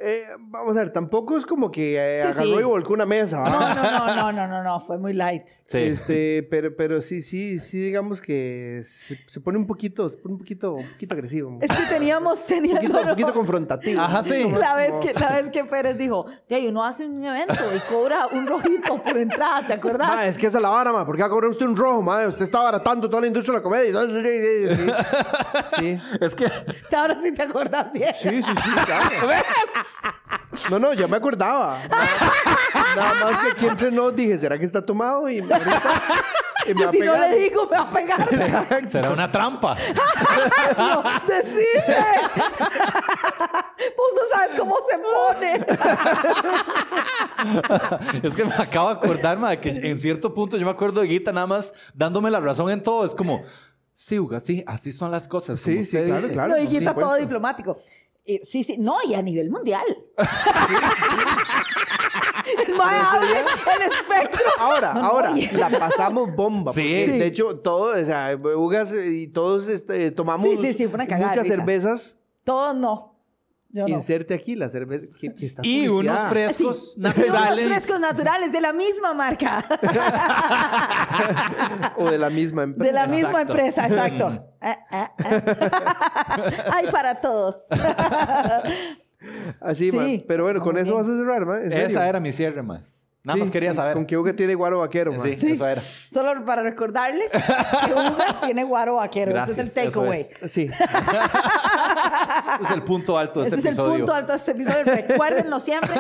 Speaker 1: Eh, vamos a ver, tampoco es como que eh,
Speaker 3: Sí,
Speaker 1: agarró
Speaker 3: sí.
Speaker 1: y volcó una mesa. ¿va?
Speaker 3: No, no, no, no, no, no, no. Fue muy light.
Speaker 2: Sí.
Speaker 1: Este, pero, pero sí, sí, sí, digamos que se, se pone un poquito, se pone un poquito, un poquito agresivo. Un
Speaker 3: Es que teníamos, teníamos.
Speaker 1: poquito, un poquito confrontativo.
Speaker 2: Ajá, sí.
Speaker 3: La vez, que, la vez que Pérez dijo, de ahí uno hace un evento y cobra un rojito por entrada, ¿te acordás?
Speaker 1: Ma, es que esa es la vara, ma. ¿Por qué va a cobrar usted un rojo, ma? Usted está abaratando toda la industria de la comedia. Sí,
Speaker 2: Es que.
Speaker 3: Ahora sí te acordás bien.
Speaker 1: sí, sí, sí, sí, claro. No, no, ya me acordaba. Nada más que aquí entre nos dije, ¿será que está tomado? Y me, ahorita, y me
Speaker 3: Yo
Speaker 1: va a
Speaker 3: si no
Speaker 1: pegar.
Speaker 3: le digo, me va a pegar.
Speaker 1: Exacto.
Speaker 2: Será una trampa.
Speaker 3: No, decime. Vos no sabes cómo se pone.
Speaker 2: Es que me acabo de acordar, ma, que en cierto punto yo me acuerdo de Guita nada más dándome la razón en todo. Es como, sí, Uga, sí, así son las cosas. como
Speaker 1: Sí, sí,
Speaker 2: usted
Speaker 1: claro,
Speaker 2: dice.
Speaker 1: claro.
Speaker 3: no,
Speaker 1: por
Speaker 3: hijita, todo
Speaker 1: supuesto.
Speaker 3: diplomático. Eh, sí, sí. No, y a nivel mundial. El mae abre el espectro.
Speaker 1: Ahora,
Speaker 3: No, no,
Speaker 1: ahora,
Speaker 3: oye.
Speaker 1: la pasamos bomba.
Speaker 2: Sí.
Speaker 1: porque,
Speaker 2: Sí.
Speaker 1: De hecho, todos, o sea, Ugas y todos este, tomamos
Speaker 3: Sí, sí, sí, fue una cagada de
Speaker 1: muchas
Speaker 3: risa.
Speaker 1: cervezas.
Speaker 3: Todo no. Yo no.
Speaker 1: Inserte aquí la cerveza. que- que está
Speaker 2: Y unos
Speaker 1: publicidad.
Speaker 2: frescos
Speaker 3: Y unos
Speaker 2: naturales.
Speaker 3: frescos naturales de la misma marca,
Speaker 1: O de la misma empresa.
Speaker 3: de la
Speaker 2: Exacto.
Speaker 3: misma empresa, exacto.
Speaker 1: Mm.
Speaker 3: Ah, ah, ah. Hay para todos.
Speaker 1: Así,
Speaker 3: Sí.
Speaker 1: man. Pero bueno, con
Speaker 3: Muy
Speaker 1: eso
Speaker 3: bien.
Speaker 1: vas a cerrar, man. ¿En serio?
Speaker 2: Esa era mi cierre, ma. Nada
Speaker 1: Sí,
Speaker 2: más quería
Speaker 1: con-
Speaker 2: saber.
Speaker 1: Con que Uga tiene guaro vaquero, man.
Speaker 2: Sí, eso era.
Speaker 3: Solo para recordarles que Uber tiene guaro vaquero. Ese es
Speaker 2: Gracias,
Speaker 3: el
Speaker 2: eso
Speaker 3: takeaway.
Speaker 2: es.
Speaker 1: Sí.
Speaker 2: Ese es el punto alto de
Speaker 3: Ese
Speaker 2: este
Speaker 3: es el
Speaker 2: episodio.
Speaker 3: punto alto de este episodio. Recuérdenlo siempre.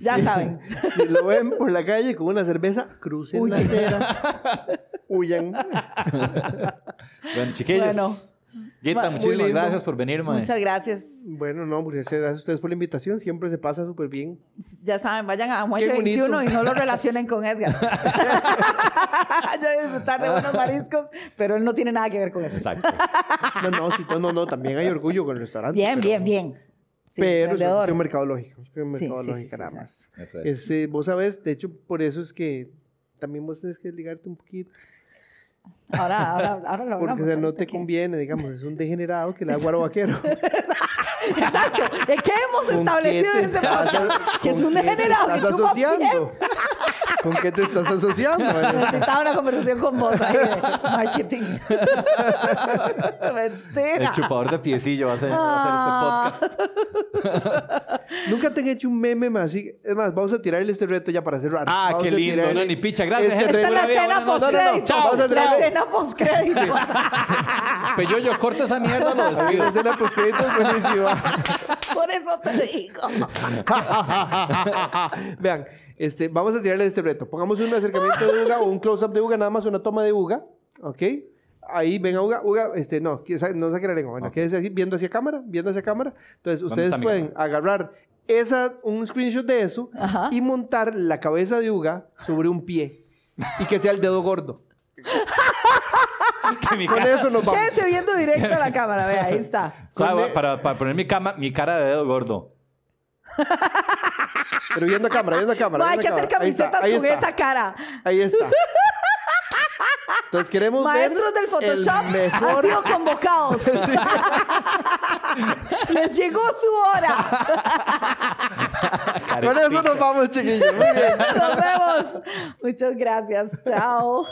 Speaker 3: ya saben.
Speaker 1: Si lo ven por la calle con una cerveza, crucen la
Speaker 3: Huyen.
Speaker 1: acera. Huyan.
Speaker 2: Bueno, chiquillos.
Speaker 3: Bueno.
Speaker 2: Guita,
Speaker 3: Ma- muy
Speaker 2: muchísimas
Speaker 1: lindo.
Speaker 2: gracias por venir, ma.
Speaker 3: Muchas gracias.
Speaker 1: Bueno, no, muchas gracias a ustedes por la invitación. Siempre se pasa súper bien.
Speaker 3: Ya saben, vayan a Muelle
Speaker 1: Qué bonito.
Speaker 3: 21 y no lo relacionen con Edgar. ya voy a disfrutar de buenos mariscos, pero él no tiene nada que ver con eso.
Speaker 2: Exacto.
Speaker 1: No, no, sí, no, no, no, también hay orgullo con el restaurante.
Speaker 3: Bien,
Speaker 1: pero-
Speaker 3: bien, bien. Sí,
Speaker 1: pero es
Speaker 3: emprendedor.
Speaker 1: un mercado lógico. Es un
Speaker 3: Sí, sí,
Speaker 1: mercado
Speaker 3: sí,
Speaker 1: lógico
Speaker 3: sí,
Speaker 1: nada
Speaker 3: sí.
Speaker 1: más.
Speaker 2: Eso es.
Speaker 1: Es, eh, vos sabés, de hecho, por eso es que también vos tenés que ligarte un poquito.
Speaker 3: Ahora, ahora, ahora lo
Speaker 1: Porque
Speaker 3: hablamos
Speaker 1: o sea, no
Speaker 3: ahorita
Speaker 1: te
Speaker 3: pues, que-
Speaker 1: conviene, digamos, es un degenerado que le da guaro vaquero.
Speaker 3: Exacto. ¿Qué hemos
Speaker 1: ¿Con
Speaker 3: establecido
Speaker 1: qué te
Speaker 3: en este
Speaker 1: estás
Speaker 3: podcast?
Speaker 1: a-
Speaker 3: Que es
Speaker 1: con
Speaker 3: un
Speaker 1: qué te
Speaker 3: degenerado que
Speaker 1: Estás
Speaker 3: chupa
Speaker 1: asociando. ¿Con qué te estás asociando? Vanessa?
Speaker 3: Necesitaba una conversación con vos, ahí de marketing.
Speaker 2: El
Speaker 3: Mentira.
Speaker 2: chupador de piecillo va a ser, va a ser este podcast.
Speaker 1: Nunca te han hecho un meme más así. Es más, vamos a tirarle este reto ya para cerrar.
Speaker 2: Ah,
Speaker 1: Vamos
Speaker 2: qué
Speaker 1: a
Speaker 2: lindo,
Speaker 1: tirarle-
Speaker 2: no, ni picha. Gracias,
Speaker 1: Este
Speaker 2: gente.
Speaker 1: reto-
Speaker 3: Esta es
Speaker 2: Buena
Speaker 3: la
Speaker 2: vida,
Speaker 3: escena
Speaker 2: buena noche.
Speaker 3: postcrédito.
Speaker 2: Chao,
Speaker 1: vamos a
Speaker 3: La
Speaker 1: traerle-
Speaker 3: escena postcrédito. Ah.
Speaker 2: Peyoyo, corta esa mierda, lo
Speaker 1: Ay,
Speaker 2: despido.
Speaker 1: La escena postcrédito es buenísima.
Speaker 3: Por eso te digo.
Speaker 1: Vean, este, vamos a tirarle este reto. Pongamos un acercamiento de Uga o un close-up de Uga, nada más una toma de Uga, ¿ok? Ahí, venga, Uga, Uga, este, no, que sa- no saque la lengua. Bueno,
Speaker 2: Ok.
Speaker 1: quédese aquí viendo hacia cámara, viendo hacia cámara. Entonces,
Speaker 2: ¿Dónde
Speaker 1: ustedes
Speaker 2: está mi
Speaker 1: pueden agarrar esa, un screenshot de eso
Speaker 3: Ajá.
Speaker 1: y montar la cabeza de Uga sobre un pie y que sea el dedo gordo.
Speaker 2: Que mi
Speaker 1: Con
Speaker 2: cara-
Speaker 1: eso nos vamos.
Speaker 3: Quédense viendo directo a la cámara, vea, ahí está.
Speaker 2: Sabe,
Speaker 1: Con- e-
Speaker 2: para, para poner mi, cama, mi cara de dedo gordo.
Speaker 1: Pero viendo a cámara, viendo a cámara.
Speaker 3: No, hay que
Speaker 1: viendo a
Speaker 3: hacer
Speaker 1: cámara. Ahí está,
Speaker 3: camisetas
Speaker 1: ahí
Speaker 3: con
Speaker 1: está.
Speaker 3: esa cara.
Speaker 1: Ahí está. Entonces queremos
Speaker 3: Maestros
Speaker 1: ver
Speaker 3: del Photoshop
Speaker 1: el mejor
Speaker 3: han sido convocados.
Speaker 1: Sí.
Speaker 3: Les llegó su hora.
Speaker 1: Con eso nos vamos, chiquillos. Muy bien.
Speaker 3: Nos vemos. Muchas gracias. Chao.